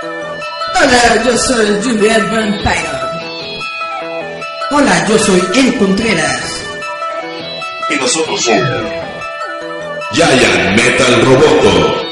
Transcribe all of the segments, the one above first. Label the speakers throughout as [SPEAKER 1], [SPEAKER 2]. [SPEAKER 1] Hola, yo soy Juliet Vampire. Hola, yo soy El Contreras.
[SPEAKER 2] Y nosotros somos Giant Metal Roboto.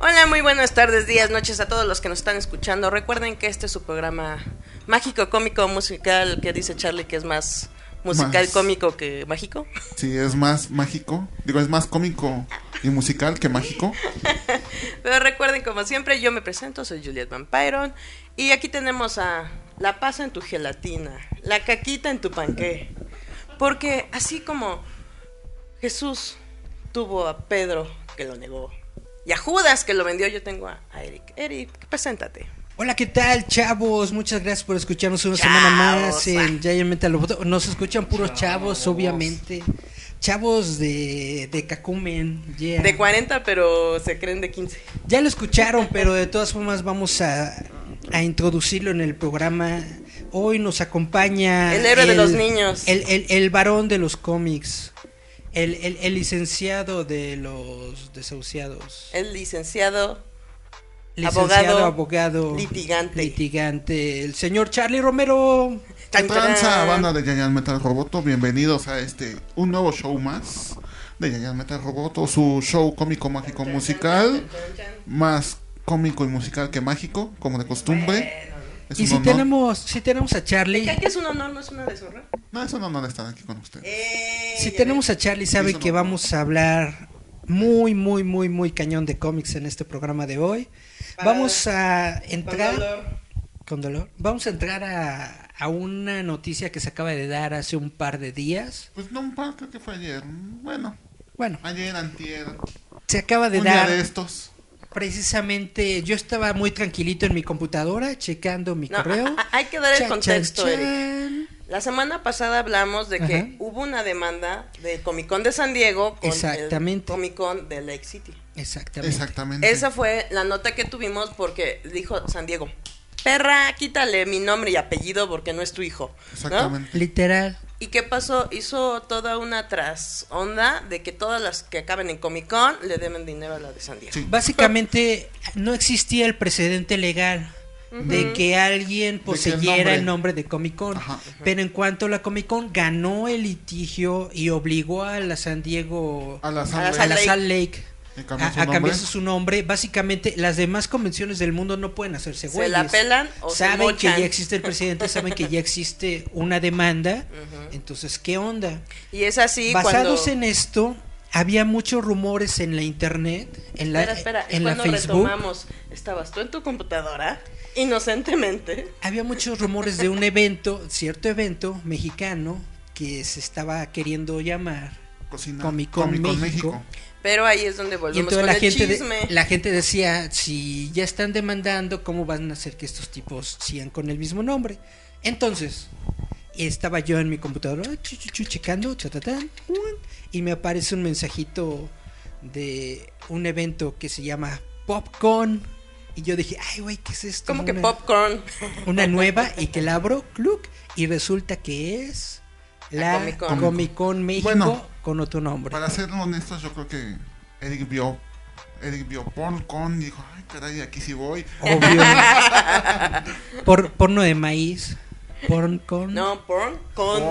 [SPEAKER 3] Hola, muy buenas tardes, días, noches a todos los que nos están escuchando. Recuerden que este es su programa mágico, cómico, musical, que dice Charlie que es más musical,
[SPEAKER 4] Más.
[SPEAKER 3] cómico que mágico.
[SPEAKER 4] Sí, es más mágico. Digo, es más cómico y musical que mágico.
[SPEAKER 3] Pero recuerden, como siempre, yo me presento, soy Juliet Vampiron. Y aquí tenemos a la pasa en tu gelatina, la caquita en tu panqué. Porque así como Jesús tuvo a Pedro, que lo negó, y a Judas, que lo vendió, yo tengo a a Eric. Eric, preséntate.
[SPEAKER 5] Hola, ¿qué tal, chavos? Muchas gracias por escucharnos una
[SPEAKER 3] Chavos,
[SPEAKER 5] semana más en
[SPEAKER 3] ah.
[SPEAKER 5] Giant Metal Roboto. Nos escuchan puros chavos, obviamente. Chavos de, de Cacumen. yeah.
[SPEAKER 3] De 40, pero se creen de 15.
[SPEAKER 5] Ya lo escucharon, pero de todas formas vamos a, a introducirlo en el programa. Hoy nos acompaña...
[SPEAKER 3] El héroe de los niños.
[SPEAKER 5] El, el- el varón de los cómics. El, el- el licenciado de los desahuciados.
[SPEAKER 3] El licenciado
[SPEAKER 5] Licenciado,
[SPEAKER 3] abogado,
[SPEAKER 5] abogado.
[SPEAKER 3] litigante.
[SPEAKER 5] Litigante. El señor Charlie Romero.
[SPEAKER 4] ¿Qué
[SPEAKER 3] Tan,
[SPEAKER 4] tranza,
[SPEAKER 3] tan.
[SPEAKER 4] banda de Yayan Metal Roboto? Bienvenidos a este, un nuevo show más de Yayan Metal Roboto, su show cómico, mágico, musical. Más cómico y musical que mágico, como de costumbre. Es
[SPEAKER 5] Y
[SPEAKER 4] un
[SPEAKER 5] si
[SPEAKER 4] honor.
[SPEAKER 5] tenemos, si tenemos a Charlie,
[SPEAKER 3] Que es un honor, no es una deshonra.
[SPEAKER 4] No, es un honor estar aquí con ustedes.
[SPEAKER 3] Eh,
[SPEAKER 5] si tenemos a Charlie, sabe
[SPEAKER 4] Eso no.
[SPEAKER 5] que vamos a hablar muy, muy, muy, muy cañón de cómics en este programa de hoy.
[SPEAKER 3] Para-
[SPEAKER 5] Vamos a entrar con dolor. Vamos a entrar a, a una noticia que se acaba de dar hace un par de días.
[SPEAKER 4] Pues no, un par, creo que fue ayer. Bueno,
[SPEAKER 5] Bueno,
[SPEAKER 4] ayer, antier,
[SPEAKER 5] se acaba de
[SPEAKER 4] un día
[SPEAKER 5] dar
[SPEAKER 4] de estos.
[SPEAKER 5] precisamente. Yo estaba muy tranquilito en mi computadora checando mi
[SPEAKER 3] No,
[SPEAKER 5] correo.
[SPEAKER 3] a- a- hay que dar el
[SPEAKER 5] Chan, chan,
[SPEAKER 3] contexto, Eric.
[SPEAKER 5] chan.
[SPEAKER 3] La semana pasada hablamos de que
[SPEAKER 5] Ajá.
[SPEAKER 3] hubo una demanda de Comic Con de San Diego con
[SPEAKER 5] Exactamente.
[SPEAKER 3] el Comic Con de Lake City.
[SPEAKER 5] Exactamente.
[SPEAKER 4] Exactamente.
[SPEAKER 3] Esa fue la nota que tuvimos porque dijo San Diego, perra, quítale mi nombre y apellido porque no es tu hijo. ¿no?
[SPEAKER 4] Exactamente.
[SPEAKER 5] Literal.
[SPEAKER 3] ¿Y qué pasó? Hizo toda una tras onda de que todas las que acaben en Comic Con le deben dinero a la de San Diego.
[SPEAKER 4] Sí.
[SPEAKER 5] Básicamente no existía el precedente legal de que alguien
[SPEAKER 4] que el
[SPEAKER 5] poseyera el, nombre.
[SPEAKER 4] nombre.
[SPEAKER 5] de Comic Con.
[SPEAKER 4] Ajá.
[SPEAKER 5] Pero en cuanto a la Comic Con ganó el litigio y obligó a la San Diego
[SPEAKER 4] A la
[SPEAKER 3] A
[SPEAKER 4] asamblea.
[SPEAKER 5] a la Salt Lake
[SPEAKER 4] Y cambió
[SPEAKER 5] a,
[SPEAKER 4] su
[SPEAKER 5] a
[SPEAKER 4] nombre.
[SPEAKER 5] cambiarse su nombre. Básicamente las demás convenciones del mundo no pueden hacerse
[SPEAKER 3] Se la
[SPEAKER 5] güeyes.
[SPEAKER 3] pelan o se
[SPEAKER 5] saben que
[SPEAKER 3] mochan.
[SPEAKER 5] ya existe el presidente, saben que ya existe una demanda. Entonces, ¿qué onda?
[SPEAKER 3] Y es así
[SPEAKER 5] Basados
[SPEAKER 3] cuando...
[SPEAKER 5] en esto, había muchos rumores en la internet, en la,
[SPEAKER 3] espera, espera, es
[SPEAKER 5] en la
[SPEAKER 3] cuando
[SPEAKER 5] Facebook.
[SPEAKER 3] retomamos. Estabas tú en tu computadora, inocentemente.
[SPEAKER 5] Había muchos rumores de un evento, cierto evento mexicano que se estaba queriendo llamar
[SPEAKER 4] Cocina-
[SPEAKER 5] Comic Con México.
[SPEAKER 3] Pero ahí es donde
[SPEAKER 5] y
[SPEAKER 3] volvemos
[SPEAKER 5] entonces
[SPEAKER 3] con
[SPEAKER 5] la
[SPEAKER 3] el
[SPEAKER 5] gente, de-
[SPEAKER 3] chisme.
[SPEAKER 5] la gente decía, si ya están demandando, ¿cómo van a hacer que estos tipos sigan con el mismo nombre? Entonces, estaba yo en mi computadora, chu, chu, chu, checando, chatatán, uan, y me aparece un mensajito de un evento que se llama Popcorn. Y yo dije, ay, güey, ¿qué es esto?
[SPEAKER 3] Como que
[SPEAKER 5] Una-
[SPEAKER 3] popcorn.
[SPEAKER 5] Una nueva y que la abro, cluc, y resulta que es
[SPEAKER 3] La
[SPEAKER 5] la
[SPEAKER 3] Comic
[SPEAKER 5] Comic
[SPEAKER 3] Con.
[SPEAKER 5] Con, México
[SPEAKER 4] Bueno,
[SPEAKER 5] con otro nombre.
[SPEAKER 4] Para ser honestos, yo creo que Eric vio. Eric vio Porncon y dijo, ay caray, aquí sí voy.
[SPEAKER 5] Obvio. Por, porno de maíz. Porn con.
[SPEAKER 3] No, porn con.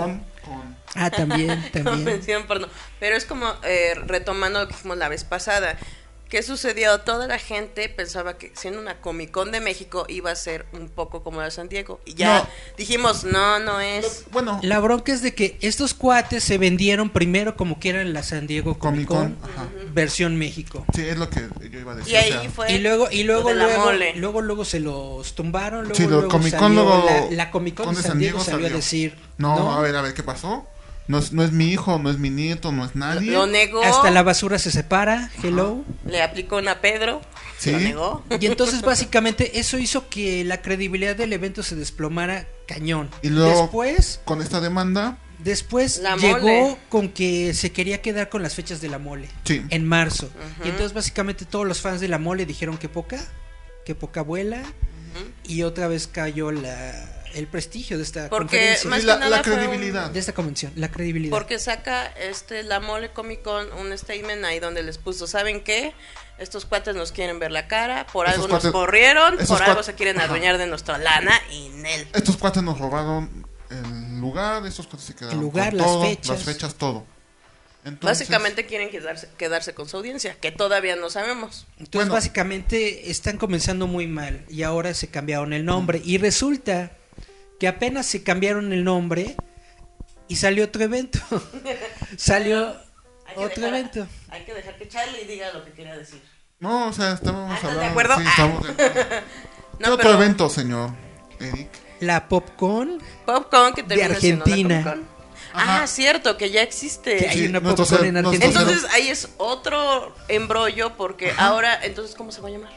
[SPEAKER 4] Porncon.
[SPEAKER 5] Ah, también, también.
[SPEAKER 3] Convención porno. Pero es como eh, retomando lo que dijimos la vez pasada. ¿Qué sucedió? Toda la gente pensaba que siendo una Comic Con de México iba a ser un poco como la de San Diego. Y ya
[SPEAKER 4] No.
[SPEAKER 3] dijimos, no, no es.
[SPEAKER 4] Bueno,
[SPEAKER 5] La bronca es de que estos cuates se vendieron primero como que eran la San Diego
[SPEAKER 4] Comic
[SPEAKER 5] Comic Con,
[SPEAKER 4] Con, ajá.
[SPEAKER 5] versión México.
[SPEAKER 4] sí, es lo que yo iba a decir.
[SPEAKER 3] Y
[SPEAKER 4] o sea,
[SPEAKER 3] ahí fue.
[SPEAKER 5] Y luego, y luego,
[SPEAKER 3] lo de la
[SPEAKER 5] luego,
[SPEAKER 3] mole.
[SPEAKER 5] luego, luego se los tumbaron. Luego,
[SPEAKER 4] sí, lo
[SPEAKER 5] luego
[SPEAKER 4] Comic Con
[SPEAKER 5] salió
[SPEAKER 4] luego.
[SPEAKER 5] la, la Comic Con de San Diego salió, a decir.
[SPEAKER 4] No, a ver, a ver, ¿qué pasó? No es, no es mi hijo, no es mi nieto, no es nadie.
[SPEAKER 3] Lo negó.
[SPEAKER 5] Hasta la basura se separa, hello.
[SPEAKER 3] Le aplicó una Pedro.
[SPEAKER 4] Sí.
[SPEAKER 3] Lo negó.
[SPEAKER 5] Y entonces básicamente eso hizo que la credibilidad del evento se desplomara cañón.
[SPEAKER 4] Y luego-
[SPEAKER 5] Después,
[SPEAKER 4] Con esta demanda,
[SPEAKER 5] después
[SPEAKER 3] La
[SPEAKER 5] llegó
[SPEAKER 3] mole.
[SPEAKER 5] con que se quería quedar con las fechas de la mole
[SPEAKER 4] Sí.
[SPEAKER 5] en marzo. Y entonces básicamente todos los fans de la mole dijeron que poca, que poca vuela. Y otra vez cayó la, el prestigio de esta
[SPEAKER 3] Porque
[SPEAKER 5] conferencia.
[SPEAKER 3] más
[SPEAKER 4] Y la-
[SPEAKER 3] que nada
[SPEAKER 4] la
[SPEAKER 3] fue un-
[SPEAKER 4] credibilidad.
[SPEAKER 5] de esta convención, la credibilidad.
[SPEAKER 3] Porque saca este la mole Comic Con un statement ahí donde les puso, ¿saben qué? Estos cuates nos quieren ver la cara, por
[SPEAKER 4] Esos
[SPEAKER 3] algo
[SPEAKER 4] cuates-
[SPEAKER 3] nos corrieron,
[SPEAKER 4] esos
[SPEAKER 3] por algo
[SPEAKER 4] cuat-
[SPEAKER 3] se quieren
[SPEAKER 4] Ajá.
[SPEAKER 3] adueñar de nuestra lana y Nel.
[SPEAKER 4] estos cuates nos robaron el lugar, estos cuates se quedaron
[SPEAKER 5] El lugar,
[SPEAKER 4] con
[SPEAKER 5] las
[SPEAKER 4] todo,
[SPEAKER 5] fechas.
[SPEAKER 4] las fechas, todo. Entonces,
[SPEAKER 3] Básicamente quieren quedarse, quedarse con su audiencia, que todavía no sabemos.
[SPEAKER 5] Entonces
[SPEAKER 4] Bueno.
[SPEAKER 5] básicamente están comenzando muy mal y ahora se cambiaron el nombre y resulta que apenas se cambiaron el nombre y salió otro evento. salió
[SPEAKER 3] Hay que
[SPEAKER 5] otro
[SPEAKER 3] dejar-
[SPEAKER 5] evento.
[SPEAKER 3] Hay que dejar que Charlie diga lo que quiera decir.
[SPEAKER 4] No, o sea, estábamos
[SPEAKER 3] Ah, ¿estás de
[SPEAKER 4] hablando.
[SPEAKER 3] acuerdo?
[SPEAKER 4] sí,
[SPEAKER 3] Ah.
[SPEAKER 4] estamos de acuerdo. ¿Qué otro
[SPEAKER 3] pero
[SPEAKER 4] evento, señor Eric?
[SPEAKER 5] La Popcorn,
[SPEAKER 3] Popcorn que termina siendo la
[SPEAKER 5] Argentina.
[SPEAKER 3] Comic Con. Ah, cierto, que ya existe.
[SPEAKER 5] que hay
[SPEAKER 4] Sí,
[SPEAKER 5] una
[SPEAKER 4] nuestros-
[SPEAKER 5] Popcorn en
[SPEAKER 4] nuestros-
[SPEAKER 5] Argentina.
[SPEAKER 3] Entonces ahí es otro embrollo porque ahora, entonces, ¿cómo se va a llamar?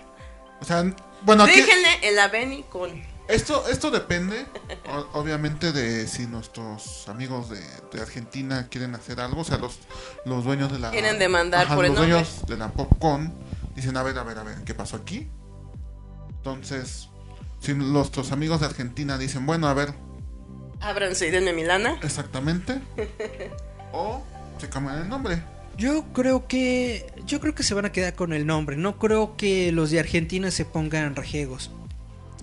[SPEAKER 4] O sea, bueno, aquí,
[SPEAKER 3] Déjenle el Aveni con...
[SPEAKER 4] esto, esto depende, o- obviamente, de si nuestros amigos de, de Argentina quieren hacer algo. O sea, los, los dueños de la.
[SPEAKER 3] Quieren demandar por el
[SPEAKER 4] Los dueños de la Popcorn dicen: A ver, a ver, a ver, ¿qué pasó aquí? Entonces, si nuestros amigos de Argentina dicen: Bueno, a ver,
[SPEAKER 3] Ábranse y denme Milana.
[SPEAKER 4] exactamente.
[SPEAKER 5] Oh.
[SPEAKER 4] o se cambian el nombre.
[SPEAKER 5] Yo creo que yo creo que se van a quedar con el nombre. No creo que los de Argentina se pongan rejegos.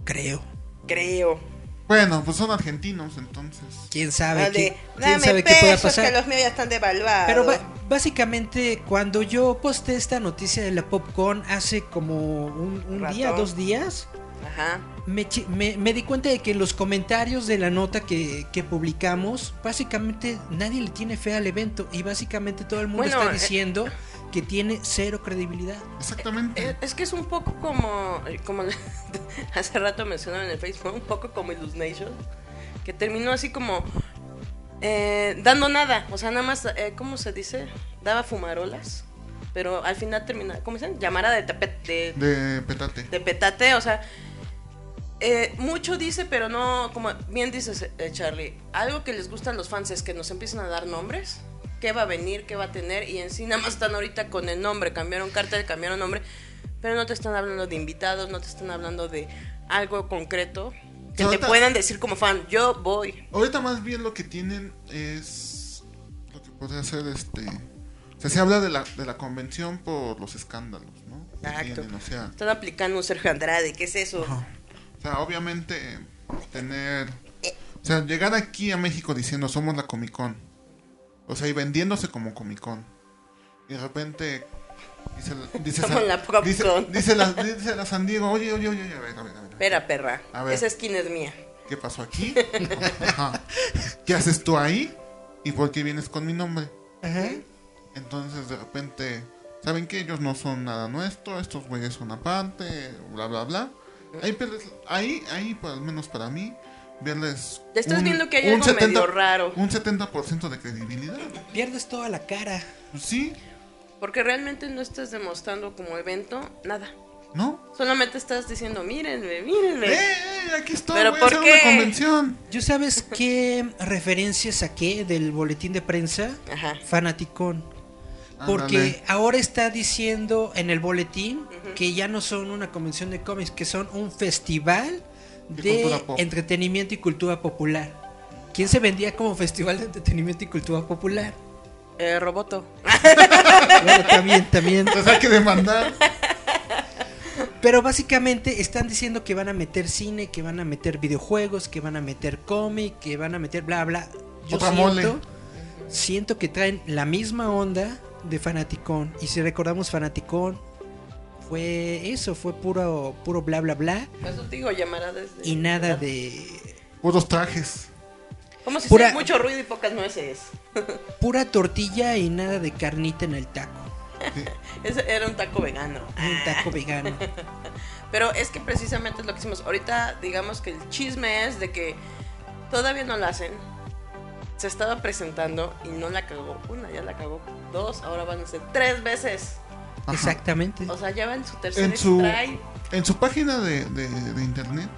[SPEAKER 5] Creo.
[SPEAKER 3] Creo.
[SPEAKER 4] Bueno, pues son argentinos, entonces.
[SPEAKER 5] Quién sabe.
[SPEAKER 3] La de,
[SPEAKER 5] quién- quién sabe qué pueda pasar.
[SPEAKER 3] míos ya están devaluados.
[SPEAKER 5] Pero ba- básicamente cuando yo posté esta noticia de la PopCon hace como un, un
[SPEAKER 3] Rato.
[SPEAKER 5] día, dos días,
[SPEAKER 3] Ajá.
[SPEAKER 5] me, chi- me- me di cuenta de que en los comentarios de la nota que, que publicamos, básicamente nadie le tiene fe al evento y básicamente todo el mundo
[SPEAKER 3] Bueno,
[SPEAKER 5] está
[SPEAKER 3] eh,
[SPEAKER 5] diciendo que tiene cero credibilidad.
[SPEAKER 4] Exactamente.
[SPEAKER 3] Eh, Es, es que es un poco como. eh, como le- hace rato mencionaron en el Facebook, un poco como Illumination. Que terminó así como. eh, dando nada. O sea, nada más. eh, ¿Cómo se dice? Daba fumarolas. Pero al final terminaba. ¿Cómo dicen? Llamada de tapete. De,
[SPEAKER 4] De petate.
[SPEAKER 3] de petate. O sea. eh, mucho dice, pero no. Como bien dices, eh, Charlie. Algo que les gusta a los fans es que nos empiezan a dar nombres. ¿Qué va a venir? ¿Qué va a tener? Y en sí nada más están ahorita con el nombre. Cambiaron cartel, cambiaron nombre. Pero no te están hablando de invitados, no te están hablando de algo concreto. Que te
[SPEAKER 4] Ahorita-
[SPEAKER 3] puedan decir como fan, yo voy.
[SPEAKER 4] Ahorita más bien lo que tienen es lo que podría ser este. O sea, se habla de la, de la convención por los escándalos, ¿no? Que
[SPEAKER 3] Exacto.
[SPEAKER 4] tienen, o, sea,
[SPEAKER 3] Están aplicando un Sergio Andrade, ¿qué es eso?
[SPEAKER 4] o sea, obviamente tener. O sea, llegar aquí a México diciendo somos la Comic Con. O sea, y vendiéndose como Comic Con. Y de repente. Dice, dice,
[SPEAKER 3] Somos
[SPEAKER 4] San-
[SPEAKER 3] la Pop
[SPEAKER 4] dice,
[SPEAKER 3] Con.
[SPEAKER 4] dice la, dice la San Diego, oye, oye, oye, oye, a ver, a ver, a ver.
[SPEAKER 3] Espera, perra.
[SPEAKER 4] A ver.
[SPEAKER 3] Esa esquina es mía.
[SPEAKER 4] ¿Qué pasó aquí? Ajá. ¿Qué haces tú ahí? ¿Y por qué vienes con mi nombre? Entonces de repente, ¿saben que Ellos no son nada nuestro, estos güeyes son aparte, bla, bla, bla. Ahí, pierdes- ahí, ahí, por al menos para mí, verles...
[SPEAKER 3] Ya estás viendo que hay algo medio raro.
[SPEAKER 4] Un 70% de credibilidad.
[SPEAKER 5] Pierdes toda la cara.
[SPEAKER 4] Pues Sí,
[SPEAKER 3] Porque realmente no estás demostrando como evento nada.
[SPEAKER 4] ¿no?
[SPEAKER 3] Solamente estás diciendo, mírenme, mírenme.
[SPEAKER 4] ¡Eh, eh, aquí estoy!
[SPEAKER 3] ¿Pero
[SPEAKER 4] voy
[SPEAKER 3] por
[SPEAKER 4] a hacer
[SPEAKER 3] qué?
[SPEAKER 4] una convención.
[SPEAKER 5] ¿Yo sabes qué referencia saqué del boletín de prensa?
[SPEAKER 3] Ajá.
[SPEAKER 5] Fanaticón.
[SPEAKER 4] Ándale.
[SPEAKER 5] Porque ahora está diciendo en el boletín que ya no son una convención de cómics, que son un festival
[SPEAKER 4] De
[SPEAKER 5] de
[SPEAKER 4] cultura pop.
[SPEAKER 5] entretenimiento y cultura popular. ¿Quién se vendía como festival de entretenimiento y cultura popular?
[SPEAKER 3] Eh, Roboto.
[SPEAKER 5] Bueno, también, también.
[SPEAKER 4] Entonces hay que demandar.
[SPEAKER 5] Pero básicamente están diciendo que van a meter cine, que van a meter videojuegos, que van a meter cómic, que van a meter bla bla. Yo
[SPEAKER 4] Otra
[SPEAKER 5] siento,
[SPEAKER 4] mole.
[SPEAKER 5] siento que traen la misma onda de Fanaticón. Y si recordamos Fanaticón, fue eso, fue puro, puro bla bla bla
[SPEAKER 3] Eso te digo, llamará desde.
[SPEAKER 5] y nada de
[SPEAKER 4] Puros trajes.
[SPEAKER 3] Como si
[SPEAKER 5] Pura-
[SPEAKER 3] sea mucho ruido y pocas nueces.
[SPEAKER 5] pura tortilla y nada de carnita en el taco.
[SPEAKER 3] Ese era un taco vegano.
[SPEAKER 5] Un taco vegano.
[SPEAKER 3] Pero es que precisamente es lo que hicimos. Ahorita digamos que el chisme es de que todavía no la hacen. Se estaba presentando y no la cagó una, ya la cagó dos, ahora van a ser tres veces.
[SPEAKER 4] Ajá.
[SPEAKER 5] Exactamente.
[SPEAKER 3] O sea, ya va en su tercer
[SPEAKER 4] En su,
[SPEAKER 3] try.
[SPEAKER 4] en su página de, de- de internet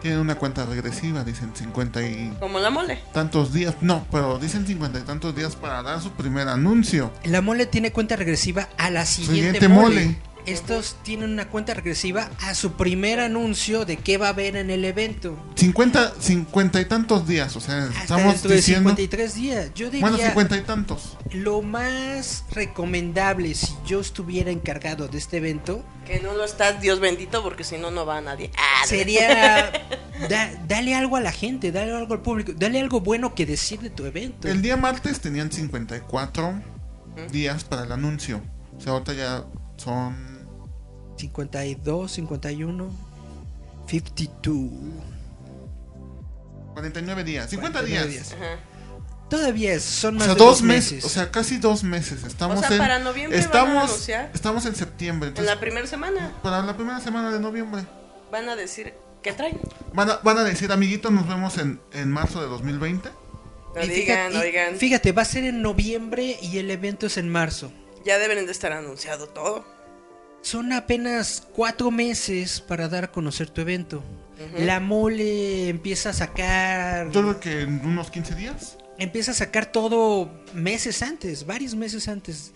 [SPEAKER 4] tienen una cuenta regresiva, dicen 50 y
[SPEAKER 3] Como la mole.
[SPEAKER 4] tantos días. No, pero dicen 50 y tantos días para dar su primer anuncio.
[SPEAKER 5] La mole tiene cuenta regresiva a la siguiente,
[SPEAKER 4] Siguiente
[SPEAKER 5] mole.
[SPEAKER 4] mole.
[SPEAKER 5] Estos tienen una cuenta regresiva a su primer anuncio de qué va a haber en el evento.
[SPEAKER 4] 50, 50 y tantos días, o sea,
[SPEAKER 5] Hasta
[SPEAKER 4] estamos
[SPEAKER 5] Ah, dentro de
[SPEAKER 4] diciendo...
[SPEAKER 5] 53 días. Yo diría
[SPEAKER 4] Bueno, 50 y tantos.
[SPEAKER 5] lo más recomendable si yo estuviera encargado de este evento
[SPEAKER 3] Que no lo estás, Dios bendito, porque si no, no va a nadie. ¡Ah!
[SPEAKER 5] sería da- dale algo a la gente, dale algo al público, dale algo bueno que decir de tu evento.
[SPEAKER 4] El día martes tenían 54 días para el anuncio. O sea, ahorita ya son
[SPEAKER 5] 52, 51, 52.
[SPEAKER 4] 49 días. 50
[SPEAKER 5] 49
[SPEAKER 4] días.
[SPEAKER 5] días.
[SPEAKER 3] Ajá.
[SPEAKER 5] Todavía es- son
[SPEAKER 4] O
[SPEAKER 5] más
[SPEAKER 4] sea,
[SPEAKER 5] de
[SPEAKER 4] dos
[SPEAKER 5] dos
[SPEAKER 4] meses.
[SPEAKER 5] meses.
[SPEAKER 4] O sea, casi dos meses. Estamos
[SPEAKER 3] O sea,
[SPEAKER 4] en,
[SPEAKER 3] para noviembre van a
[SPEAKER 4] estamos,
[SPEAKER 3] anunciar.
[SPEAKER 4] estamos en septiembre.
[SPEAKER 3] En
[SPEAKER 4] Entonces,
[SPEAKER 3] la primera semana
[SPEAKER 4] para la primera semana de noviembre.
[SPEAKER 3] van a decir, ¿qué traen?
[SPEAKER 4] Van a, van a decir, amiguitos, nos vemos en, en marzo de 2020.
[SPEAKER 3] No
[SPEAKER 5] Y
[SPEAKER 3] digan,
[SPEAKER 5] fíjate, y
[SPEAKER 3] oigan.
[SPEAKER 5] fíjate, va a ser en noviembre y el evento es en marzo.
[SPEAKER 3] Ya deben de estar anunciado todo.
[SPEAKER 5] Son apenas cuatro meses para dar a conocer tu evento. La mole empieza a sacar.
[SPEAKER 4] Yo creo que en unos 15 días.
[SPEAKER 5] Empieza a sacar todo meses antes, varios meses antes.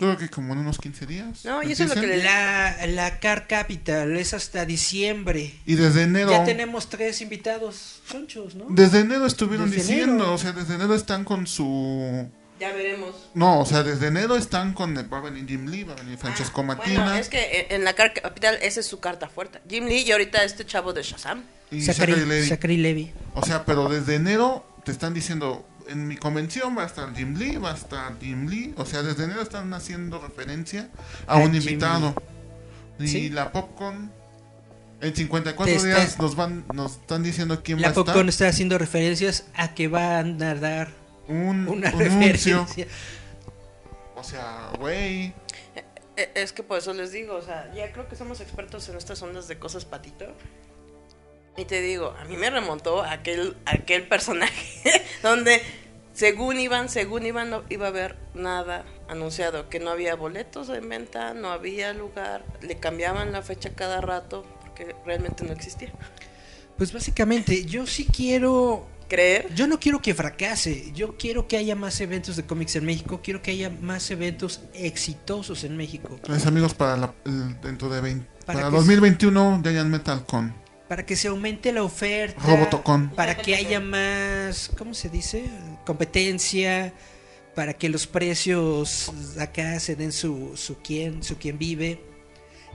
[SPEAKER 4] Yo creo que como en unos 15 días.
[SPEAKER 3] No, y eso es lo que
[SPEAKER 4] empiezan.
[SPEAKER 3] le-
[SPEAKER 5] La, la Car Capital es hasta diciembre.
[SPEAKER 4] Y desde enero.
[SPEAKER 5] Ya tenemos tres invitados chonchos, ¿no?
[SPEAKER 4] Desde enero estuvieron
[SPEAKER 5] Desde
[SPEAKER 4] diciendo,
[SPEAKER 5] enero.
[SPEAKER 4] o sea, desde enero están con su...
[SPEAKER 3] Ya veremos.
[SPEAKER 4] No, o sea, desde enero están con... el- Va a venir Jim Lee, va a venir Francesco Matina.
[SPEAKER 3] Ah, Bueno, es que en la car capital esa es su carta fuerte. Jim Lee y ahorita este chavo de Shazam.
[SPEAKER 4] y
[SPEAKER 5] Zachary,
[SPEAKER 4] Zachary Levi.
[SPEAKER 5] Zachary Levy.
[SPEAKER 4] O sea, pero desde enero te están diciendo, en mi convención va a estar Jim Lee, va a estar Jim Lee. O sea, desde enero están haciendo referencia a,
[SPEAKER 5] A
[SPEAKER 4] un
[SPEAKER 5] Jim
[SPEAKER 4] invitado. Y
[SPEAKER 5] Sí.
[SPEAKER 4] la Popcorn, en 54
[SPEAKER 5] Te
[SPEAKER 4] días
[SPEAKER 5] está-
[SPEAKER 4] nos van nos están diciendo quién
[SPEAKER 5] La
[SPEAKER 4] va a estar.
[SPEAKER 5] Popcorn está haciendo referencias a que van a dar
[SPEAKER 4] Un
[SPEAKER 5] una
[SPEAKER 4] anuncio.
[SPEAKER 5] referencia.
[SPEAKER 4] O sea, güey.
[SPEAKER 3] Eh, Es que por eso les digo, o sea, ya creo que somos expertos en estas ondas de cosas patito. Y te digo, a mí me remontó aquel, aquel personaje donde según iban, según iban, no iba a haber nada anunciado, que no había boletos en venta, no había lugar, le cambiaban la fecha cada rato porque realmente no existía.
[SPEAKER 5] Pues básicamente, yo sí quiero.
[SPEAKER 3] Creer
[SPEAKER 5] Yo no quiero que fracase. Yo quiero que haya más eventos de cómics en México. Quiero que haya más eventos exitosos en México.
[SPEAKER 4] Entonces, amigos, para la- el- dentro de 20,
[SPEAKER 5] Para
[SPEAKER 4] para,
[SPEAKER 5] que-
[SPEAKER 4] 2021, Giant Metal Con.
[SPEAKER 5] Para que se aumente la oferta.
[SPEAKER 4] Robotocon.
[SPEAKER 5] Para que haya más. ¿Cómo se dice? Competencia. Para que los precios acá se den su, su quien, su quien vive.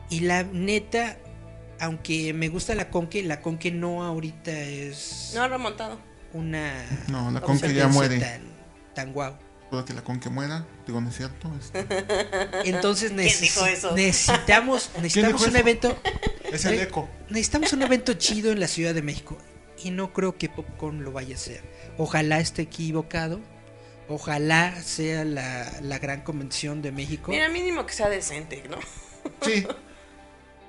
[SPEAKER 5] Y la neta, aunque me gusta la Conque, la Conque no ahorita es
[SPEAKER 3] no ha remontado.
[SPEAKER 5] una.
[SPEAKER 4] No, la Conque ya
[SPEAKER 5] competencia
[SPEAKER 4] muere.
[SPEAKER 5] Tan, tan guau.
[SPEAKER 4] Espero que la Con que muera. Digo, no es cierto. este, Es,
[SPEAKER 5] Entonces necesi-
[SPEAKER 3] dijo eso?
[SPEAKER 5] necesitamos, necesitamos
[SPEAKER 4] dijo
[SPEAKER 5] un
[SPEAKER 4] eso?
[SPEAKER 5] evento.
[SPEAKER 4] es el eco.
[SPEAKER 5] Necesitamos un evento chido en la Ciudad de México. Y no creo que Popcorn lo vaya a hacer. Ojalá esté equivocado. Ojalá sea la, la gran convención de México.
[SPEAKER 3] Mira, mínimo que sea decente, ¿no?
[SPEAKER 4] Sí.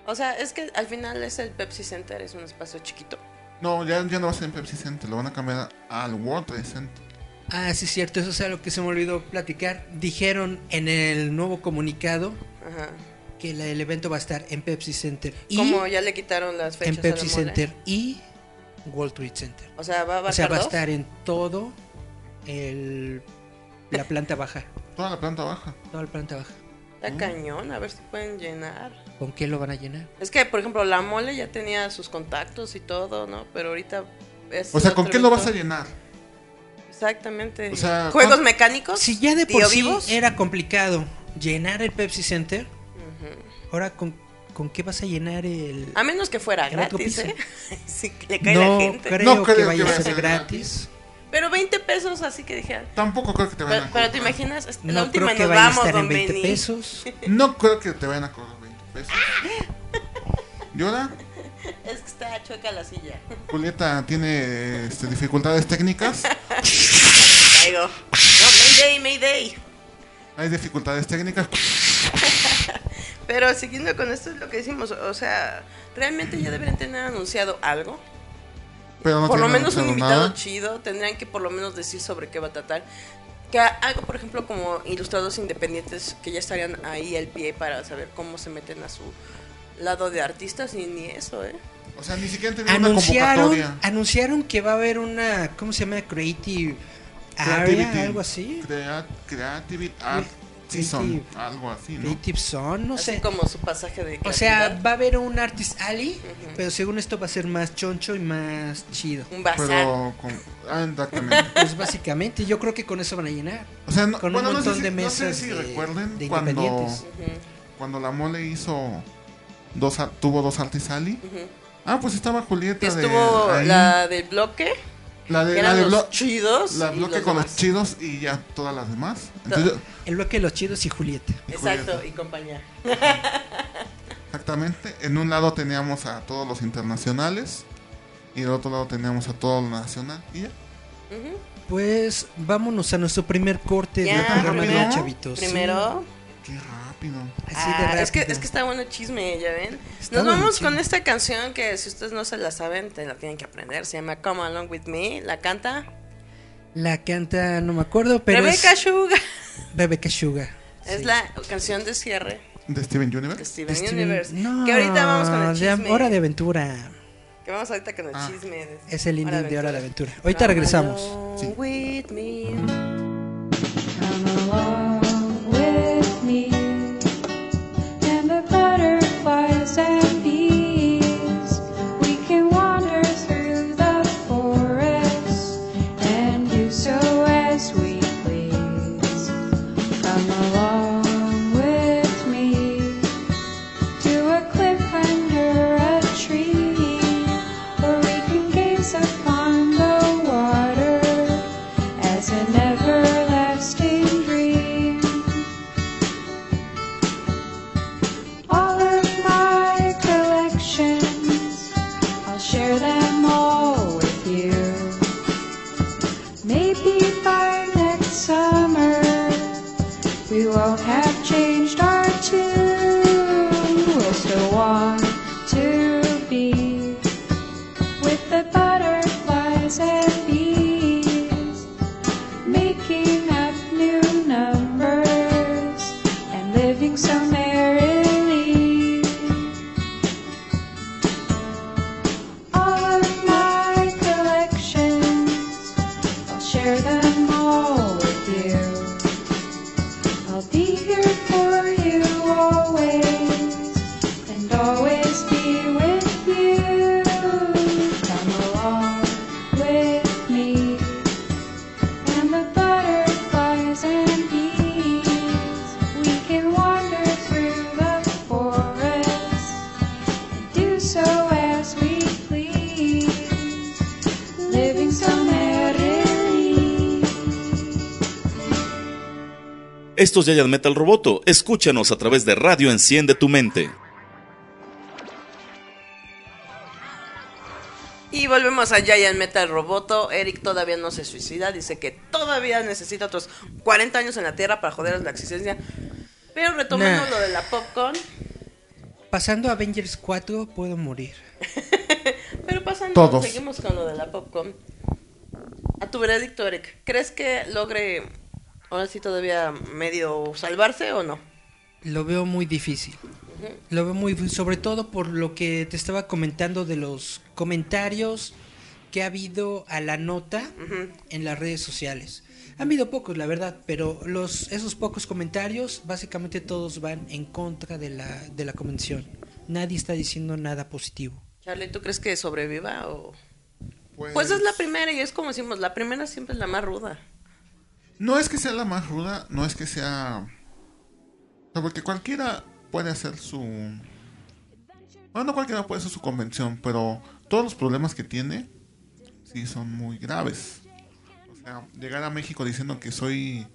[SPEAKER 3] O sea, es que al final es el Pepsi Center, es un espacio chiquito.
[SPEAKER 4] No, ya, ya no va a ser en Pepsi Center. Lo van a cambiar al World Trade Center.
[SPEAKER 5] Ah, sí, es cierto. Eso es algo que se me olvidó platicar. Dijeron en el nuevo comunicado
[SPEAKER 3] Ajá.
[SPEAKER 5] que la- el evento va a estar en Pepsi Center. Y
[SPEAKER 3] Como ya le quitaron las
[SPEAKER 5] en
[SPEAKER 3] fechas a la
[SPEAKER 5] Pepsi
[SPEAKER 3] mole.
[SPEAKER 5] Center y World Trade Center.
[SPEAKER 3] O sea, va a
[SPEAKER 5] O sea,
[SPEAKER 3] abarcar
[SPEAKER 5] va a
[SPEAKER 3] dos?
[SPEAKER 5] estar en todo el, la planta baja.
[SPEAKER 4] Toda la planta baja. Mm.
[SPEAKER 5] Toda la planta baja.
[SPEAKER 3] Está cañón, a ver si pueden llenar.
[SPEAKER 5] ¿Con qué lo van a llenar?
[SPEAKER 3] Es que, por ejemplo, la mole ya tenía sus contactos y todo, ¿no? Pero ahorita es
[SPEAKER 4] O sea, ¿con
[SPEAKER 3] otro
[SPEAKER 4] qué lo vas a
[SPEAKER 3] evento.
[SPEAKER 4] llenar?
[SPEAKER 3] Exactamente.
[SPEAKER 4] O sea, ah,
[SPEAKER 3] ¿Juegos
[SPEAKER 4] ¿cuán-
[SPEAKER 3] mecánicos?
[SPEAKER 5] Si ya de por
[SPEAKER 3] ¿Tío
[SPEAKER 5] sí
[SPEAKER 3] vivos?
[SPEAKER 5] era complicado llenar el Pepsi Center, ahora con, con qué vas a llenar el...
[SPEAKER 3] A menos que fuera
[SPEAKER 5] El otro
[SPEAKER 3] gratis,
[SPEAKER 5] piso.
[SPEAKER 3] ¿eh? si le cae
[SPEAKER 5] No
[SPEAKER 3] la gente.
[SPEAKER 5] creo,
[SPEAKER 4] No creo
[SPEAKER 5] que
[SPEAKER 4] que
[SPEAKER 5] vaya
[SPEAKER 4] vaya
[SPEAKER 5] a
[SPEAKER 4] a
[SPEAKER 5] ser
[SPEAKER 4] ser
[SPEAKER 5] gratis.
[SPEAKER 3] Pero 20 pesos, así que dije. ah,
[SPEAKER 4] Tampoco creo que te
[SPEAKER 3] Pero,
[SPEAKER 4] vayan a
[SPEAKER 3] pero te
[SPEAKER 4] cobrar.
[SPEAKER 3] imaginas, la
[SPEAKER 5] No creo
[SPEAKER 3] última
[SPEAKER 5] que
[SPEAKER 3] nos
[SPEAKER 5] vaya a
[SPEAKER 3] vamos,
[SPEAKER 5] estar en
[SPEAKER 3] don
[SPEAKER 5] 20
[SPEAKER 3] Benny.
[SPEAKER 5] pesos.
[SPEAKER 4] No creo que te vayan a cobrar 20 pesos. Llora.
[SPEAKER 3] Es que está chueca la silla.
[SPEAKER 4] Julieta tiene este, dificultades técnicas.
[SPEAKER 3] Caigo. No, Mayday, Mayday.
[SPEAKER 4] Hay dificultades técnicas.
[SPEAKER 3] Pero siguiendo con esto es lo que decimos, o sea, realmente ya deberían tener anunciado algo.
[SPEAKER 4] Pero no
[SPEAKER 3] por lo
[SPEAKER 4] tiene
[SPEAKER 3] menos un
[SPEAKER 4] anunciado
[SPEAKER 3] invitado
[SPEAKER 4] nada.
[SPEAKER 3] chido, tendrían que por lo menos decir sobre qué va a tratar. Que a- algo, por ejemplo, como ilustrados independientes que ya estarían ahí al pie para saber cómo se meten a su lado de artistas y ni eso, ¿eh?
[SPEAKER 4] O sea, ni siquiera tiene una
[SPEAKER 5] Anunciaron,
[SPEAKER 4] convocatoria.
[SPEAKER 5] anunciaron que va a haber una, ¿cómo se llama? Creative
[SPEAKER 4] Creativity.
[SPEAKER 5] Area, algo así.
[SPEAKER 4] Crea- creative Art Season.
[SPEAKER 5] Creative.
[SPEAKER 4] Algo así, ¿no?
[SPEAKER 5] Creative Zone, no
[SPEAKER 3] Así
[SPEAKER 5] sé.
[SPEAKER 3] como su pasaje de
[SPEAKER 5] O sea,
[SPEAKER 3] creatividad.
[SPEAKER 5] va a haber un Artist Alley, pero según esto va a ser más choncho y más chido.
[SPEAKER 3] un bazar.
[SPEAKER 4] Pero con. Ah, exactamente.
[SPEAKER 5] Pues básicamente, yo creo que con eso van a llenar.
[SPEAKER 4] O sea, no,
[SPEAKER 5] Con un
[SPEAKER 4] bueno, no sé
[SPEAKER 5] montón
[SPEAKER 4] si,
[SPEAKER 5] de
[SPEAKER 4] no sé
[SPEAKER 5] mesas
[SPEAKER 4] si
[SPEAKER 5] de-
[SPEAKER 4] recuerden
[SPEAKER 5] de
[SPEAKER 4] cuando,
[SPEAKER 5] independientes.
[SPEAKER 3] Ujú,
[SPEAKER 4] cuando la mole hizo. Dos, ar- tuvo dos artisali.
[SPEAKER 3] ujú.
[SPEAKER 4] Ah, pues estaba Julieta
[SPEAKER 3] Que
[SPEAKER 4] de.
[SPEAKER 3] estuvo
[SPEAKER 4] ahí.
[SPEAKER 3] la del bloque,
[SPEAKER 4] La de,
[SPEAKER 3] que
[SPEAKER 4] la
[SPEAKER 3] eran
[SPEAKER 4] de
[SPEAKER 3] los
[SPEAKER 4] blo-
[SPEAKER 3] chidos.
[SPEAKER 4] la
[SPEAKER 3] y
[SPEAKER 4] bloque
[SPEAKER 3] los
[SPEAKER 4] con los
[SPEAKER 3] demás.
[SPEAKER 4] chidos y ya todas las demás.
[SPEAKER 3] Todo.
[SPEAKER 4] Entonces,
[SPEAKER 5] El bloque de los chidos y Julieta.
[SPEAKER 3] Exacto, y compañía.
[SPEAKER 4] Exactamente. En un lado teníamos a todos los internacionales y del otro lado teníamos a todo lo nacional. Y ya.
[SPEAKER 3] Ujú.
[SPEAKER 5] Pues vámonos a nuestro primer corte
[SPEAKER 3] Ya,
[SPEAKER 5] del programa de
[SPEAKER 4] primero.
[SPEAKER 5] chavitos. sí.
[SPEAKER 3] Primero,
[SPEAKER 4] Qué rápido.
[SPEAKER 5] Así de
[SPEAKER 3] Ah, es, que,
[SPEAKER 5] rápido.
[SPEAKER 3] es que está bueno el chisme, ya ven.
[SPEAKER 5] Está
[SPEAKER 3] Nos
[SPEAKER 5] bueno el
[SPEAKER 3] vamos
[SPEAKER 5] chisme.
[SPEAKER 3] con esta canción que si ustedes no se la saben, te la tienen que aprender. Se llama Come Along With Me. La canta
[SPEAKER 5] La canta, no me acuerdo, pero
[SPEAKER 3] Rebecca
[SPEAKER 5] es
[SPEAKER 3] Sugar.
[SPEAKER 5] Rebeca Sugar.
[SPEAKER 3] Es la canción de cierre
[SPEAKER 4] De Steven
[SPEAKER 3] de
[SPEAKER 4] Universe.
[SPEAKER 3] Steven,
[SPEAKER 5] Steven-
[SPEAKER 3] Universe.
[SPEAKER 5] No,
[SPEAKER 3] Pues, que ahorita vamos con el
[SPEAKER 5] de
[SPEAKER 3] chisme.
[SPEAKER 5] Hora de Aventura.
[SPEAKER 3] Que vamos ahorita con el
[SPEAKER 4] Ah.
[SPEAKER 3] chisme. de-
[SPEAKER 5] Es el indie de Hora de Aventura. Ahorita
[SPEAKER 3] Come
[SPEAKER 5] regresamos.
[SPEAKER 3] along
[SPEAKER 4] Sí.
[SPEAKER 3] with me.
[SPEAKER 6] Come along with me, and the butterflies and bees. We can wander through the forest and do so as we please. Come along with me to a cliff under a tree, where we can gaze upon the water as an everlasting dream. All of my collections, I'll share them all with you. Maybe by next summer, we won't have changed our tune. We'll still want to be with the butterflies and bees making up new numbers and living so merrily. All of my collections, I'll share them all with you. I'll be here for you always and always be with you. Come along with me and the butterflies and bees. We can wander through the forest and do so as we please, living so merrily.
[SPEAKER 2] Esto es Giant Metal Roboto. Escúchanos a través de Radio Enciende tu Mente.
[SPEAKER 3] Y volvemos a Giant Metal Roboto. Eric todavía no se suicida. Dice que todavía necesita otros 40 años en la Tierra para joder la existencia. Pero retomando
[SPEAKER 5] Nah.
[SPEAKER 3] lo de la popcorn.
[SPEAKER 5] Pasando a Avengers 4, puedo morir.
[SPEAKER 3] Pero pasando,
[SPEAKER 4] Todos.
[SPEAKER 3] seguimos con lo de la Popcom. A tu veredicto, Eric, ¿crees que logre ahora sí todavía medio salvarse o no?
[SPEAKER 5] Lo veo muy difícil. Lo veo muy difícil, sobre todo por lo que te estaba comentando de los comentarios que ha habido a la nota en las redes sociales. Han habido pocos, la verdad, pero los, esos pocos comentarios básicamente todos van en contra de la, de la convención. Nadie está diciendo nada positivo.
[SPEAKER 3] Charlie, ¿tú crees que sobreviva o...? Pues es la primera y es como decimos, la primera siempre es la más ruda.
[SPEAKER 4] No es que sea la más ruda, no es que sea. o sea, porque cualquiera puede hacer su. Bueno, no cualquiera puede hacer su convención, pero todos los problemas que tiene sí son muy graves. O sea, llegar a México diciendo que soy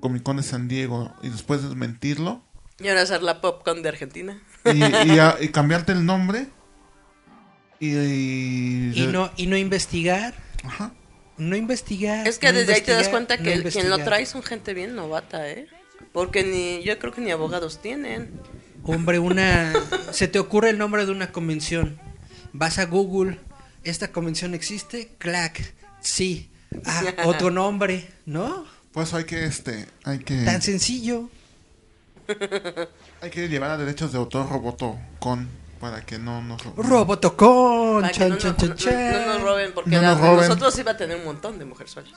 [SPEAKER 4] Comic Con de San Diego y después desmentirlo.
[SPEAKER 3] Y ahora hacer la Popcom de Argentina.
[SPEAKER 4] y, y a- y cambiarte el nombre. Y, y-
[SPEAKER 5] Y no, y no investigar,
[SPEAKER 4] Ajá.
[SPEAKER 5] no investigar.
[SPEAKER 3] Es que
[SPEAKER 5] no
[SPEAKER 3] desde ahí te das
[SPEAKER 5] investigar,
[SPEAKER 3] cuenta
[SPEAKER 5] no
[SPEAKER 3] que el- quien lo
[SPEAKER 5] investigar.
[SPEAKER 3] trae son gente bien novata, ¿eh? Porque ni yo creo que ni abogados tienen.
[SPEAKER 5] Hombre, una. Se te ocurre el nombre de una convención. Vas a Google. ¿Esta convención existe? Clac. Sí. Ah, otro nombre, ¿no?
[SPEAKER 4] Por eso hay que, este, hay que,
[SPEAKER 5] Tan sencillo.
[SPEAKER 4] hay que llevar a derechos de autor Roboto con para que no nos roben.
[SPEAKER 5] Robotocon.
[SPEAKER 3] Para que no,
[SPEAKER 5] Chan,
[SPEAKER 3] nos-
[SPEAKER 5] chan,
[SPEAKER 3] no- no-
[SPEAKER 5] chan,
[SPEAKER 3] no
[SPEAKER 5] chan.
[SPEAKER 3] nos roben, porque
[SPEAKER 4] No
[SPEAKER 3] la-
[SPEAKER 4] nos roben.
[SPEAKER 3] nosotros iba a tener un montón de mujerzuelas.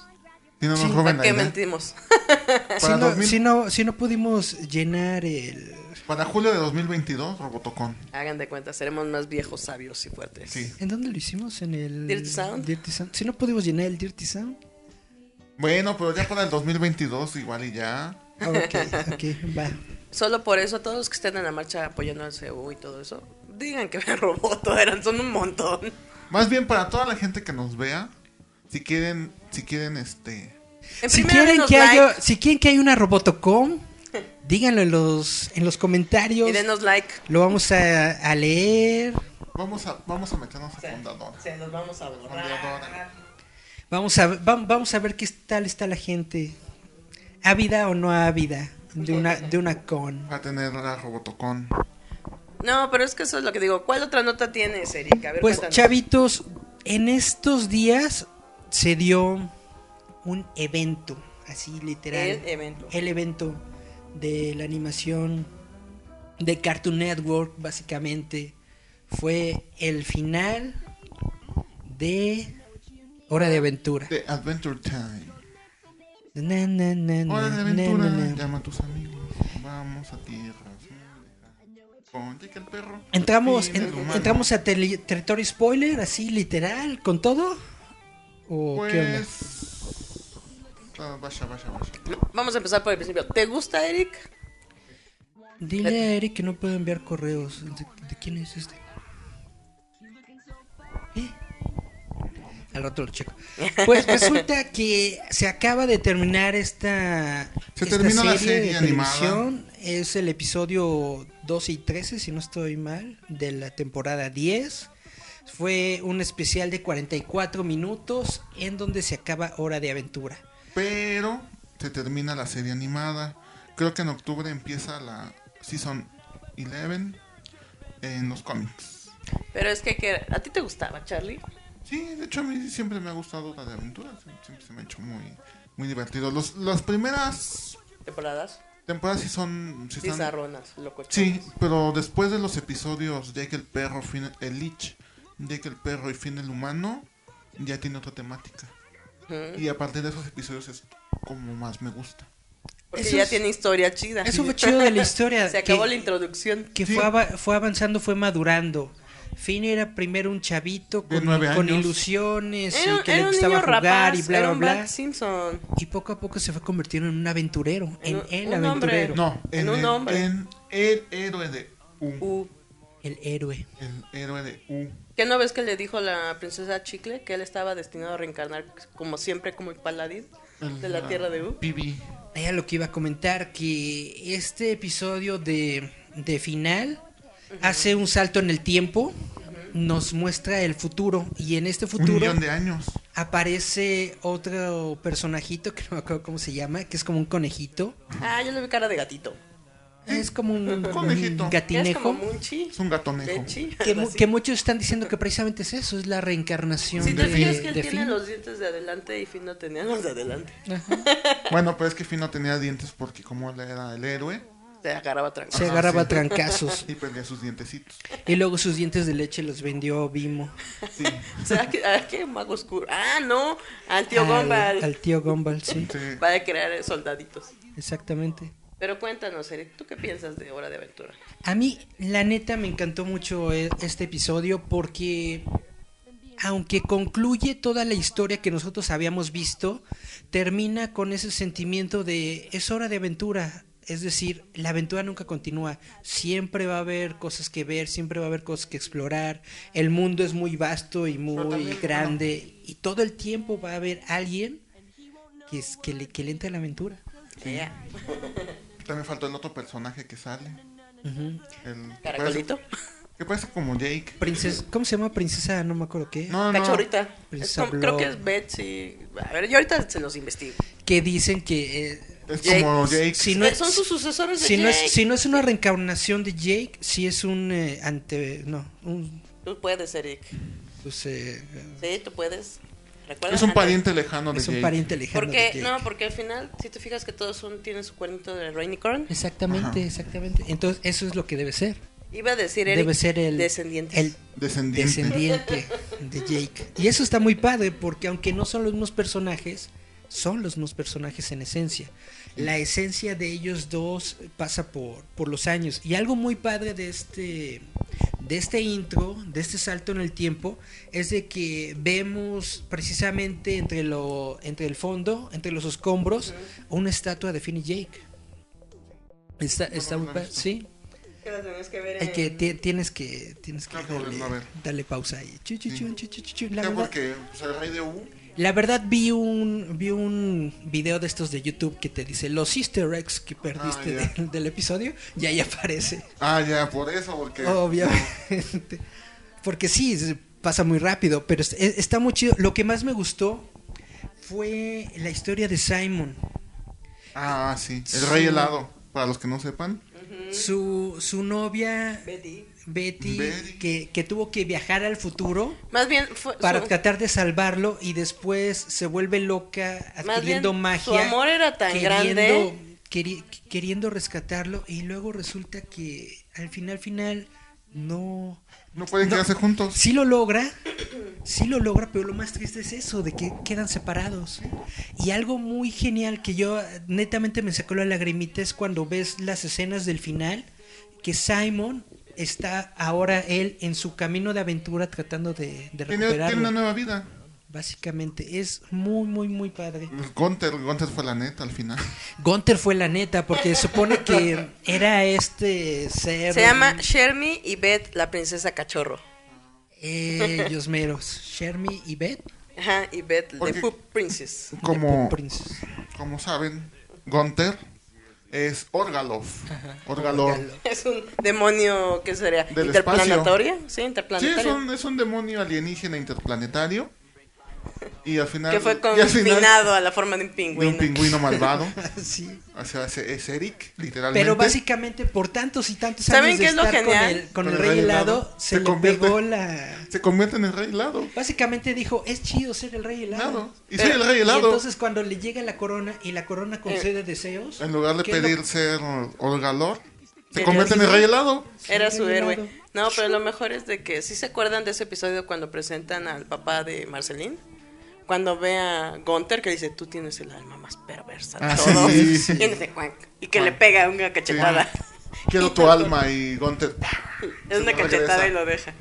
[SPEAKER 4] Si no nos roben
[SPEAKER 3] ¿Para
[SPEAKER 4] la
[SPEAKER 3] qué
[SPEAKER 4] idea.
[SPEAKER 3] mentimos?
[SPEAKER 5] Si
[SPEAKER 4] Para
[SPEAKER 5] no,
[SPEAKER 4] 2000.
[SPEAKER 5] si, no, si no pudimos llenar el.
[SPEAKER 4] Para julio de 2022, Robotocon.
[SPEAKER 3] Hagan de cuenta, seremos más viejos, sabios y fuertes.
[SPEAKER 4] Sí.
[SPEAKER 5] ¿En dónde lo hicimos? ¿En el.
[SPEAKER 3] Dirty Sound?
[SPEAKER 5] Dirty Sound. Si no pudimos llenar el Dirty Sound.
[SPEAKER 4] Bueno, pero ya para el 2022 igual y ya.
[SPEAKER 5] Ah, Ok, ok, va.
[SPEAKER 3] Solo por eso, todos los que estén en la marcha apoyando al CEU y todo eso, digan que me roboto, eran, son un montón.
[SPEAKER 4] Más bien para toda la gente que nos vea, si quieren, si quieren este
[SPEAKER 3] En
[SPEAKER 5] Si
[SPEAKER 3] primera,
[SPEAKER 5] quieren,
[SPEAKER 3] denos
[SPEAKER 5] que
[SPEAKER 3] like,
[SPEAKER 5] haya, si quieren que haya una Robotocon, díganlo en los, en los comentarios.
[SPEAKER 3] Y denos like.
[SPEAKER 5] Lo vamos a, a leer.
[SPEAKER 4] vamos a vamos a meternos a fundador.
[SPEAKER 3] Se los vamos a borrar.
[SPEAKER 4] Fundadora.
[SPEAKER 5] Vamos a, vam- vamos a ver qué tal está la gente. Ávida o no ávida de una, de una con.
[SPEAKER 4] Va a tener la Robotocon.
[SPEAKER 3] No, pero es que eso es lo que digo. ¿Cuál otra nota tienes, Erika? A ver,
[SPEAKER 5] Pues
[SPEAKER 3] cuéntanos.
[SPEAKER 5] chavitos, en estos días se dio un evento, así literal.
[SPEAKER 3] El evento.
[SPEAKER 5] el evento de la animación de Cartoon Network, básicamente, fue el final de Hora de Aventura.
[SPEAKER 4] De Adventure Time.
[SPEAKER 5] Na, na, na, na,
[SPEAKER 4] Hora de
[SPEAKER 5] na,
[SPEAKER 4] aventura.
[SPEAKER 5] na, na.
[SPEAKER 4] Llama a tus amigos. Vamos a tierras. lejanas. Con Jake el perro.
[SPEAKER 5] Entramos,
[SPEAKER 4] Fin del
[SPEAKER 5] en-
[SPEAKER 4] humano.
[SPEAKER 5] entramos a tele- territorio spoiler, así literal, con todo. ¿O qué onda?
[SPEAKER 4] Pues. ah, Vaya, vaya, vaya.
[SPEAKER 3] Vamos a empezar por el principio. ¿Te gusta, Eric?
[SPEAKER 5] Dile a Eric que no puedo enviar correos. ¿De, de quién es este? ¿Eh? Al rato lo checo. Pues resulta que se acaba de terminar esta,
[SPEAKER 4] Se
[SPEAKER 5] esta
[SPEAKER 4] terminó la serie animada.
[SPEAKER 5] Es el episodio 12 y 13, si no estoy mal, de la temporada 10. Fue un especial de 44 minutos en donde se acaba Hora de Aventura.
[SPEAKER 4] Pero se termina la serie animada. Creo que en octubre empieza la Season 11 en los cómics.
[SPEAKER 3] Pero es que, que- a ti te gustaba, Charlie.
[SPEAKER 4] Sí, de hecho a mí siempre me ha gustado la de aventuras. Siempre se me ha hecho muy, muy divertido. Los, las primeras
[SPEAKER 3] Temporadas.
[SPEAKER 4] temporadas sí son... sí están-
[SPEAKER 3] Pizarronas, loco.
[SPEAKER 4] Sí, pero después de los episodios Jake el perro, Finn el Lich, Jake el perro y Finn el humano, ya tiene otra temática. Y a partir de esos episodios es como más me gusta.
[SPEAKER 3] Porque
[SPEAKER 5] Eso
[SPEAKER 3] ya
[SPEAKER 5] es-
[SPEAKER 3] tiene historia chida.
[SPEAKER 5] Eso fue chido de la historia.
[SPEAKER 3] Se acabó
[SPEAKER 5] que-
[SPEAKER 3] la introducción.
[SPEAKER 5] que
[SPEAKER 4] Sí.
[SPEAKER 5] fue, ava- fue avanzando, fue madurando. Finn era primero un chavito
[SPEAKER 4] De
[SPEAKER 5] con,
[SPEAKER 4] nueve
[SPEAKER 5] con
[SPEAKER 4] años.
[SPEAKER 5] ilusiones
[SPEAKER 3] Era,
[SPEAKER 5] y que
[SPEAKER 3] era
[SPEAKER 5] le
[SPEAKER 3] un
[SPEAKER 5] gustaba
[SPEAKER 3] niño
[SPEAKER 5] jugar
[SPEAKER 3] rapaz,
[SPEAKER 5] y bla,
[SPEAKER 3] era
[SPEAKER 5] bla,
[SPEAKER 3] un
[SPEAKER 5] bla.
[SPEAKER 3] Bart Simpson.
[SPEAKER 5] Y poco a poco se fue convirtiendo en un aventurero, en,
[SPEAKER 3] En un-
[SPEAKER 5] el
[SPEAKER 3] un
[SPEAKER 5] aventurero,
[SPEAKER 3] hombre.
[SPEAKER 4] No, en,
[SPEAKER 3] En un
[SPEAKER 4] el,
[SPEAKER 3] hombre.
[SPEAKER 4] en el héroe de U.
[SPEAKER 3] Uh,
[SPEAKER 5] el héroe.
[SPEAKER 4] El héroe de U.
[SPEAKER 3] ¿Qué no ves que le dijo la princesa Chicle que él estaba destinado a reencarnar como siempre como el paladín
[SPEAKER 4] El-
[SPEAKER 3] de la tierra de U?
[SPEAKER 4] Pibi.
[SPEAKER 5] Era lo que iba a comentar, que este episodio de, de final hace un salto en el tiempo, nos muestra el futuro y en este
[SPEAKER 4] Un
[SPEAKER 5] futuro
[SPEAKER 4] millón de años.
[SPEAKER 5] aparece otro personajito que no me acuerdo cómo se llama, que es como un conejito.
[SPEAKER 3] Ah, yo le vi cara de gatito.
[SPEAKER 5] Es como un
[SPEAKER 4] Conejito.
[SPEAKER 5] un
[SPEAKER 3] Es
[SPEAKER 5] gatinejo.
[SPEAKER 3] como Munchi.
[SPEAKER 4] Es un gatonejo.
[SPEAKER 3] Lechi,
[SPEAKER 5] Que,
[SPEAKER 3] algo
[SPEAKER 5] mu-
[SPEAKER 3] así.
[SPEAKER 5] que muchos están diciendo que precisamente es eso, es la reencarnación
[SPEAKER 3] Si te
[SPEAKER 5] de,
[SPEAKER 3] fijas que él
[SPEAKER 5] de
[SPEAKER 3] tiene
[SPEAKER 5] Finn.
[SPEAKER 3] los dientes de adelante y Finn no tenía los de adelante.
[SPEAKER 4] Bueno, pero es que Finn no tenía dientes porque como él era el héroe
[SPEAKER 3] Se agarraba tranquilo.
[SPEAKER 5] Se
[SPEAKER 4] Ajá,
[SPEAKER 5] agarraba
[SPEAKER 4] sí.
[SPEAKER 5] a trancazos
[SPEAKER 4] y perdía sus dientecitos.
[SPEAKER 5] y luego sus dientes de leche los vendió Bimo
[SPEAKER 4] Sí,
[SPEAKER 3] O sea, ¿qué, a qué mago oscuro? Ah, no, al tío
[SPEAKER 5] al,
[SPEAKER 3] Gumball
[SPEAKER 5] al tío Gumball, sí,
[SPEAKER 4] sí.
[SPEAKER 3] para crear soldaditos.
[SPEAKER 5] exactamente.
[SPEAKER 3] Pero cuéntanos, Eric, ¿tú qué piensas de Hora de Aventura?
[SPEAKER 5] A mí, la neta, me encantó mucho e- este episodio porque, aunque concluye toda la historia que nosotros habíamos visto, termina con ese sentimiento de es hora de aventura. Es decir, la aventura nunca continúa. Siempre va a haber cosas que ver, siempre va a haber cosas que explorar. El mundo es muy vasto y muy
[SPEAKER 4] también,
[SPEAKER 5] grande. Y todo el tiempo va a haber alguien que, es, que, le, que le entre a la aventura.
[SPEAKER 3] Ea.
[SPEAKER 4] También faltó el otro personaje que sale. El, que parece,
[SPEAKER 3] Caracolito.
[SPEAKER 4] que parece como Jake.
[SPEAKER 5] Princesa, ¿Cómo se llama? Princesa, no Pues me acuerdo qué.
[SPEAKER 4] No, no.
[SPEAKER 3] Cachorrita.
[SPEAKER 5] Princesa
[SPEAKER 3] Es como- creo
[SPEAKER 5] Blonde.
[SPEAKER 3] que es Betsy. A ver, yo ahorita se los investigo.
[SPEAKER 5] Que dicen que... eh,
[SPEAKER 4] Es
[SPEAKER 5] Jake-
[SPEAKER 4] como Jake.
[SPEAKER 5] Si no,
[SPEAKER 3] Eh, Son sus sucesores de
[SPEAKER 5] si, no
[SPEAKER 3] Jake.
[SPEAKER 5] es, si no es una reencarnación de Jake, si es un... eh, ante... No, un...
[SPEAKER 3] Tú puedes, Eric.
[SPEAKER 5] Pues, eh,
[SPEAKER 3] Sí, tú puedes. ¿Recuerdas?
[SPEAKER 4] Es un
[SPEAKER 3] Ah,
[SPEAKER 4] pariente lejano de
[SPEAKER 5] es un
[SPEAKER 4] Jake.
[SPEAKER 5] pariente lejano de
[SPEAKER 3] Porque,
[SPEAKER 5] Jake.
[SPEAKER 3] no, porque al final, si te fijas que todos son, tienen su cuernito de Rainy Corn,
[SPEAKER 5] Exactamente, exactamente. Entonces, eso es lo que debe ser.
[SPEAKER 3] iba a decir Eric
[SPEAKER 5] Debe ser el...
[SPEAKER 3] descendiente.
[SPEAKER 5] El
[SPEAKER 4] Descendiente.
[SPEAKER 5] descendiente de Jake. Y eso está muy padre porque aunque no son los mismos personajes, son los mismos personajes en esencia. La esencia de ellos dos pasa por, por los años. Y algo muy padre de este, de este intro, de este salto en el tiempo, es de que vemos precisamente entre, lo, entre el fondo, entre los escombros, una estatua de Finn y Jake. Está, está muy
[SPEAKER 4] la he
[SPEAKER 5] padre,
[SPEAKER 4] visto.
[SPEAKER 5] sí. Hay que ti- tienes que tienes que
[SPEAKER 4] Tengo que
[SPEAKER 5] darle,
[SPEAKER 4] volverlo a ver.
[SPEAKER 5] darle pausa ahí. Chu, chu,
[SPEAKER 4] Sí.
[SPEAKER 5] chu, chu, chu, chu, chu. La,
[SPEAKER 4] Ya
[SPEAKER 5] verdad,
[SPEAKER 4] porque pues, el rey de U.
[SPEAKER 5] la verdad vi un vi un video de estos de YouTube que te dice los Easter eggs que perdiste
[SPEAKER 4] Ah, ya.
[SPEAKER 5] del- del episodio y ahí aparece.
[SPEAKER 4] Ah, ya, por eso, porque.
[SPEAKER 5] Obviamente. Porque sí, se- pasa muy rápido, pero es- es- está muy chido. Lo que más me gustó fue la historia de Simon.
[SPEAKER 4] Ah, sí. El rey helado. Para los que no sepan.
[SPEAKER 5] Su, su novia
[SPEAKER 3] Betty.
[SPEAKER 5] Betty,
[SPEAKER 4] Betty.
[SPEAKER 5] Que, que tuvo que viajar al futuro
[SPEAKER 3] Más bien, fue,
[SPEAKER 5] para
[SPEAKER 3] su-
[SPEAKER 5] tratar de salvarlo y después se vuelve loca
[SPEAKER 3] Más
[SPEAKER 5] adquiriendo
[SPEAKER 3] bien,
[SPEAKER 5] magia.
[SPEAKER 3] su amor era tan grande.
[SPEAKER 5] queri- queriendo rescatarlo y luego resulta que al final final no
[SPEAKER 4] No pueden
[SPEAKER 5] No.
[SPEAKER 4] quedarse juntos.
[SPEAKER 5] sí lo logra, sí lo logra, pero lo más triste es eso, de que quedan separados. Y algo muy genial que yo eh, netamente me sacó la lagrimita es cuando ves las escenas del final, que Simon está ahora él en su camino de aventura tratando de, de
[SPEAKER 4] Tiene, tiene
[SPEAKER 5] recuperarlo.
[SPEAKER 4] una nueva vida.
[SPEAKER 5] Básicamente, es muy, muy, muy padre.
[SPEAKER 4] Gunter, Gunter fue la neta al final.
[SPEAKER 5] Gunter fue la neta, porque supone que era este ser...
[SPEAKER 3] se llama Shermy y Beth, la princesa cachorro.
[SPEAKER 5] Ellos meros, Shermie y Beth.
[SPEAKER 3] Ajá, y Beth,
[SPEAKER 4] Porque-
[SPEAKER 3] the Poop Princess.
[SPEAKER 5] de
[SPEAKER 4] Como,
[SPEAKER 5] Pop Princess.
[SPEAKER 4] como saben, Gunter es Orgalov. Orgalov.
[SPEAKER 3] Es un demonio, ¿qué sería?
[SPEAKER 4] Del
[SPEAKER 3] ¿Interplanetario? Sí,
[SPEAKER 4] Sí,
[SPEAKER 3] interplanetario.
[SPEAKER 4] es un, es un demonio alienígena interplanetario. Y al final.
[SPEAKER 3] Que fue
[SPEAKER 4] y al final,
[SPEAKER 3] confinado a la forma de un
[SPEAKER 4] de
[SPEAKER 3] pingüino.
[SPEAKER 4] un pingüino malvado.
[SPEAKER 5] Sí.
[SPEAKER 4] O sea, es, es Eric, literalmente.
[SPEAKER 5] Pero básicamente por tantos y tantos
[SPEAKER 3] ¿Saben
[SPEAKER 5] años de
[SPEAKER 3] qué es lo
[SPEAKER 5] estar
[SPEAKER 3] genial?
[SPEAKER 5] con el, con el rey helado, se
[SPEAKER 4] se
[SPEAKER 5] le
[SPEAKER 4] convierte-
[SPEAKER 5] pegó la...
[SPEAKER 4] Se convierte en el rey helado.
[SPEAKER 5] Básicamente dijo, es chido ser el rey helado.
[SPEAKER 4] Helado. Y soy el rey
[SPEAKER 5] Y
[SPEAKER 4] helado. Eh,
[SPEAKER 5] entonces cuando le llega la corona y la corona concede deseos...
[SPEAKER 4] En lugar de
[SPEAKER 5] ¿qué es lo-
[SPEAKER 4] pedir ser Orgalor, se
[SPEAKER 3] Que
[SPEAKER 4] convierte en el rey helado.
[SPEAKER 3] Era
[SPEAKER 5] Sí,
[SPEAKER 3] su
[SPEAKER 5] rey
[SPEAKER 3] héroe.
[SPEAKER 5] helado.
[SPEAKER 3] No, pero lo mejor es de que, si se acuerdan de ese episodio cuando presentan al papá de Marceline? Cuando ve a Gunther que dice, tú tienes el alma más perversa de
[SPEAKER 4] Ah,
[SPEAKER 3] todos.
[SPEAKER 4] sí, sí.
[SPEAKER 3] Y él dice, "Cuac", Y que le pega una cachetada.
[SPEAKER 4] Quiero tu alma y Gunter.
[SPEAKER 3] Es una
[SPEAKER 4] Se lo
[SPEAKER 3] cachetada
[SPEAKER 4] regresa.
[SPEAKER 3] y lo deja.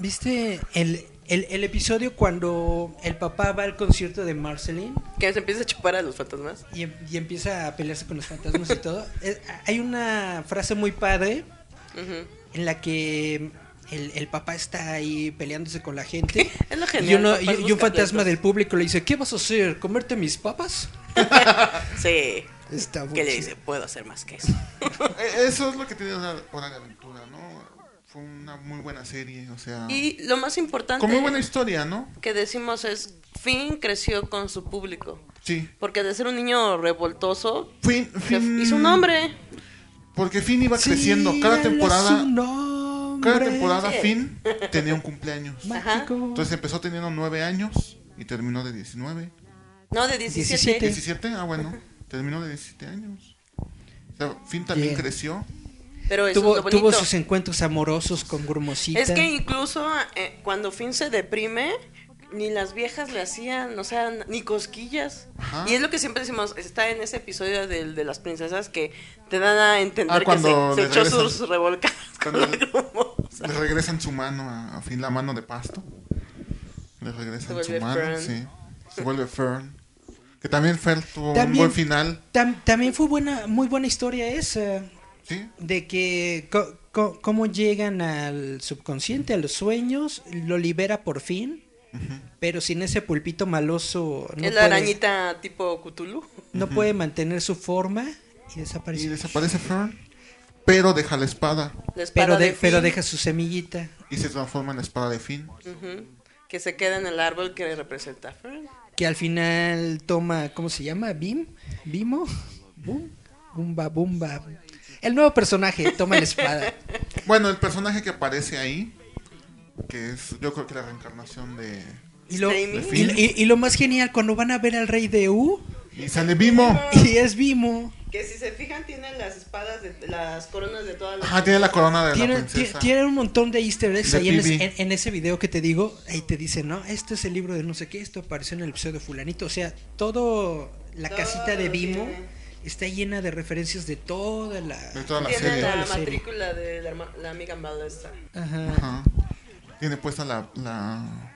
[SPEAKER 5] ¿Viste el, el, el episodio cuando el papá va al concierto de Marceline
[SPEAKER 3] Que se empieza a chupar a los fantasmas.
[SPEAKER 5] y, em- y empieza a pelearse con los fantasmas y todo? Eh, hay una frase muy padre
[SPEAKER 3] Ujú.
[SPEAKER 5] en la que el, el papá está ahí peleándose con la gente.
[SPEAKER 3] Es lo genial.
[SPEAKER 5] Y, uno-
[SPEAKER 3] papás
[SPEAKER 5] y- y un
[SPEAKER 3] buscan
[SPEAKER 5] fantasma
[SPEAKER 3] pleitos.
[SPEAKER 5] del público le dice, ¿qué vas a hacer? ¿Comerte mis papas?
[SPEAKER 3] Sí.
[SPEAKER 5] Está muy
[SPEAKER 3] Que le
[SPEAKER 5] chido.
[SPEAKER 3] dice, puedo hacer más que eso.
[SPEAKER 4] Eh, Eso es lo que tiene una hora de aventura, ¿no? Fue una muy buena serie, o sea.
[SPEAKER 3] Y lo más importante
[SPEAKER 4] Con muy Ah. buena historia, ¿no?
[SPEAKER 3] que decimos es, Finn creció con su público.
[SPEAKER 4] Sí.
[SPEAKER 3] Porque de ser un niño revoltoso,
[SPEAKER 4] Finn,
[SPEAKER 3] se f-
[SPEAKER 4] Finn-
[SPEAKER 3] hizo un nombre.
[SPEAKER 4] Porque Finn iba creciendo. Cada temporada, cada temporada
[SPEAKER 3] Sí.
[SPEAKER 4] Finn tenía un cumpleaños.
[SPEAKER 3] Ajá.
[SPEAKER 4] Entonces empezó teniendo nueve años y terminó de 19.
[SPEAKER 3] No, de 17.
[SPEAKER 5] 17.
[SPEAKER 4] 17, ah bueno, terminó de 17 años. O sea, Finn también
[SPEAKER 5] Yeah.
[SPEAKER 4] creció.
[SPEAKER 3] Pero eso es
[SPEAKER 5] tuvo,
[SPEAKER 3] lo bonito.
[SPEAKER 5] tuvo sus encuentros amorosos con Grumosita.
[SPEAKER 3] Es que incluso eh, cuando Finn se deprime, ni las viejas le hacían, o sea, n- ni cosquillas.
[SPEAKER 4] Ajá.
[SPEAKER 3] Y es lo que siempre decimos, está en ese episodio del, de las princesas que te dan a entender
[SPEAKER 4] Ah,
[SPEAKER 3] que
[SPEAKER 4] cuando
[SPEAKER 3] se- se,
[SPEAKER 4] le
[SPEAKER 3] echó
[SPEAKER 4] regresan.
[SPEAKER 3] sus revolcadas con
[SPEAKER 4] Cuando
[SPEAKER 3] la
[SPEAKER 4] le-
[SPEAKER 3] grumosa.
[SPEAKER 4] Le regresan su mano a, a Finn, la mano de pasto. Le
[SPEAKER 3] Se
[SPEAKER 4] regresan
[SPEAKER 3] vuelve
[SPEAKER 4] su mano,
[SPEAKER 3] Fern.
[SPEAKER 4] sí. Se vuelve Fern. Que también Fern tuvo un
[SPEAKER 5] También-
[SPEAKER 4] buen final,
[SPEAKER 5] Tam- también fue buena, muy buena historia esa,
[SPEAKER 4] ¿sí?
[SPEAKER 5] de que co- co- cómo llegan al subconsciente, a los sueños, lo libera por fin, pero sin ese pulpito maloso no,
[SPEAKER 3] Es
[SPEAKER 5] puede,
[SPEAKER 3] la arañita tipo Cthulhu.
[SPEAKER 5] no puede mantener su forma y desaparece.
[SPEAKER 4] Y desaparece Fern. pero deja la espada
[SPEAKER 3] La espada
[SPEAKER 5] Pero, de-
[SPEAKER 3] fin,
[SPEAKER 5] pero deja su semillita.
[SPEAKER 4] y se transforma en la espada de Finn.
[SPEAKER 3] Que se queda en el árbol que representa a Fern.
[SPEAKER 5] Que al final toma, ¿cómo se llama? ¿Bim? ¿Bimo? ¿Bum? Bumba, bumba. El nuevo personaje toma la espada.
[SPEAKER 4] Bueno, el personaje que aparece ahí, que es yo creo que la reencarnación de...
[SPEAKER 5] Y lo,
[SPEAKER 3] Jamie.
[SPEAKER 5] y, y- y lo más genial, cuando van a ver al rey de U,
[SPEAKER 4] Y sale Bimo.
[SPEAKER 5] y es Bimo.
[SPEAKER 3] Que si se fijan, tiene las espadas, de, las coronas de todas las.
[SPEAKER 4] Ajá, tiene la corona de Ah, la
[SPEAKER 5] Tiene,
[SPEAKER 4] princesa.
[SPEAKER 5] ti- tiene un montón de easter eggs
[SPEAKER 4] De
[SPEAKER 5] ahí en, es-
[SPEAKER 4] PB.
[SPEAKER 5] en- en ese video que te digo. Ahí te dicen, no, este es el libro de no sé qué, esto apareció en el episodio fulanito. O sea, todo la
[SPEAKER 3] Todo
[SPEAKER 5] casita de
[SPEAKER 3] lo
[SPEAKER 5] Bimo
[SPEAKER 3] tiene.
[SPEAKER 5] está llena de referencias de toda la...
[SPEAKER 4] De toda la
[SPEAKER 3] Tiene
[SPEAKER 4] serie.
[SPEAKER 3] la,
[SPEAKER 5] La serie.
[SPEAKER 3] matrícula de la, herma- la amiga Ballesta.
[SPEAKER 5] Ajá.
[SPEAKER 4] Ajá. Tiene puesta la, la,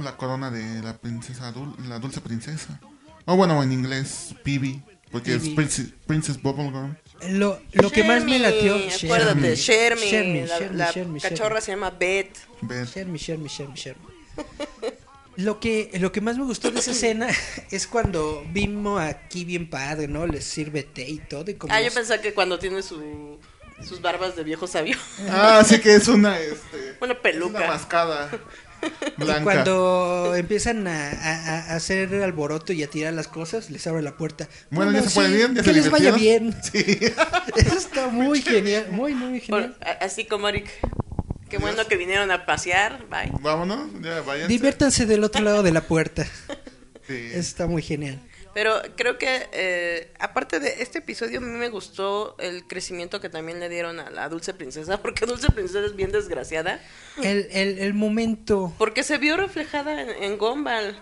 [SPEAKER 4] la corona de la princesa, dul- la dulce princesa. O bueno, en inglés, Pibi, porque es
[SPEAKER 5] Phoebe.
[SPEAKER 4] Princess, Princess Bubblegum.
[SPEAKER 5] Lo, lo que más
[SPEAKER 3] Shermie,
[SPEAKER 5] me latió...
[SPEAKER 3] Acuérdate, Shermie.
[SPEAKER 5] Shermie,
[SPEAKER 3] la
[SPEAKER 5] Shermie,
[SPEAKER 3] la
[SPEAKER 5] Shermie,
[SPEAKER 3] cachorra se llama Beth.
[SPEAKER 4] Ve,
[SPEAKER 5] Shermie, Shermie, Shermie, Shermie. Lo que, lo que más me gustó de esa escena es cuando Bimo aquí bien padre, ¿no? Les sirve té y todo. Y como
[SPEAKER 3] Ah, yo
[SPEAKER 5] es-
[SPEAKER 3] pensaba que cuando tiene su, sus barbas de viejo sabio.
[SPEAKER 4] Ah, así que es una, este,
[SPEAKER 3] Una peluca.
[SPEAKER 4] una mascada
[SPEAKER 5] Y
[SPEAKER 4] blanca.
[SPEAKER 5] cuando empiezan a, a- a hacer alboroto y a tirar las cosas, les abre la puerta.
[SPEAKER 4] Bueno, ya se puede bien, ya
[SPEAKER 5] que
[SPEAKER 4] se
[SPEAKER 5] les vaya
[SPEAKER 4] divirtieron.
[SPEAKER 5] bien.
[SPEAKER 4] Sí.
[SPEAKER 5] Eso está muy genial, muy, muy
[SPEAKER 3] Por-
[SPEAKER 5] genial.
[SPEAKER 3] a- así como Eric. Qué bueno que vinieron a pasear. Bye.
[SPEAKER 4] Vámonos, ya vayan.
[SPEAKER 5] Diviértanse del otro lado de la puerta.
[SPEAKER 4] Sí.
[SPEAKER 5] Eso está muy genial.
[SPEAKER 3] Pero creo que, eh, aparte de este episodio, a mí me gustó el crecimiento que también le dieron a la Dulce Princesa, porque Dulce Princesa es bien desgraciada,
[SPEAKER 5] El, el- el momento.
[SPEAKER 3] porque se vio reflejada en, en Gumball,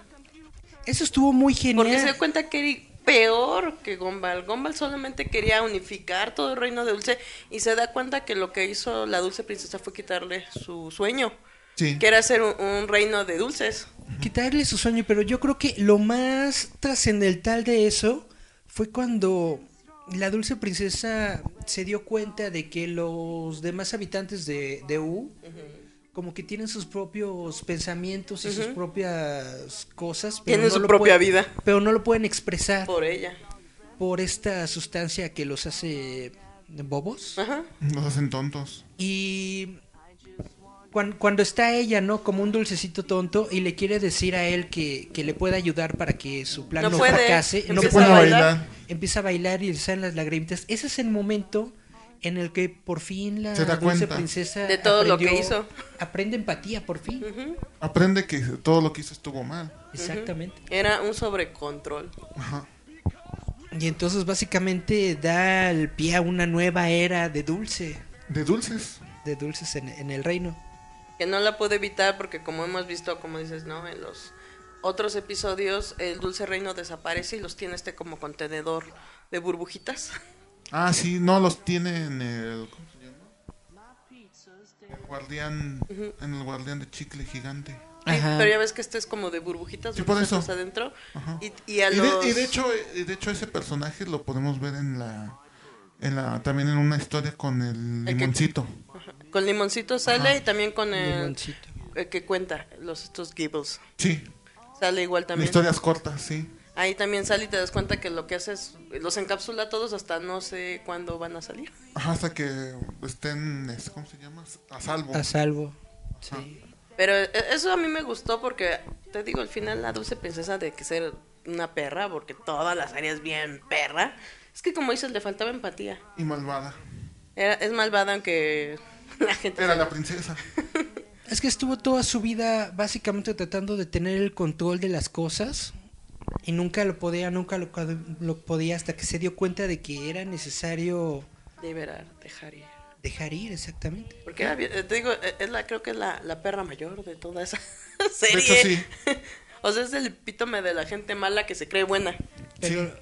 [SPEAKER 5] Eso estuvo muy
[SPEAKER 3] porque se
[SPEAKER 5] genial.
[SPEAKER 3] dio cuenta que era peor que Gumball. Gumball solamente quería unificar todo el reino de Dulce y se da cuenta que lo que hizo la Dulce Princesa fue quitarle su sueño,
[SPEAKER 4] Sí.
[SPEAKER 3] que era ser un- un reino de dulces.
[SPEAKER 5] Quitarle su sueño, pero yo creo que lo más trascendental de eso fue cuando la dulce princesa se dio cuenta de que los demás habitantes de, de U como que tienen sus propios pensamientos y sus propias cosas.
[SPEAKER 3] Tienen su
[SPEAKER 5] lo
[SPEAKER 3] propia
[SPEAKER 5] pueden-
[SPEAKER 3] vida.
[SPEAKER 5] Pero no lo pueden expresar por,
[SPEAKER 3] Por ella.
[SPEAKER 5] esta sustancia que los hace bobos.
[SPEAKER 3] Ajá.
[SPEAKER 4] Nos hacen tontos.
[SPEAKER 5] Y cuan- cuando, está ella, ¿no? Como un dulcecito tonto y le quiere decir a él que, que le puede ayudar para que su plan
[SPEAKER 3] No
[SPEAKER 5] no,
[SPEAKER 3] puede,
[SPEAKER 5] fracase. No
[SPEAKER 4] No
[SPEAKER 3] empieza
[SPEAKER 5] puede.
[SPEAKER 4] puedo
[SPEAKER 3] a bailar.
[SPEAKER 4] bailar.
[SPEAKER 5] Empieza a bailar y le salen las lagrimitas. Ese es el momento en el que por fin la
[SPEAKER 4] Se da
[SPEAKER 5] dulce
[SPEAKER 4] cuenta.
[SPEAKER 5] princesa
[SPEAKER 3] De todo lo que hizo.
[SPEAKER 5] Aprende empatía, por fin.
[SPEAKER 4] Aprende que todo lo que hizo estuvo mal.
[SPEAKER 5] Exactamente.
[SPEAKER 3] Era un sobrecontrol.
[SPEAKER 4] Ajá.
[SPEAKER 5] Y entonces básicamente da el pie a una nueva era de dulce.
[SPEAKER 4] De dulces.
[SPEAKER 5] De dulces en, en el reino.
[SPEAKER 3] Que no la pude evitar porque como hemos visto, como dices, ¿no? En los otros episodios, el dulce reino desaparece y los tiene este como contenedor de burbujitas.
[SPEAKER 4] Ah, sí, no, los tiene en el. ¿Cómo se llama? El guardián. En el guardián de chicle gigante.
[SPEAKER 3] Sí,
[SPEAKER 5] Ajá.
[SPEAKER 3] pero ya ves que este es como de burbujitas,
[SPEAKER 4] Sí, por eso.
[SPEAKER 3] burbujitas adentro.
[SPEAKER 4] Ajá.
[SPEAKER 3] Y, y a
[SPEAKER 4] Y de,
[SPEAKER 3] los...
[SPEAKER 4] y de hecho, eh, y de hecho ese personaje lo podemos ver en la, en la también en una historia con el
[SPEAKER 3] que-
[SPEAKER 4] limoncito.
[SPEAKER 3] Con limoncito sale
[SPEAKER 4] Ajá.
[SPEAKER 3] y también con el...
[SPEAKER 5] Limoncito.
[SPEAKER 3] el que cuenta, los estos Gibbles.
[SPEAKER 4] Sí,
[SPEAKER 3] Sale igual
[SPEAKER 4] en
[SPEAKER 3] también.
[SPEAKER 4] historias cortas, sí.
[SPEAKER 3] Ahí también sale y te das cuenta que lo que hace es... Los encapsula a todos hasta no sé cuándo van a salir.
[SPEAKER 4] Ajá, hasta que estén, es- ¿cómo se llama? A salvo.
[SPEAKER 5] A salvo. Sí.
[SPEAKER 3] Pero eh, eso a mí me gustó porque, te digo, al final la dulce princesa de que ser una perra, porque toda la serie es bien perra, es que como dices, le faltaba empatía.
[SPEAKER 4] Y malvada.
[SPEAKER 3] Era- es malvada aunque la gente...
[SPEAKER 4] Era la princesa.
[SPEAKER 5] Es que estuvo toda su vida básicamente tratando de tener el control de las cosas y nunca lo podía, nunca lo, lo podía hasta que se dio cuenta de que era necesario
[SPEAKER 3] Liberar, dejar ir.
[SPEAKER 5] dejar ir exactamente.
[SPEAKER 3] Porque era bien- eh, te digo, eh, es la, creo que es la, la perra mayor de toda esa
[SPEAKER 4] De
[SPEAKER 3] serie.
[SPEAKER 4] hecho, sí.
[SPEAKER 3] o sea, es el epítome de la gente mala que se cree buena,
[SPEAKER 5] Pero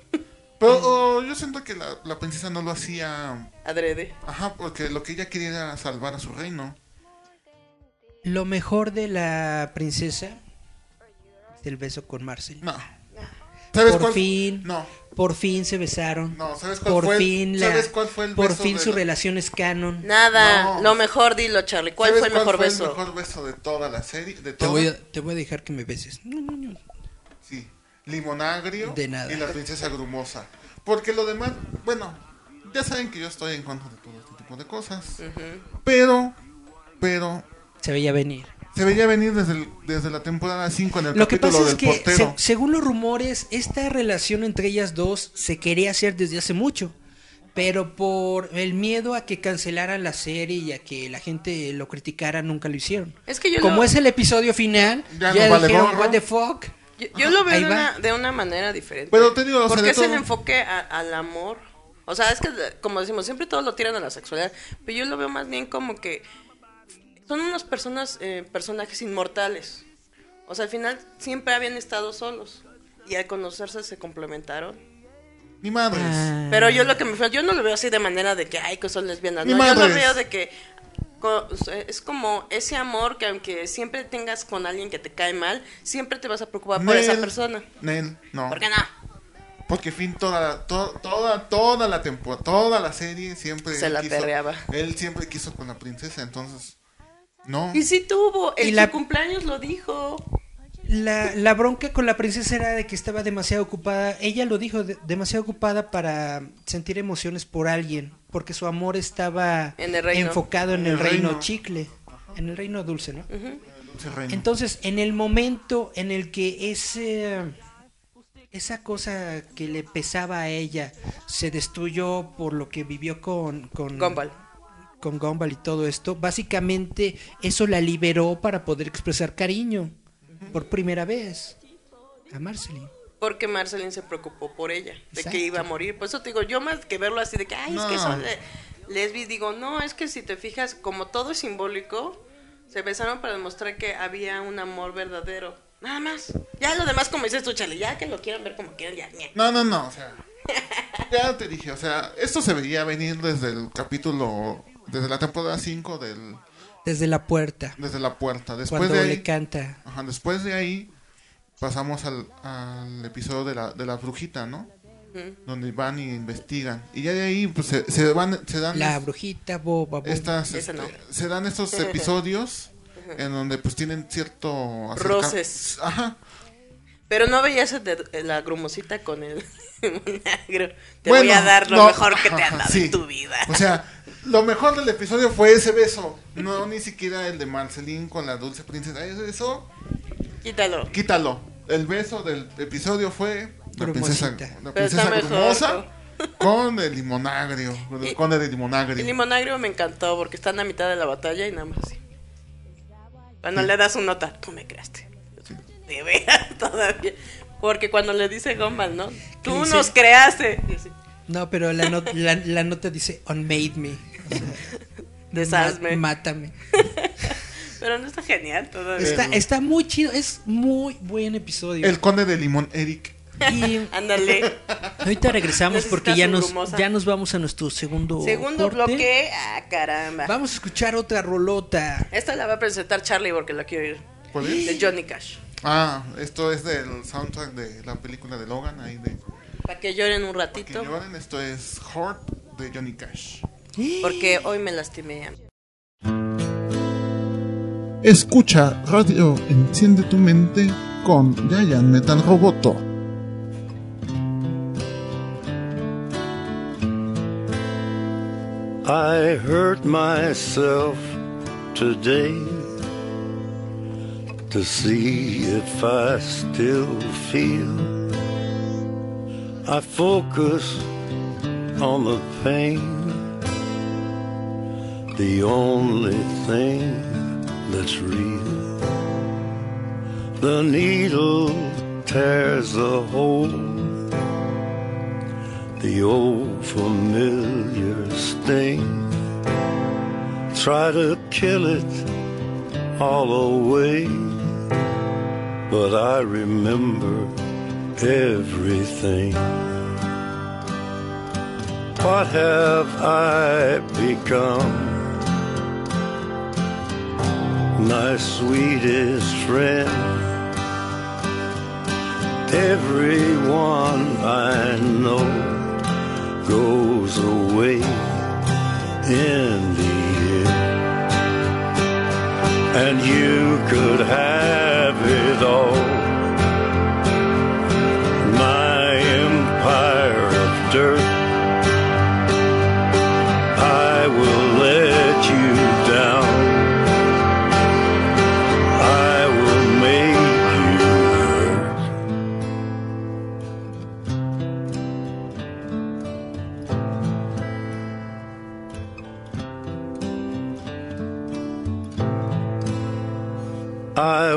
[SPEAKER 4] Pero oh, yo siento que la, la princesa no lo hacía.
[SPEAKER 3] adrede.
[SPEAKER 4] Ajá, porque lo que ella quería era salvar a su reino.
[SPEAKER 5] lo mejor de la princesa es el beso con Marcel.
[SPEAKER 4] No. ¿Sabes
[SPEAKER 5] Por
[SPEAKER 4] cuál?
[SPEAKER 5] fin.
[SPEAKER 4] No.
[SPEAKER 5] Por fin se besaron.
[SPEAKER 4] No, ¿sabes cuál
[SPEAKER 5] por
[SPEAKER 4] fue el-
[SPEAKER 5] fin la-
[SPEAKER 4] ¿sabes cuál fue el
[SPEAKER 5] Por
[SPEAKER 4] beso
[SPEAKER 5] fin
[SPEAKER 4] de
[SPEAKER 5] su
[SPEAKER 4] la-
[SPEAKER 5] relación es canon.
[SPEAKER 3] Nada,
[SPEAKER 4] No.
[SPEAKER 3] lo mejor dilo, Charlie. ¿Cuál
[SPEAKER 4] ¿Sabes
[SPEAKER 3] fue el mejor beso?
[SPEAKER 4] el mejor beso de toda la serie? De
[SPEAKER 5] Te
[SPEAKER 4] toda...
[SPEAKER 5] voy, a, te voy a dejar que me beses. No, no, no.
[SPEAKER 4] Sí, limonagrio
[SPEAKER 5] De nada.
[SPEAKER 4] y la princesa grumosa. Porque lo demás, bueno, Ya saben que yo estoy en contra de todo este tipo de cosas. Pero, pero,
[SPEAKER 5] Se veía venir.
[SPEAKER 4] se veía venir desde, el- desde la temporada 5 en el
[SPEAKER 5] Lo que
[SPEAKER 4] capítulo
[SPEAKER 5] pasa
[SPEAKER 4] del
[SPEAKER 5] es que,
[SPEAKER 4] portero.
[SPEAKER 5] se- según los rumores, esta relación entre ellas dos se quería hacer desde hace mucho. Pero por el miedo a que cancelaran la serie y a que la gente lo criticara, nunca lo hicieron.
[SPEAKER 3] Es que yo
[SPEAKER 5] Como
[SPEAKER 3] lo-
[SPEAKER 5] es el episodio final,
[SPEAKER 4] Ya
[SPEAKER 5] ya,
[SPEAKER 4] no vale
[SPEAKER 5] dijeron,
[SPEAKER 4] gorro".
[SPEAKER 5] what the fuck.
[SPEAKER 3] Yo, yo lo veo
[SPEAKER 5] Ahí
[SPEAKER 3] de
[SPEAKER 5] va.
[SPEAKER 3] una, de una manera diferente.
[SPEAKER 4] Pero te digo, o sea,
[SPEAKER 3] Porque
[SPEAKER 4] de
[SPEAKER 3] es el
[SPEAKER 4] todo-
[SPEAKER 3] enfoque a- al amor. O sea, es que, como decimos, siempre todos lo tiran a la sexualidad. Pero yo lo veo más bien como que son unos personas, eh, personajes inmortales. O sea, al final siempre habían estado solos. Y al conocerse se complementaron.
[SPEAKER 4] Ni madres.
[SPEAKER 5] Ah.
[SPEAKER 3] Pero yo lo que me fue, yo no lo veo así de manera de que, ay, que son lesbianas.
[SPEAKER 4] Ni
[SPEAKER 3] No, yo lo
[SPEAKER 4] madres.
[SPEAKER 3] veo de que co- es como ese amor que aunque siempre tengas con alguien que te cae mal, siempre te vas a preocupar por esa
[SPEAKER 4] Nel,
[SPEAKER 3] persona.
[SPEAKER 4] Nel, no.
[SPEAKER 3] ¿Por qué no?
[SPEAKER 4] Porque Finn toda la, to- toda, toda la temporada, toda la serie siempre...
[SPEAKER 3] Se
[SPEAKER 4] él
[SPEAKER 3] la
[SPEAKER 4] quiso-
[SPEAKER 3] perreaba.
[SPEAKER 4] Él siempre quiso con la princesa, entonces... No.
[SPEAKER 3] Y sí tuvo,
[SPEAKER 5] Y
[SPEAKER 3] en
[SPEAKER 5] la-
[SPEAKER 3] su cumpleaños lo dijo.
[SPEAKER 5] La, la bronca con la princesa era de que estaba demasiado ocupada. Ella lo dijo, de- demasiado ocupada para sentir emociones por alguien. Porque su amor estaba
[SPEAKER 3] En el reino.
[SPEAKER 5] enfocado en,
[SPEAKER 4] En
[SPEAKER 5] el,
[SPEAKER 4] el
[SPEAKER 5] reino,
[SPEAKER 4] reino.
[SPEAKER 5] chicle. En el reino dulce, ¿no?
[SPEAKER 4] Se reina.
[SPEAKER 5] Entonces, en el momento en el que ese esa cosa que le pesaba a ella se destruyó por lo que vivió con con
[SPEAKER 3] Gumball.
[SPEAKER 5] con Gumball y todo esto, básicamente eso la liberó para poder expresar cariño por primera vez a Marceline.
[SPEAKER 3] Porque Marceline se preocupó por ella, de
[SPEAKER 5] Exacto.
[SPEAKER 3] que iba a morir. Por eso te digo, yo más que verlo así de que, ay, es que
[SPEAKER 4] No.
[SPEAKER 3] son le- lesbis, digo, no, es que si te fijas, como todo es simbólico, se besaron para demostrar que había un amor verdadero. Nada más. Ya lo demás, como dices tú, chale, ya que lo quieran ver como quieran, ya. ñe.
[SPEAKER 4] No, no, no, o sea. Ya te dije, o sea, esto se veía venir desde el capítulo, desde la temporada 5 del
[SPEAKER 5] Desde la puerta,
[SPEAKER 4] desde la puerta. Después
[SPEAKER 5] cuando
[SPEAKER 4] de
[SPEAKER 5] le
[SPEAKER 4] ahí,
[SPEAKER 5] canta.
[SPEAKER 4] ajá, después de ahí pasamos al, al episodio de la, de la brujita, ¿no? Donde van y investigan. Y ya de ahí pues se, se van se dan
[SPEAKER 5] La
[SPEAKER 4] es-
[SPEAKER 5] brujita boba, boba.
[SPEAKER 4] estas
[SPEAKER 3] Esa no.
[SPEAKER 4] este, se dan estos episodios en donde pues tienen cierto acerca-
[SPEAKER 3] Roces.
[SPEAKER 4] Ajá.
[SPEAKER 3] Pero no veías el de- la grumosita con el milagro. Te
[SPEAKER 4] Bueno,
[SPEAKER 3] voy a dar lo
[SPEAKER 4] no,
[SPEAKER 3] mejor que te han dado
[SPEAKER 4] sí.
[SPEAKER 3] en tu vida.
[SPEAKER 4] O sea, lo mejor del episodio fue ese beso. No, ni siquiera el de Marceline con la dulce princesa. Eso, eso,
[SPEAKER 3] Quítalo.
[SPEAKER 4] quítalo. El beso del episodio fue la princesa,
[SPEAKER 5] Grumosita.
[SPEAKER 4] la
[SPEAKER 3] Pero está
[SPEAKER 4] princesa
[SPEAKER 3] mejor,
[SPEAKER 4] hermosa con el limonagrio. Con el
[SPEAKER 3] Y-
[SPEAKER 4] conde de limonagrio.
[SPEAKER 3] El limonagrio me encantó porque está en la mitad de la batalla y nada más así. Cuando le das su nota, tú me creaste. De veras todavía. Porque cuando le dice Gumball, ¿no? Tú
[SPEAKER 5] dice?
[SPEAKER 3] nos creaste. Y así,
[SPEAKER 5] No, pero la, not- la, la nota dice unmade me.
[SPEAKER 3] Deshazme.
[SPEAKER 5] Ma- mátame.
[SPEAKER 3] Pero no está genial todavía.
[SPEAKER 5] Está, está muy chido, es muy buen episodio.
[SPEAKER 4] El conde de limón, Eric.
[SPEAKER 5] Y
[SPEAKER 3] Ándale.
[SPEAKER 5] ahorita regresamos
[SPEAKER 3] Necesitas
[SPEAKER 5] porque ya
[SPEAKER 3] un
[SPEAKER 5] nos,
[SPEAKER 3] grumosa.
[SPEAKER 5] ya nos vamos a nuestro segundo
[SPEAKER 3] Segundo
[SPEAKER 5] corte.
[SPEAKER 3] bloque. Ah, caramba.
[SPEAKER 5] Vamos a escuchar otra rolota.
[SPEAKER 3] Esta la va a presentar Charlie porque la quiero ir.
[SPEAKER 4] ¿Cuál es?
[SPEAKER 3] De Johnny Cash.
[SPEAKER 4] Ah, esto es del soundtrack de la película de Logan. Ahí de
[SPEAKER 3] Para que lloren un
[SPEAKER 4] que
[SPEAKER 3] ratito.
[SPEAKER 4] lloren. Esto es Heart de Johnny Cash.
[SPEAKER 3] Porque hoy me lastimé.
[SPEAKER 4] Escucha Radio Enciende tu Mente con Giant Metal Roboto.
[SPEAKER 7] I hurt myself today to see if I still feel. I focus on the pain, the only thing that's real. The needle tears a hole the old familiar sting. Try to kill it all away, but I remember everything. What have I become? My sweetest friend. Everyone I know goes away in the end. And you could have it all. My empire of dirt, I